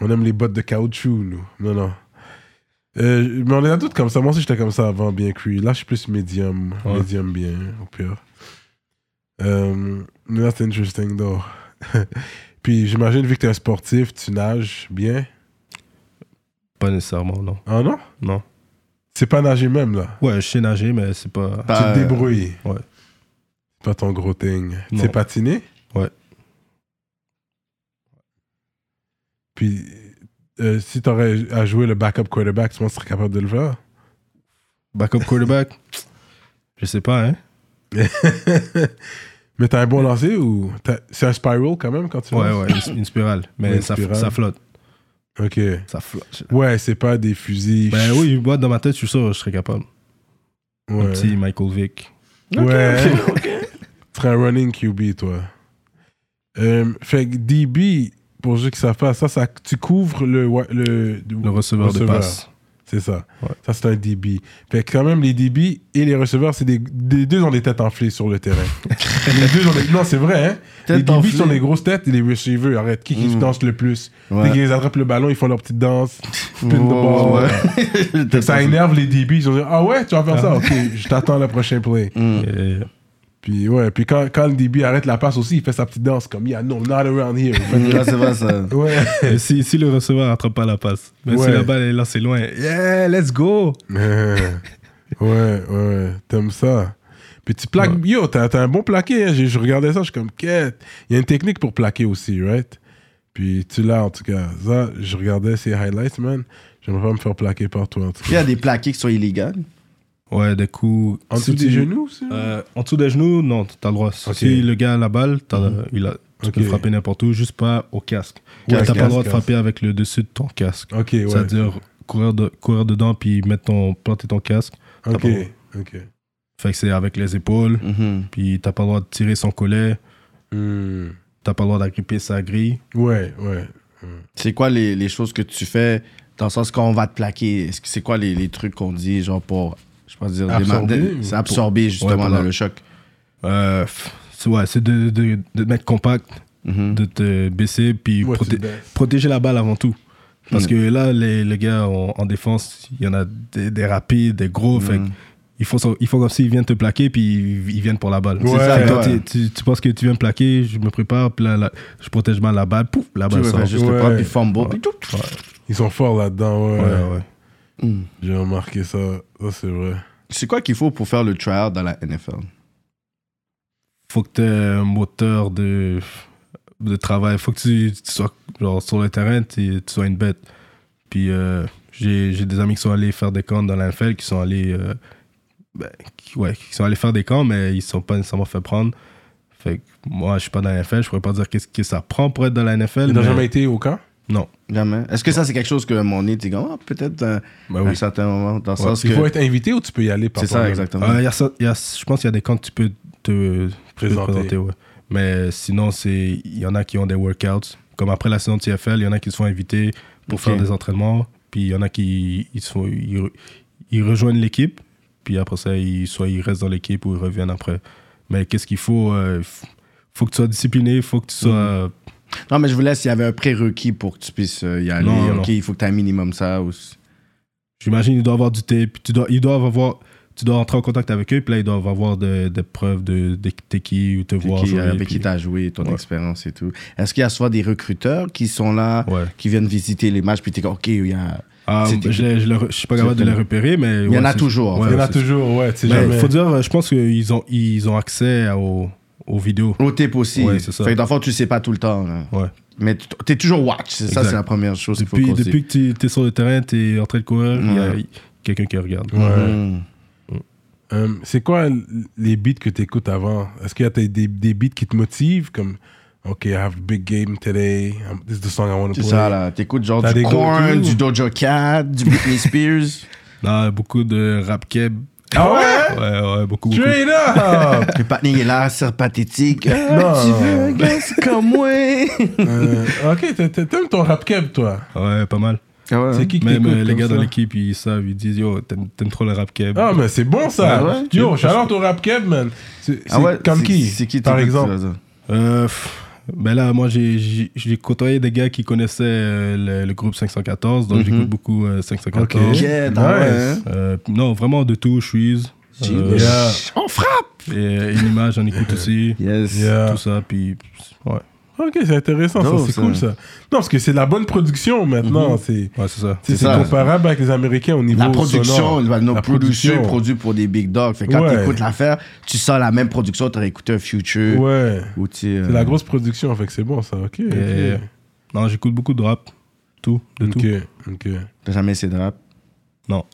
[SPEAKER 3] on aime les bottes de caoutchouc, nous. Non, non. Euh, mais on est à toutes comme ça. Moi aussi, j'étais comme ça avant, bien cuit. Là, je suis plus médium.
[SPEAKER 4] Ouais.
[SPEAKER 3] Médium bien, au pire. Euh, mais là, c'est interesting, though. Puis j'imagine, vu que t'es un sportif, tu nages bien.
[SPEAKER 4] Pas nécessairement, non.
[SPEAKER 3] Ah non?
[SPEAKER 4] Non.
[SPEAKER 3] C'est pas nager même, là.
[SPEAKER 4] Ouais, je sais nager, mais c'est pas.
[SPEAKER 3] tu te débrouilles.
[SPEAKER 4] Euh, ouais.
[SPEAKER 3] C'est pas ton gros thing. Tu
[SPEAKER 4] Non.
[SPEAKER 3] sais patiner?
[SPEAKER 4] Ouais.
[SPEAKER 3] Puis, euh, si t'aurais à jouer le backup quarterback, tu penses que tu serais capable de le faire?
[SPEAKER 4] Backup Bah, quarterback Je sais pas, hein.
[SPEAKER 3] Mais t'as un bon lancer ou. t'as- C'est un spiral quand même quand tu
[SPEAKER 4] Ouais,
[SPEAKER 3] lances?
[SPEAKER 4] ouais, une, une spirale. Mais
[SPEAKER 3] Ouais, une
[SPEAKER 4] ça,
[SPEAKER 3] spirale.
[SPEAKER 4] ça flotte.
[SPEAKER 3] Ok.
[SPEAKER 4] Ça flotte.
[SPEAKER 3] Ouais, c'est pas des fusils.
[SPEAKER 4] Ben oui, moi, dans ma tête, je suis sûr, je serais capable.
[SPEAKER 3] Ouais.
[SPEAKER 4] Un petit Michael Vick.
[SPEAKER 3] Ouais. Tu serais un running QB, toi. Euh, fait que DB, pour ceux qui savent pas, ça, ça, tu couvres le, wa- le,
[SPEAKER 4] Le receveur, de passe.
[SPEAKER 3] C'est ça.
[SPEAKER 4] Ouais.
[SPEAKER 3] Ça, c'est un DB. Fait que quand même, les DB et les receveurs, c'est des, des deux ont des têtes enflées sur le terrain. les deux ont des- Non, c'est vrai, hein.
[SPEAKER 2] Tête
[SPEAKER 3] les DB
[SPEAKER 2] enflée.
[SPEAKER 3] sont les grosses têtes et les receivers, arrête. Qui, qui
[SPEAKER 2] Mm.
[SPEAKER 3] danse le plus Dès
[SPEAKER 2] Ouais.
[SPEAKER 3] qu'ils attrapent le ballon, ils font leur petite danse. Spin the ball.
[SPEAKER 2] Ouais, Ah. ouais. Mm.
[SPEAKER 3] Ça énerve les DB. Ils ont dit Ah ouais, tu vas faire ça Ok, je t'attends le prochain play.
[SPEAKER 4] Et-
[SPEAKER 3] Puis ouais, puis quand, quand le début arrête la passe aussi, il fait sa petite danse comme Yeah, no, I'm not around here. Fait que-
[SPEAKER 5] Là, c'est vrai, ça.
[SPEAKER 3] ouais.
[SPEAKER 4] Et Euh, si, si le receveur n'attrape pas la passe, même
[SPEAKER 3] Ouais.
[SPEAKER 4] si la balle est lancée loin, yeah, let's go!
[SPEAKER 3] ouais, ouais, ouais, t'aimes ça. Puis tu plaques, yo, t'as t'as un bon plaqué. hein. J'ai- Je regardais ça, je suis comme, quête. Il y a une technique pour plaquer aussi, right? Puis tu l'as en tout cas. Ça, je regardais ces highlights, man. J'aimerais pas me faire plaquer par toi en tout
[SPEAKER 5] Il y
[SPEAKER 3] cas.
[SPEAKER 5] a des plaqués qui sont illégales.
[SPEAKER 4] Ouais, des coups.
[SPEAKER 3] En dessous
[SPEAKER 4] si
[SPEAKER 3] des
[SPEAKER 4] tu-
[SPEAKER 3] genoux, ça?
[SPEAKER 4] Euh, en dessous des genoux, non, t'as le droit.
[SPEAKER 3] Ok. Mhm.
[SPEAKER 4] Si le gars a la balle, t'as- il a, tu peux
[SPEAKER 3] Ok.
[SPEAKER 4] le frapper n'importe où, juste pas au casque.
[SPEAKER 3] Ouais,
[SPEAKER 4] t'as
[SPEAKER 3] casque,
[SPEAKER 4] pas le droit de
[SPEAKER 3] casque.
[SPEAKER 4] frapper avec le dessus de ton casque.
[SPEAKER 3] Ok, ouais.
[SPEAKER 4] C'est-à-dire courir, de- courir dedans puis mettre ton, planter ton casque. T'as
[SPEAKER 3] Ok,
[SPEAKER 4] pas le droit.
[SPEAKER 3] ok.
[SPEAKER 4] Fait que c'est avec les épaules,
[SPEAKER 5] Mhm.
[SPEAKER 4] puis t'as pas le droit de tirer son collet,
[SPEAKER 3] Hmm.
[SPEAKER 4] t'as pas le droit d'agripper sa grille.
[SPEAKER 3] Ouais, ouais.
[SPEAKER 5] C'est quoi les, les choses que tu fais dans le sens qu'on va te plaquer Est-ce que c'est quoi les, les trucs qu'on dit, genre pour, je pourrais dire,
[SPEAKER 3] Absorber
[SPEAKER 5] démarrer-
[SPEAKER 3] ou
[SPEAKER 5] c'est absorber
[SPEAKER 4] Ouais,
[SPEAKER 5] justement
[SPEAKER 4] pour
[SPEAKER 5] dans
[SPEAKER 4] la-
[SPEAKER 5] le choc
[SPEAKER 4] Euh, pff, c'est- ouais, c'est de, de, de te mettre compact,
[SPEAKER 5] Mhm.
[SPEAKER 4] de te baisser, puis
[SPEAKER 3] Ouais, tu
[SPEAKER 4] proté-
[SPEAKER 3] te baisses.
[SPEAKER 4] protéger la balle avant tout. Parce
[SPEAKER 5] Mm.
[SPEAKER 4] que là, les, les gars en- en défense, il y en a des, des rapides, des gros. Fait que il faut, il faut comme s'ils viennent te plaquer, puis ils, ils viennent pour la balle.
[SPEAKER 3] Ouais,
[SPEAKER 4] Fait que toi,
[SPEAKER 5] ouais.
[SPEAKER 4] t'es- tu, tu penses que tu viens me plaquer, je me prépare, puis là, là, je protège mal la balle, pouf, la
[SPEAKER 5] Tu
[SPEAKER 4] balle
[SPEAKER 5] veux
[SPEAKER 4] sort.
[SPEAKER 5] faire juste
[SPEAKER 3] Ouais.
[SPEAKER 5] le propre, puis fumble, puis tout.
[SPEAKER 3] Ils sont forts là-dedans, ouais.
[SPEAKER 4] Ouais, ouais.
[SPEAKER 5] Mhm.
[SPEAKER 3] J'ai remarqué ça. Ça, c'est vrai.
[SPEAKER 5] C'est quoi qu'il faut pour faire le tryout dans la NFL
[SPEAKER 4] Faut que tu un moteur de, de travail. Faut que tu, tu sois genre, sur le terrain, tu, tu sois une bête. Puis euh, j'ai j'ai des amis qui sont allés faire des camps dans la NFL, qui sont allés, euh, ben, qui, ouais, qui sont allés faire des camps, mais ils ne sont pas nécessairement fait prendre. Fait que moi, je suis pas dans la NFL, je pourrais pas dire qu'est-ce que ça prend pour être dans la NFL.
[SPEAKER 3] Ils n'ont
[SPEAKER 4] mais-
[SPEAKER 3] jamais été au camp
[SPEAKER 4] Non.
[SPEAKER 5] Jamais. Est-ce que ça, c'est quelque chose que mon nez, t'es comme, Ah, peut-être un,
[SPEAKER 4] Bah
[SPEAKER 5] un
[SPEAKER 4] oui.
[SPEAKER 5] certain moment, dans le sens
[SPEAKER 3] Ben Il
[SPEAKER 5] que.
[SPEAKER 3] faut être invité ou tu peux y aller par
[SPEAKER 5] C'est ça,
[SPEAKER 3] toi-même?
[SPEAKER 5] exactement.
[SPEAKER 4] Euh, y a ça- y a- je pense qu'il y a des camps que tu peux te, tu peux te
[SPEAKER 3] Présenter.
[SPEAKER 4] présenter. ouais. Mais sinon, c'est- il y en a qui ont des workouts. Comme après la saison de TFL, il y en a qui se font inviter pour
[SPEAKER 5] Ok.
[SPEAKER 4] faire des entraînements. Puis il y en a qui ils se font- ils, re- ils rejoignent l'équipe. Puis après ça, ils, soit ils restent dans l'équipe ou ils reviennent après. Mais qu'est-ce qu'il faut euh, f- faut que tu sois discipliné, faut que tu
[SPEAKER 5] Mhm.
[SPEAKER 4] sois.
[SPEAKER 5] Non, mais je vous laisse, il y avait un prérequis pour que tu puisses euh, y aller.
[SPEAKER 4] Non, non.
[SPEAKER 5] ok, il faut que tu aies un minimum ça. Ou...
[SPEAKER 4] J'imagine, ils doivent avoir du tape. Tu dois, ils doivent avoir. Tu dois entrer en contact avec eux, puis là, ils doivent avoir des, des preuves de, de t'es qui, ou te voir.
[SPEAKER 5] qui, euh,
[SPEAKER 4] jouer,
[SPEAKER 5] avec
[SPEAKER 4] puis-
[SPEAKER 5] qui tu as joué, ton
[SPEAKER 4] Ouais.
[SPEAKER 5] expérience et tout. Est-ce qu'il y a souvent des recruteurs qui sont là,
[SPEAKER 4] Ouais.
[SPEAKER 5] qui viennent visiter les matchs, puis tu es comme, OK, il y, a...
[SPEAKER 4] Ah,
[SPEAKER 5] C'était-
[SPEAKER 4] je ne suis pas capable de
[SPEAKER 5] C'était-
[SPEAKER 4] les repérer, mais.
[SPEAKER 5] il y en a toujours. en
[SPEAKER 4] Ouais,
[SPEAKER 3] Il y en a
[SPEAKER 4] c'est-
[SPEAKER 3] toujours, ouais. Tu sais
[SPEAKER 4] Mais
[SPEAKER 3] jamais.
[SPEAKER 4] faut dire, euh, je pense qu'ils ont, ils ont accès à- aux, aux vidéos.
[SPEAKER 5] fait. Au tape aussi.
[SPEAKER 4] Ouais, c'est ça.
[SPEAKER 5] Fait que d'enfant, tu sais pas tout le temps. là.
[SPEAKER 4] Ouais.
[SPEAKER 5] Mais tu es toujours watch. C'est ça,
[SPEAKER 4] Exact.
[SPEAKER 5] c'est la première chose qu'il faut
[SPEAKER 4] Depuis,
[SPEAKER 5] qu'on se dise.
[SPEAKER 4] depuis que tu es sur le terrain, tu es en train de courir, il y a
[SPEAKER 5] Ouais.
[SPEAKER 4] quelqu'un qui regarde.
[SPEAKER 3] Ouais.
[SPEAKER 5] Mhm.
[SPEAKER 3] Hum, c'est quoi l- les beats que tu écoutes avant Est-ce qu'il y a des, des- des beats qui te motivent comme OK, I have a big game today. I'm- this is the song I want to
[SPEAKER 5] C'est
[SPEAKER 3] play.
[SPEAKER 5] ça, là. T'écoutes genre
[SPEAKER 3] T'as
[SPEAKER 5] du
[SPEAKER 3] des
[SPEAKER 5] Korn,
[SPEAKER 3] go-to.
[SPEAKER 5] du Doja Cat, du Britney Spears.
[SPEAKER 4] Ah, beaucoup de rap keb.
[SPEAKER 3] Ah ouais
[SPEAKER 4] Ouais, ouais, beaucoup. beaucoup.
[SPEAKER 3] Straight up
[SPEAKER 5] Le patron, il est là, c'est pathétique.
[SPEAKER 3] Non.
[SPEAKER 5] Ah, tu veux un gars, c'est comme moi.
[SPEAKER 3] Euh, OK, t'a- t'a- t'aimes ton rap keb toi.
[SPEAKER 4] Ouais, pas mal.
[SPEAKER 3] C'est qui que
[SPEAKER 4] Même
[SPEAKER 3] t'écoutes
[SPEAKER 4] euh, les
[SPEAKER 3] comme
[SPEAKER 4] gars
[SPEAKER 3] ça?
[SPEAKER 4] dans l'équipe, ils savent, ils disent Yo, t'aimes t'aimes trop le rap keb.
[SPEAKER 3] Ah mais c'est bon ça.
[SPEAKER 5] Ah ouais?
[SPEAKER 3] Yo, shout au rap keb man. C'est c'est
[SPEAKER 5] Ah ouais,
[SPEAKER 3] comme
[SPEAKER 5] c'est-
[SPEAKER 3] qui
[SPEAKER 5] C'est qui
[SPEAKER 3] par
[SPEAKER 5] t'écoutes,
[SPEAKER 3] exemple
[SPEAKER 5] ça, ça?
[SPEAKER 4] Euh, pff, ben là, moi, j'ai- j'ai j'ai côtoyé des gars qui connaissaient euh, le, le groupe 514,
[SPEAKER 5] Mhm.
[SPEAKER 4] donc j'écoute beaucoup euh, 514.
[SPEAKER 3] Ok.
[SPEAKER 5] Yeah, ah ouais, hein?
[SPEAKER 4] Euh, non, vraiment de tout, Shoes. Euh,
[SPEAKER 3] Yeah.
[SPEAKER 5] On frappe!
[SPEAKER 4] et une image, j'en écoute aussi.
[SPEAKER 5] Yes.
[SPEAKER 3] Yeah.
[SPEAKER 4] Tout ça, puis. Ouais,
[SPEAKER 3] OK, c'est intéressant ça,
[SPEAKER 5] Dope,
[SPEAKER 3] c'est
[SPEAKER 5] ça. Mm-hmm.
[SPEAKER 3] cool ça. Non, parce que c'est de la bonne production maintenant, c'est
[SPEAKER 4] ouais c'est ça.
[SPEAKER 3] c'est
[SPEAKER 5] C'est ça.
[SPEAKER 3] comparable avec les américains au niveau
[SPEAKER 5] La production,
[SPEAKER 3] sonore.
[SPEAKER 5] le- nos
[SPEAKER 3] La production.
[SPEAKER 5] producteurs produisent pour des big dogs. Fait que quand
[SPEAKER 3] Ouais.
[SPEAKER 5] t'écoutes l'affaire, tu sens la même production, t'aurais écouté un Future.
[SPEAKER 3] Ouais.
[SPEAKER 5] Ou tu sais, euh,
[SPEAKER 3] C'est la grosse production, fait que c'est bon ça, ok. ok.
[SPEAKER 4] Et- Non, j'écoute beaucoup de rap. Tout, de tout.
[SPEAKER 3] Ok, ok.
[SPEAKER 5] T'as jamais essayé de rap.
[SPEAKER 4] Non.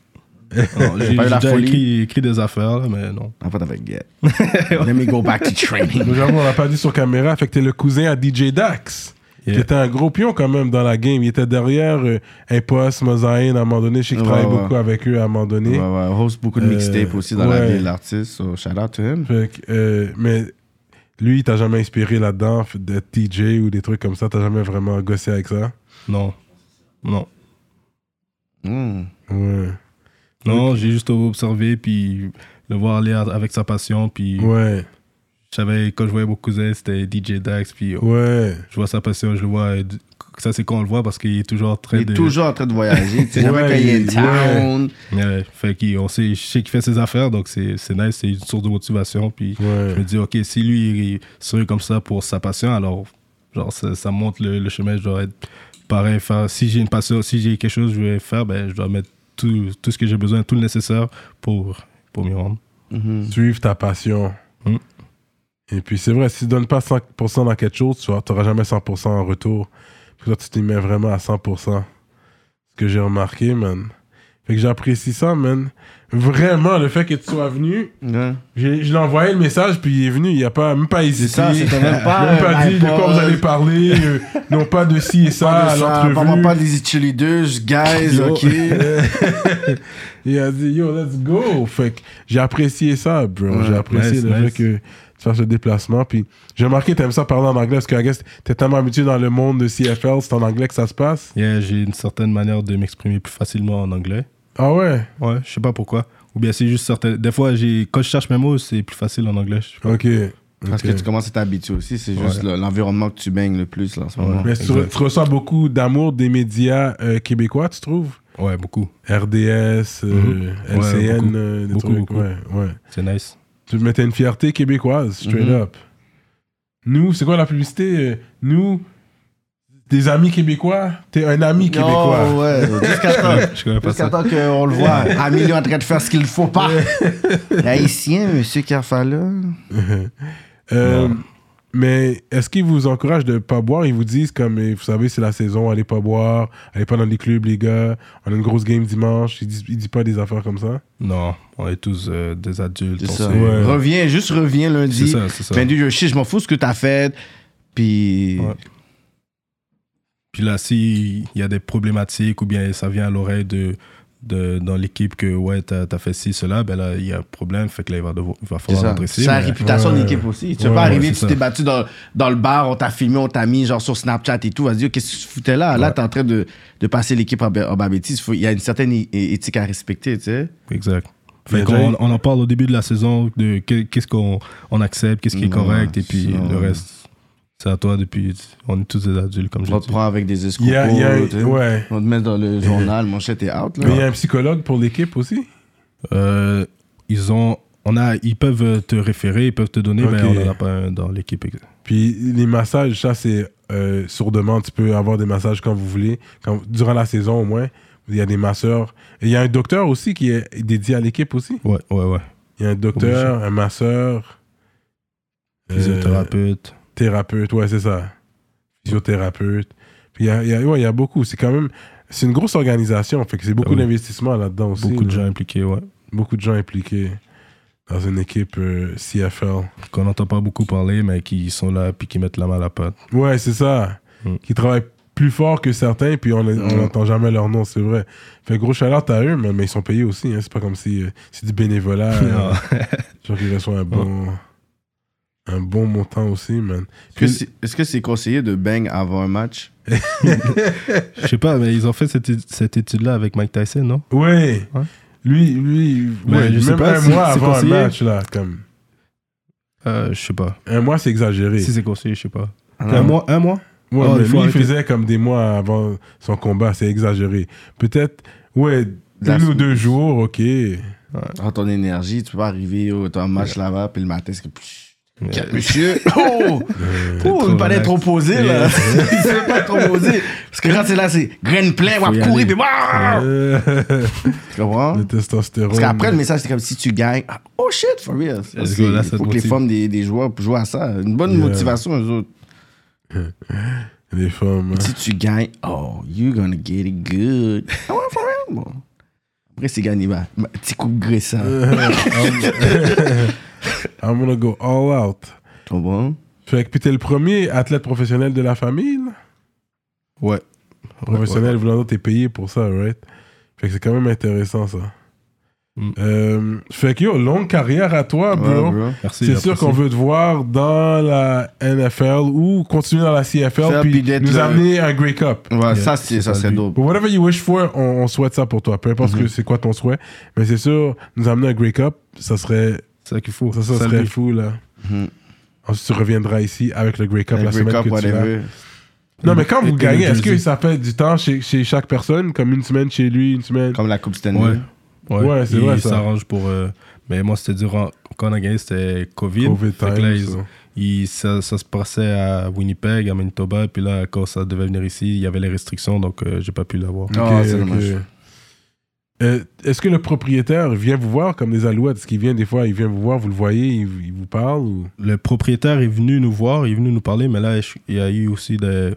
[SPEAKER 4] Non, J'ai j'ai
[SPEAKER 5] Pas eu la
[SPEAKER 4] déjà
[SPEAKER 5] folie.
[SPEAKER 4] écrit, écrit des affaires, là, mais non.
[SPEAKER 5] Après, t'avais get. Let me go back to training.
[SPEAKER 3] Nous avons, on l'a pas dit sur caméra, fait que t'es le cousin à DJ Dax,
[SPEAKER 4] Yeah.
[SPEAKER 3] qui était un gros pion quand même dans la game. Il était derrière euh, Impost, Mosaïne à un moment donné. Je sais qu'il
[SPEAKER 5] Ouais,
[SPEAKER 3] travaille
[SPEAKER 5] ouais.
[SPEAKER 3] beaucoup avec eux à un moment
[SPEAKER 5] Ouais,
[SPEAKER 3] donné.
[SPEAKER 5] ouais, on host beaucoup de
[SPEAKER 3] Euh,
[SPEAKER 5] mixtapes aussi dans la
[SPEAKER 3] ouais.
[SPEAKER 5] vie de l'artiste. So shout out to him.
[SPEAKER 3] Fait que, euh, mais lui, il t'a jamais inspiré là-dedans, f- d'être DJ ou des trucs comme ça. T'as jamais vraiment gossé avec ça.
[SPEAKER 4] Non. Non.
[SPEAKER 5] Mm.
[SPEAKER 3] Ouais.
[SPEAKER 4] Non, j'ai juste observé, puis le voir aller à- avec sa passion, puis
[SPEAKER 3] Ouais.
[SPEAKER 4] Je savais, quand je voyais mon cousin, c'était DJ Dax. Puis euh,
[SPEAKER 3] Ouais.
[SPEAKER 4] je vois ça passer, je le vois. euh, d- Ça, c'est quand on le voit parce qu'il est toujours en train
[SPEAKER 2] Il
[SPEAKER 4] de.
[SPEAKER 2] est toujours en train de voyager. Tu sais,
[SPEAKER 3] Ouais,
[SPEAKER 2] jamais quand il est
[SPEAKER 3] ouais.
[SPEAKER 2] down.
[SPEAKER 4] Ouais, fait qu'il- on sait, je sais qu'il fait ses affaires, donc c'est c'est nice, c'est une source de motivation. Puis
[SPEAKER 3] Ouais.
[SPEAKER 4] je me dis, ok, si lui il est sérieux comme ça pour sa passion, alors genre ça, ça montre le, le chemin, je dois être pareil. Faire, si j'ai une passion, si j'ai quelque chose que je veux faire, ben, je dois mettre tout, tout ce que j'ai besoin, tout le nécessaire pour, pour m'y rendre.
[SPEAKER 3] Suivre ta passion.
[SPEAKER 4] Mm.
[SPEAKER 3] Et puis c'est vrai, si tu donnes pas 100% dans quelque chose, tu n'auras jamais 100% en retour. Parce que toi, tu t'y mets vraiment à 100%. Ce que j'ai remarqué, man. Fait que j'apprécie ça, man. Vraiment, le fait que tu sois venu,
[SPEAKER 2] Ouais.
[SPEAKER 3] j'ai- je l'ai envoyé le message, puis il est venu, il a pas, même pas hésité.
[SPEAKER 2] ça, c'était même pas
[SPEAKER 3] Il a même
[SPEAKER 2] un
[SPEAKER 3] pas dit de quoi
[SPEAKER 2] iPod.
[SPEAKER 3] vous allez parler, euh, non pas de ci et ça,
[SPEAKER 2] Pas
[SPEAKER 3] à
[SPEAKER 2] de ça, on va
[SPEAKER 3] Ah, l'entrevue.
[SPEAKER 2] pas des cheerleaders, guys,
[SPEAKER 3] Yo.
[SPEAKER 2] ok.
[SPEAKER 3] Il a dit yo, let's go. Fait que j'ai apprécié ça, bro. j'ai apprécié
[SPEAKER 4] nice,
[SPEAKER 3] le fait
[SPEAKER 4] nice.
[SPEAKER 3] que tu fasses le déplacement. Puis j'ai remarqué, t'aimes ça parler en anglais parce que, I guess, t'es tellement habitué dans le monde de CFL, c'est en anglais que ça se passe.
[SPEAKER 4] Yeah, euh, j'ai une certaine manière de m'exprimer plus facilement en anglais.
[SPEAKER 3] Ah ouais?
[SPEAKER 4] Ouais, je sais pas pourquoi. Ou bien c'est juste certain. Des fois, j'ai- quand je cherche mes mots, c'est plus facile en anglais. je sais pas.
[SPEAKER 3] Ok.
[SPEAKER 2] Parce que tu commences à t'habituer aussi, c'est juste le- l'environnement que tu baignes le plus là, en ce moment.
[SPEAKER 3] Mais tu, re- tu reçois beaucoup d'amour des médias euh, québécois, tu trouves?
[SPEAKER 4] Ouais, beaucoup.
[SPEAKER 3] RDS, euh,
[SPEAKER 4] Mhm. Ouais,
[SPEAKER 3] LCN,
[SPEAKER 4] beaucoup.
[SPEAKER 3] euh, des
[SPEAKER 4] Beaucoup,
[SPEAKER 3] trucs.
[SPEAKER 4] beaucoup.
[SPEAKER 3] Ouais, ouais.
[SPEAKER 4] C'est nice.
[SPEAKER 3] Tu mettais une fierté québécoise, straight
[SPEAKER 2] Mhm.
[SPEAKER 3] up. Nous, c'est quoi la publicité? Euh, Nous, des amis québécois, t'es un ami québécois.
[SPEAKER 2] Oh, ouais, jusqu'à temps.
[SPEAKER 4] Je connais pas
[SPEAKER 2] Jusqu'à
[SPEAKER 4] ça.
[SPEAKER 2] temps qu'on le voit, Amélie en train de faire ce qu'il ne faut pas. Haïtien, monsieur Carfala.
[SPEAKER 3] Euh,
[SPEAKER 4] Ouais.
[SPEAKER 3] Mais est-ce qu'ils vous encouragent de pas boire Ils vous disent comme, eh, vous savez, c'est la saison, allez pas boire, allez pas dans les clubs, les gars. On a une grosse game dimanche. Ils disent, ils disent pas des affaires comme ça.
[SPEAKER 4] Non, on est tous euh, des adultes.
[SPEAKER 2] C'est
[SPEAKER 4] on
[SPEAKER 2] ça.
[SPEAKER 4] sait.
[SPEAKER 3] Ouais.
[SPEAKER 2] Reviens, juste reviens lundi.
[SPEAKER 4] C'est ça, c'est ça.
[SPEAKER 2] 22 je sais, je m'en fous ce que t'as fait. Puis.
[SPEAKER 4] Ouais. Puis là, s'il y a des problématiques ou bien ça vient à l'oreille de, de- dans l'équipe que ouais, t'as as fait ci, cela, ben là, il y a un problème, fait que là, il va, devoir, il va
[SPEAKER 2] C'est
[SPEAKER 4] falloir
[SPEAKER 2] ça.
[SPEAKER 4] l'adresser.
[SPEAKER 2] C'est la
[SPEAKER 4] mais-
[SPEAKER 2] réputation
[SPEAKER 3] Ouais.
[SPEAKER 2] de l'équipe aussi. Tu
[SPEAKER 4] Ouais,
[SPEAKER 2] vas pas
[SPEAKER 4] ouais,
[SPEAKER 2] arriver,
[SPEAKER 4] c'est
[SPEAKER 2] tu
[SPEAKER 4] ça.
[SPEAKER 2] t'es battu dans, dans le bar, on t'a filmé, on t'a mis genre sur Snapchat et tout. Vas-y, oh, qu'est-ce que tu foutais là? Là, t'es en train de, de passer l'équipe en, ba- en bas bêtise. Faut- Il y a une certaine é- é- éthique à respecter, tu sais.
[SPEAKER 4] Exact.
[SPEAKER 3] Il y
[SPEAKER 4] Fait
[SPEAKER 3] a
[SPEAKER 4] qu'on-
[SPEAKER 3] déjà eu-
[SPEAKER 4] on, en parle au début de la saison, de que- qu'est-ce qu'on on accepte, qu'est-ce qui est
[SPEAKER 2] Ouais,
[SPEAKER 4] correct, et puis
[SPEAKER 2] sinon-
[SPEAKER 4] le reste, c'est à toi depuis. On est tous des adultes, comme je
[SPEAKER 2] On te
[SPEAKER 4] dis.
[SPEAKER 2] prend avec des escrocs.
[SPEAKER 3] Il y a, il y a- ouais.
[SPEAKER 2] On te met dans le journal, mon chat, t'es out. Là.
[SPEAKER 3] Mais il y a un psychologue pour l'équipe aussi.
[SPEAKER 4] Euh, ils, ont, on a, ils peuvent te référer, ils peuvent te donner, mais
[SPEAKER 3] Ok.
[SPEAKER 4] on n'en a pas un dans l'équipe. ex-
[SPEAKER 3] Puis les massages, ça c'est euh, sur demande. Tu peux avoir des massages quand vous voulez, quand, durant la saison au moins. Il y a des masseurs. Et il y a un docteur aussi qui est dédié à l'équipe aussi.
[SPEAKER 4] Ouais, ouais, ouais.
[SPEAKER 3] Il y a un docteur, un masseur. euh,
[SPEAKER 4] Physiothérapeute.
[SPEAKER 3] thérapeute, ouais, c'est ça. Physiothérapeute. Puis il y a, il y a- ouais, il y a beaucoup. C'est quand même. C'est une grosse organisation. Fait que c'est beaucoup
[SPEAKER 4] Ah oui.
[SPEAKER 3] d'investissement là-dedans aussi.
[SPEAKER 4] Beaucoup de
[SPEAKER 3] là.
[SPEAKER 4] gens impliqués, ouais.
[SPEAKER 3] Beaucoup de gens impliqués dans une équipe euh, CFL.
[SPEAKER 4] Qu'on n'entend pas beaucoup parler, mais qui sont là puis qui mettent la main à la pâte.
[SPEAKER 3] Ouais, c'est ça.
[SPEAKER 4] Mm.
[SPEAKER 3] Qui travaillent plus fort que certains, puis on les- on
[SPEAKER 2] Mm.
[SPEAKER 3] n'entend jamais leur nom, c'est vrai. Fait que gros chaleur, t'as eux, mais, mais ils sont payés aussi. hein. C'est pas comme si euh, c'est du bénévolat. euh,
[SPEAKER 4] Ah.
[SPEAKER 3] genre qu'ils reçoivent un bon, un bon montant aussi, man.
[SPEAKER 2] Est-ce que c'est- Est-ce que c'est conseillé de bang avant un match?
[SPEAKER 4] Je sais pas, mais ils ont fait cette, é- cette étude-là avec Mike Tyson, non
[SPEAKER 3] Ouais.
[SPEAKER 4] Ouais.
[SPEAKER 3] Lui, lui,
[SPEAKER 4] Ben,
[SPEAKER 3] ouais,
[SPEAKER 4] je sais
[SPEAKER 3] même
[SPEAKER 4] pas
[SPEAKER 3] un
[SPEAKER 4] si
[SPEAKER 3] mois
[SPEAKER 4] c'est
[SPEAKER 3] avant un
[SPEAKER 4] conseillé.
[SPEAKER 3] match, là, comme.
[SPEAKER 4] euh, Je sais pas.
[SPEAKER 3] Un mois, c'est exagéré.
[SPEAKER 4] Si c'est conseillé, je sais pas.
[SPEAKER 2] Ah.
[SPEAKER 4] Un mois Un mois
[SPEAKER 3] Ouais,
[SPEAKER 4] Oh,
[SPEAKER 3] mais
[SPEAKER 4] il faut
[SPEAKER 3] lui, il
[SPEAKER 4] arrêter.
[SPEAKER 3] faisait comme des mois avant son combat, c'est exagéré. Peut-être, ouais,
[SPEAKER 2] La
[SPEAKER 3] une ou
[SPEAKER 2] semaine.
[SPEAKER 3] deux jours, ok.
[SPEAKER 2] Prends ton énergie, tu peux pas arriver, oh, t'as un match là-bas, puis le matin, c'est que. pff,
[SPEAKER 4] Ouais.
[SPEAKER 2] Monsieur, oh, oh
[SPEAKER 4] trop
[SPEAKER 2] il fallait
[SPEAKER 4] relax.
[SPEAKER 2] trop posé là. il s'est pas trop posé. Parce que quand c'est là, c'est grain plein, on
[SPEAKER 4] y
[SPEAKER 2] va
[SPEAKER 4] aller.
[SPEAKER 2] courir, puis
[SPEAKER 4] Ah!
[SPEAKER 2] bah!
[SPEAKER 3] Euh,
[SPEAKER 2] Tu comprends?
[SPEAKER 3] le testostérone.
[SPEAKER 2] Parce qu'après, le message, c'est comme si tu gagnes. ah, oh shit, for real. Il
[SPEAKER 4] Let's go, là, ça te
[SPEAKER 2] faut que les
[SPEAKER 4] motive.
[SPEAKER 2] femmes des, des joueurs jouent à ça. Une bonne
[SPEAKER 3] Yeah.
[SPEAKER 2] motivation, eux autres.
[SPEAKER 3] Les femmes. hein.
[SPEAKER 2] Si tu gagnes, oh, you're gonna get it good. Ah ouais, for real, bon. Après, c'est gagné, bah. bah, Petit coup de graissant.
[SPEAKER 3] I'm gonna go all out.
[SPEAKER 2] Tu comprends?
[SPEAKER 3] Fait que, puis t'es le premier athlète professionnel de la famille, là.
[SPEAKER 4] Ouais.
[SPEAKER 3] professionnel, voulant dire, t'es payé pour ça, right? Fait que c'est quand même intéressant, ça.
[SPEAKER 4] Mm.
[SPEAKER 3] Euh, fait que yo, longue carrière à toi, bro.
[SPEAKER 2] Ouais, bro.
[SPEAKER 4] Merci.
[SPEAKER 3] C'est sûr
[SPEAKER 4] j'apprécie.
[SPEAKER 3] qu'on veut te voir dans la NFL ou continuer dans la CFL
[SPEAKER 2] Faire
[SPEAKER 3] puis
[SPEAKER 2] puis d'être
[SPEAKER 3] nous
[SPEAKER 2] le-
[SPEAKER 3] amener un Grey Cup.
[SPEAKER 2] Ouais, ça, c'est, ça
[SPEAKER 4] ça
[SPEAKER 2] serait
[SPEAKER 4] le but.
[SPEAKER 2] dope.
[SPEAKER 3] But whatever you wish for, on, on souhaite ça pour toi. Peu importe ce que c'est quoi ton souhait, mais c'est sûr, nous amener un Grey Cup, ça serait,
[SPEAKER 4] C'est ça qu'il faut.
[SPEAKER 3] ça, ça
[SPEAKER 4] Ça, le
[SPEAKER 3] serait
[SPEAKER 4] but.
[SPEAKER 3] fou là. Ensuite, tu reviendras ici avec le Grey Cup la
[SPEAKER 2] Break
[SPEAKER 3] semaine
[SPEAKER 2] up,
[SPEAKER 3] que tu vas.
[SPEAKER 2] whatever.
[SPEAKER 3] Non, mais quand
[SPEAKER 4] Et-
[SPEAKER 3] vous
[SPEAKER 4] et
[SPEAKER 3] gagnez,
[SPEAKER 4] le
[SPEAKER 3] est-ce que
[SPEAKER 4] jersey.
[SPEAKER 3] ça fait du temps chez, chez chaque personne Comme une semaine chez lui, une semaine
[SPEAKER 2] Comme la Coupe Stanley.
[SPEAKER 4] Ouais.
[SPEAKER 3] Ouais, c'est
[SPEAKER 4] Ils
[SPEAKER 3] vrai, ça.
[SPEAKER 4] s'arrangent pour. euh, mais moi, c'était durant. Quand on a gagné, c'était COVID.
[SPEAKER 3] Covid
[SPEAKER 4] Fait que
[SPEAKER 3] time,
[SPEAKER 4] là,
[SPEAKER 3] ça.
[SPEAKER 4] ils- ils- ça, ça se passait à Winnipeg, à Manitoba. Puis là, quand ça devait venir ici, il y avait les restrictions, donc euh, j'ai pas pu l'avoir.
[SPEAKER 2] Ah,
[SPEAKER 3] Ok,
[SPEAKER 2] c'est
[SPEAKER 3] ok.
[SPEAKER 2] dommage.
[SPEAKER 3] Euh, Est-ce que le propriétaire vient vous voir comme des alouettes Est-ce qu'il vient des fois, il vient vous voir, vous le voyez, il, il vous parle ou...
[SPEAKER 4] Le propriétaire est venu nous voir, il est venu nous parler, mais là, je- il y a eu aussi des.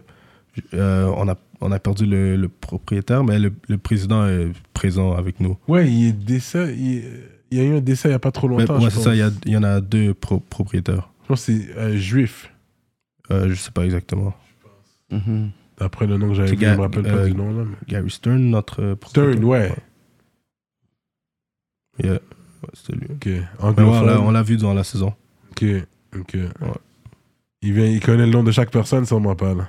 [SPEAKER 4] euh, on, a, on a perdu le, le propriétaire, mais le, le président est présent avec nous.
[SPEAKER 3] Ouais, il est décès. Il, il y a eu un décès il n'y a pas trop
[SPEAKER 4] Mais,
[SPEAKER 3] longtemps.
[SPEAKER 4] ouais,
[SPEAKER 3] je
[SPEAKER 4] c'est
[SPEAKER 3] pense.
[SPEAKER 4] ça, il y, a- il y en a deux pro- propriétaires.
[SPEAKER 3] Je pense que c'est euh, juif,
[SPEAKER 4] Euh, je sais pas exactement.
[SPEAKER 2] Mhm.
[SPEAKER 3] d'après le nom que j'avais
[SPEAKER 4] C'est
[SPEAKER 3] vu. Je me
[SPEAKER 4] Ga-
[SPEAKER 3] rappelle pas
[SPEAKER 4] euh,
[SPEAKER 3] du nom là. mais-
[SPEAKER 4] Gary Stern, notre euh, propriétaire.
[SPEAKER 3] Stern, ouais.
[SPEAKER 4] Yeah. Ouais, c'était lui.
[SPEAKER 3] Ok.
[SPEAKER 4] Mais ouais, on
[SPEAKER 3] Anglophone.
[SPEAKER 4] l'a- on l'a vu durant la saison.
[SPEAKER 3] Ok, ok. Il, vient, il connaît le nom de chaque personne, sûrement pas là.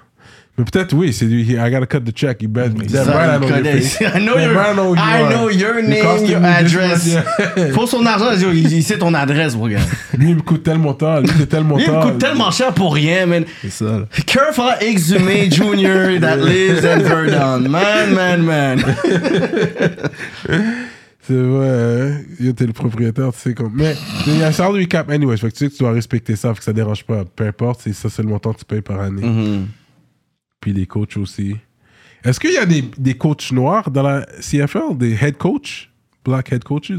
[SPEAKER 3] Mais peut-être, oui, c'est lui. he- I gotta cut the check. He bet.
[SPEAKER 2] Ça, il
[SPEAKER 3] damn right I know your
[SPEAKER 2] connaît.
[SPEAKER 3] face.
[SPEAKER 2] I know
[SPEAKER 3] Damn
[SPEAKER 2] your-
[SPEAKER 3] right I know who you
[SPEAKER 2] I
[SPEAKER 3] are.
[SPEAKER 2] know your
[SPEAKER 3] You
[SPEAKER 2] name,
[SPEAKER 3] costing
[SPEAKER 2] your
[SPEAKER 3] me this
[SPEAKER 2] address.
[SPEAKER 3] much, yeah.
[SPEAKER 2] Pour son argent, il dit, il sait ton adresse, mon gars.
[SPEAKER 3] Lui, il me coûte tellement de temps. Lui, c'est tellement de
[SPEAKER 2] Il me
[SPEAKER 3] temps.
[SPEAKER 2] coûte tellement cher pour rien, man.
[SPEAKER 4] C'est ça, là.
[SPEAKER 2] Kerf exhumé Jr. that lives in Verdun. Man, man, man.
[SPEAKER 3] C'est vrai, hein? Yo, t'es le propriétaire, tu sais comme. Mais mais il y a un salary cap anyway, fait que tu sais que tu dois respecter ça, fait que ça dérange pas. Peu importe, c'est ça, c'est le montant que tu payes par année. Puis les coachs aussi. Est-ce qu'il y a des, des coachs noirs dans la CFL, des head coachs, black head coaches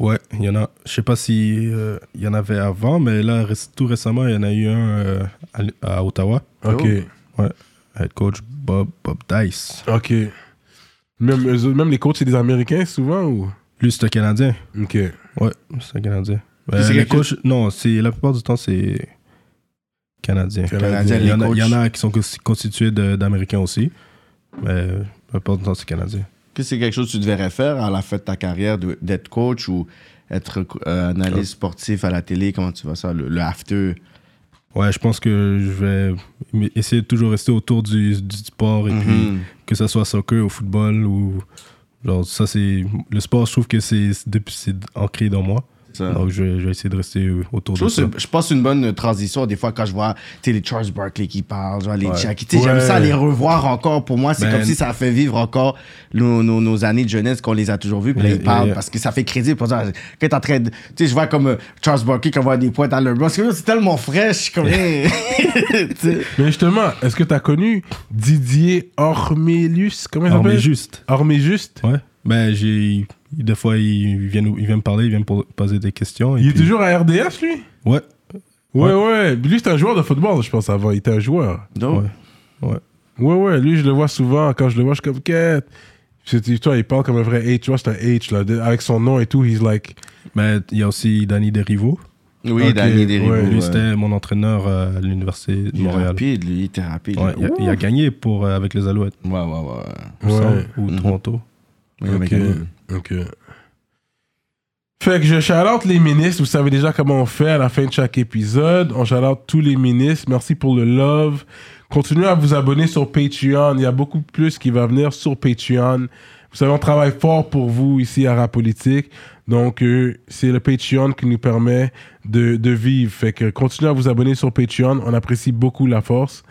[SPEAKER 4] Ouais, il y en a. Je sais pas si euh, il y en avait avant, mais là, réc- tout récemment, il y en a eu un euh, à l- à, Ottawa.
[SPEAKER 3] Ok,
[SPEAKER 4] Ouais. Head coach Bob, Bob Dice.
[SPEAKER 3] ok. Même, eux autres- même les coachs, c'est des Américains souvent ou
[SPEAKER 4] Lui, c'est un Canadien.
[SPEAKER 3] Ok.
[SPEAKER 4] Ouais, c'est un Canadien.
[SPEAKER 2] Puis c'est
[SPEAKER 4] les
[SPEAKER 2] quelque-
[SPEAKER 4] coachs, non, c'est- la plupart du temps, c'est Canadien.
[SPEAKER 2] Canadien,
[SPEAKER 4] Il y, en a,
[SPEAKER 2] les
[SPEAKER 4] il y en
[SPEAKER 2] coachs.
[SPEAKER 4] a qui sont cons- constitués de- d'Américains aussi, mais la plupart du temps, c'est Canadien.
[SPEAKER 2] Puis c'est quelque chose que tu devrais faire à la fin de ta carrière, de- d'être coach ou être euh, analyste sportif à la télé. Comment tu vas ça, le, le after.
[SPEAKER 4] Ouais, je pense que je vais m- essayer de toujours rester autour du, du sport et
[SPEAKER 2] Mm-hmm.
[SPEAKER 4] puis que ça soit soccer ou football ou genre ça c'est le sport je trouve que c'est c'est depuis- c'est ancré dans moi.
[SPEAKER 2] Ça.
[SPEAKER 4] Donc je vais, je vais essayer de rester autour
[SPEAKER 2] Je, trouve
[SPEAKER 4] de ça.
[SPEAKER 2] que c'est- je pense que c'est une bonne transition. Des fois, quand je vois tu sais, les Charles Barkley qui parlent, genre les Jackie, tu sais, j'aime
[SPEAKER 3] Ouais.
[SPEAKER 2] ça les revoir encore. Pour moi, c'est
[SPEAKER 4] Ben-
[SPEAKER 2] comme si ça fait vivre encore nos, nos- nos années de jeunesse qu'on les a toujours vus. Puis là,
[SPEAKER 4] Yeah,
[SPEAKER 2] ils parlent
[SPEAKER 4] yeah.
[SPEAKER 2] parce que ça fait crédible. Pour dire, quand t'es en train de- Tu sais, je vois comme euh, Charles Barkley qui envoie des points à LeBron. C'est c'est tellement fraîche. Comme, Tu sais.
[SPEAKER 3] Mais justement, est-ce que t'as connu Didier Ormelius Comment il
[SPEAKER 4] Alors,
[SPEAKER 3] s'appelle
[SPEAKER 4] mais juste.
[SPEAKER 3] Orméjuste.
[SPEAKER 4] Ouais. Ben j'ai des fois ils viennent nous- ils viennent me parler, ils viennent po- poser des questions et
[SPEAKER 3] Il est
[SPEAKER 4] puis-
[SPEAKER 3] toujours à RDS, lui
[SPEAKER 4] Ouais.
[SPEAKER 3] Ouais, ouais. Lui, c'est un joueur de football, je pense, avant. Il était un joueur.
[SPEAKER 2] Donc,
[SPEAKER 4] Ouais.
[SPEAKER 3] Ouais, ouais. Lui, je le vois souvent. Quand je le vois, je suis comme, quête. Puis, toi, il parle comme un vrai H. Tu vois, c'est un H, là. de- Avec son nom et tout, he's like.
[SPEAKER 4] Mais Ben, il y a aussi Danny Derivo.
[SPEAKER 2] Oui,
[SPEAKER 3] Ok,
[SPEAKER 2] Danny Derivo.
[SPEAKER 3] ouais,
[SPEAKER 4] Lui
[SPEAKER 2] ouais.
[SPEAKER 4] c'était mon entraîneur euh, à l'université de
[SPEAKER 2] Il est
[SPEAKER 4] Montréal.
[SPEAKER 2] rapide, lui, il était rapide.
[SPEAKER 4] Ouais, il, a, il a
[SPEAKER 2] Ouh.
[SPEAKER 4] gagné pour euh, avec les Alouettes
[SPEAKER 2] Ouais, ouais, ouais.
[SPEAKER 4] il me
[SPEAKER 3] Ouais.
[SPEAKER 4] semble, ou
[SPEAKER 2] Mhm.
[SPEAKER 4] Toronto.
[SPEAKER 2] Il avait
[SPEAKER 3] Ok.
[SPEAKER 2] gagné.
[SPEAKER 3] Ok. Fait que je shout-out les ministres. Vous savez déjà comment on fait à la fin de chaque épisode. On shout-out tous les ministres. Merci pour le love. Continuez à vous abonner sur Patreon. Il y a beaucoup plus qui va venir sur Patreon. Vous savez, on travaille fort pour vous ici à Rapolitique. Donc, euh, c'est le Patreon qui nous permet de, de vivre. Fait que continuez à vous abonner sur Patreon. On apprécie beaucoup la force.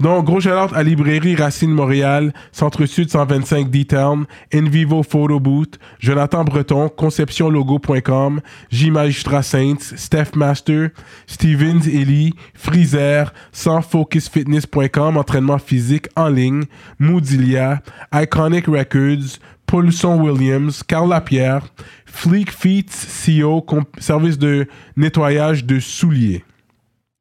[SPEAKER 3] Donc, gros shout-out à Librairie Racine Montréal, Centre-Sud 125 D-Town, Envivo Photo Booth, Jonathan Breton, ConceptionLogo.com, J Magistrat Saints, Steph Master, Stevens Ellie, Freezer, SansFocusFitness.com, entraînement physique en ligne, Moodilia, Iconic Records, Paulson Williams, Carl Lapierre, Fleek Feet CO, comp- service de nettoyage de souliers.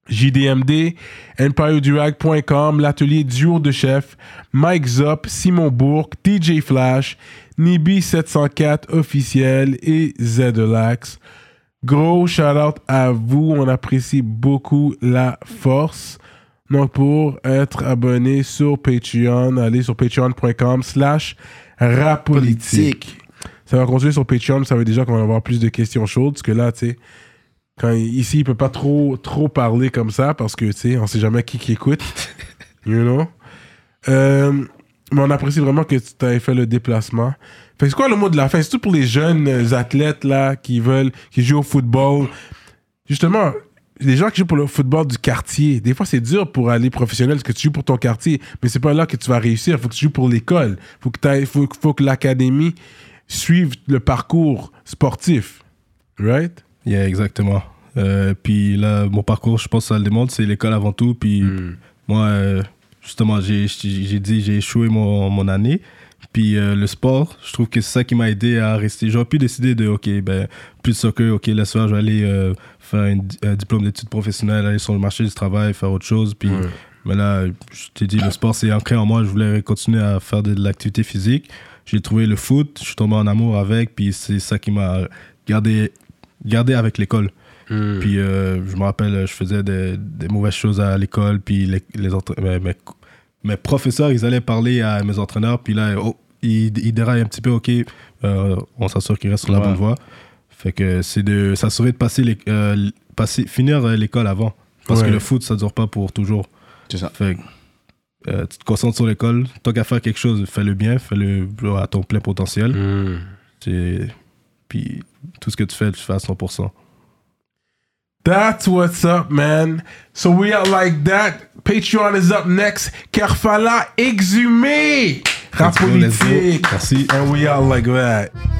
[SPEAKER 3] JDMD, EmpireDurag.com, l'atelier duo de chef, Mike Zop, Simon Bourque, TJ Flash, Nibi704 officiel et Zedelax. Gros shout-out à vous, on apprécie beaucoup la force. Donc pour être abonné sur Patreon, allez sur patreon.com slash rapolitique. Ça va continuer sur Patreon, ça veut déjà qu'on va avoir plus de questions chaudes, parce que là, tu sais, quand il- ici il peut pas trop trop parler comme ça parce que tu sais on sait jamais qui qui écoute you know Euh, mais on apprécie vraiment que tu t'avais fait le déplacement fait que c'est quoi le mot de la fin c'est tout pour les jeunes athlètes là qui veulent qui jouent au football justement les gens qui jouent pour le football du quartier, des fois c'est dur pour aller professionnel parce que tu joues pour ton quartier, mais c'est pas là que tu vas réussir. Faut que tu joues pour l'école. Faut que t'ailles- faut, faut que l'académie suive le parcours sportif. Right?
[SPEAKER 4] Yeah, exactement. Euh, puis là, mon parcours, je pense que ça le démontre, c'est l'école avant tout. Puis moi, euh, justement, j'ai j'ai- j'ai dit, j'ai échoué mon, mon année. Puis euh, le sport, je trouve que c'est ça qui m'a aidé à rester. J'aurais pu décider de, OK, ben, plus de soccer, OK, laisse faire, je vais aller euh, faire une di- un diplôme d'études professionnelles, aller sur le marché du travail, faire autre chose. Puis mais là, je t'ai dit, le sport, c'est ancré en moi. Je voulais continuer à faire de, de l'activité physique. J'ai trouvé le foot, je suis tombé en amour avec, puis c'est ça qui m'a gardé garder avec l'école.
[SPEAKER 2] Hmm.
[SPEAKER 4] Puis euh, je me rappelle, je faisais des, des mauvaises choses à l'école, puis les, les entra- mes, mes- mes professeurs, ils allaient parler à mes entraîneurs, puis là, oh, ils, ils déraillent un petit peu, ok, euh, on s'assure qu'ils restent sur la
[SPEAKER 2] Ouais.
[SPEAKER 4] bonne voie. Fait que c'est de s'assurer de passer, les, euh, l- passer finir euh, l'école avant. Parce
[SPEAKER 3] Ouais.
[SPEAKER 4] que le foot, ça dure pas pour toujours.
[SPEAKER 2] C'est ça.
[SPEAKER 4] Fait que, euh, tu te concentres sur l'école, tant qu'à faire quelque chose, fais-le bien, fais-le à ton plein potentiel.
[SPEAKER 2] Hmm.
[SPEAKER 4] C'est- Puis tout ce que tu fais, tu fais à 100%.
[SPEAKER 3] That's what's up, man. So we are like that. Patreon is up next. Kerfala exhumé. Rap
[SPEAKER 4] Let's go, let's go.
[SPEAKER 3] politique.
[SPEAKER 4] Merci.
[SPEAKER 3] And we are like that.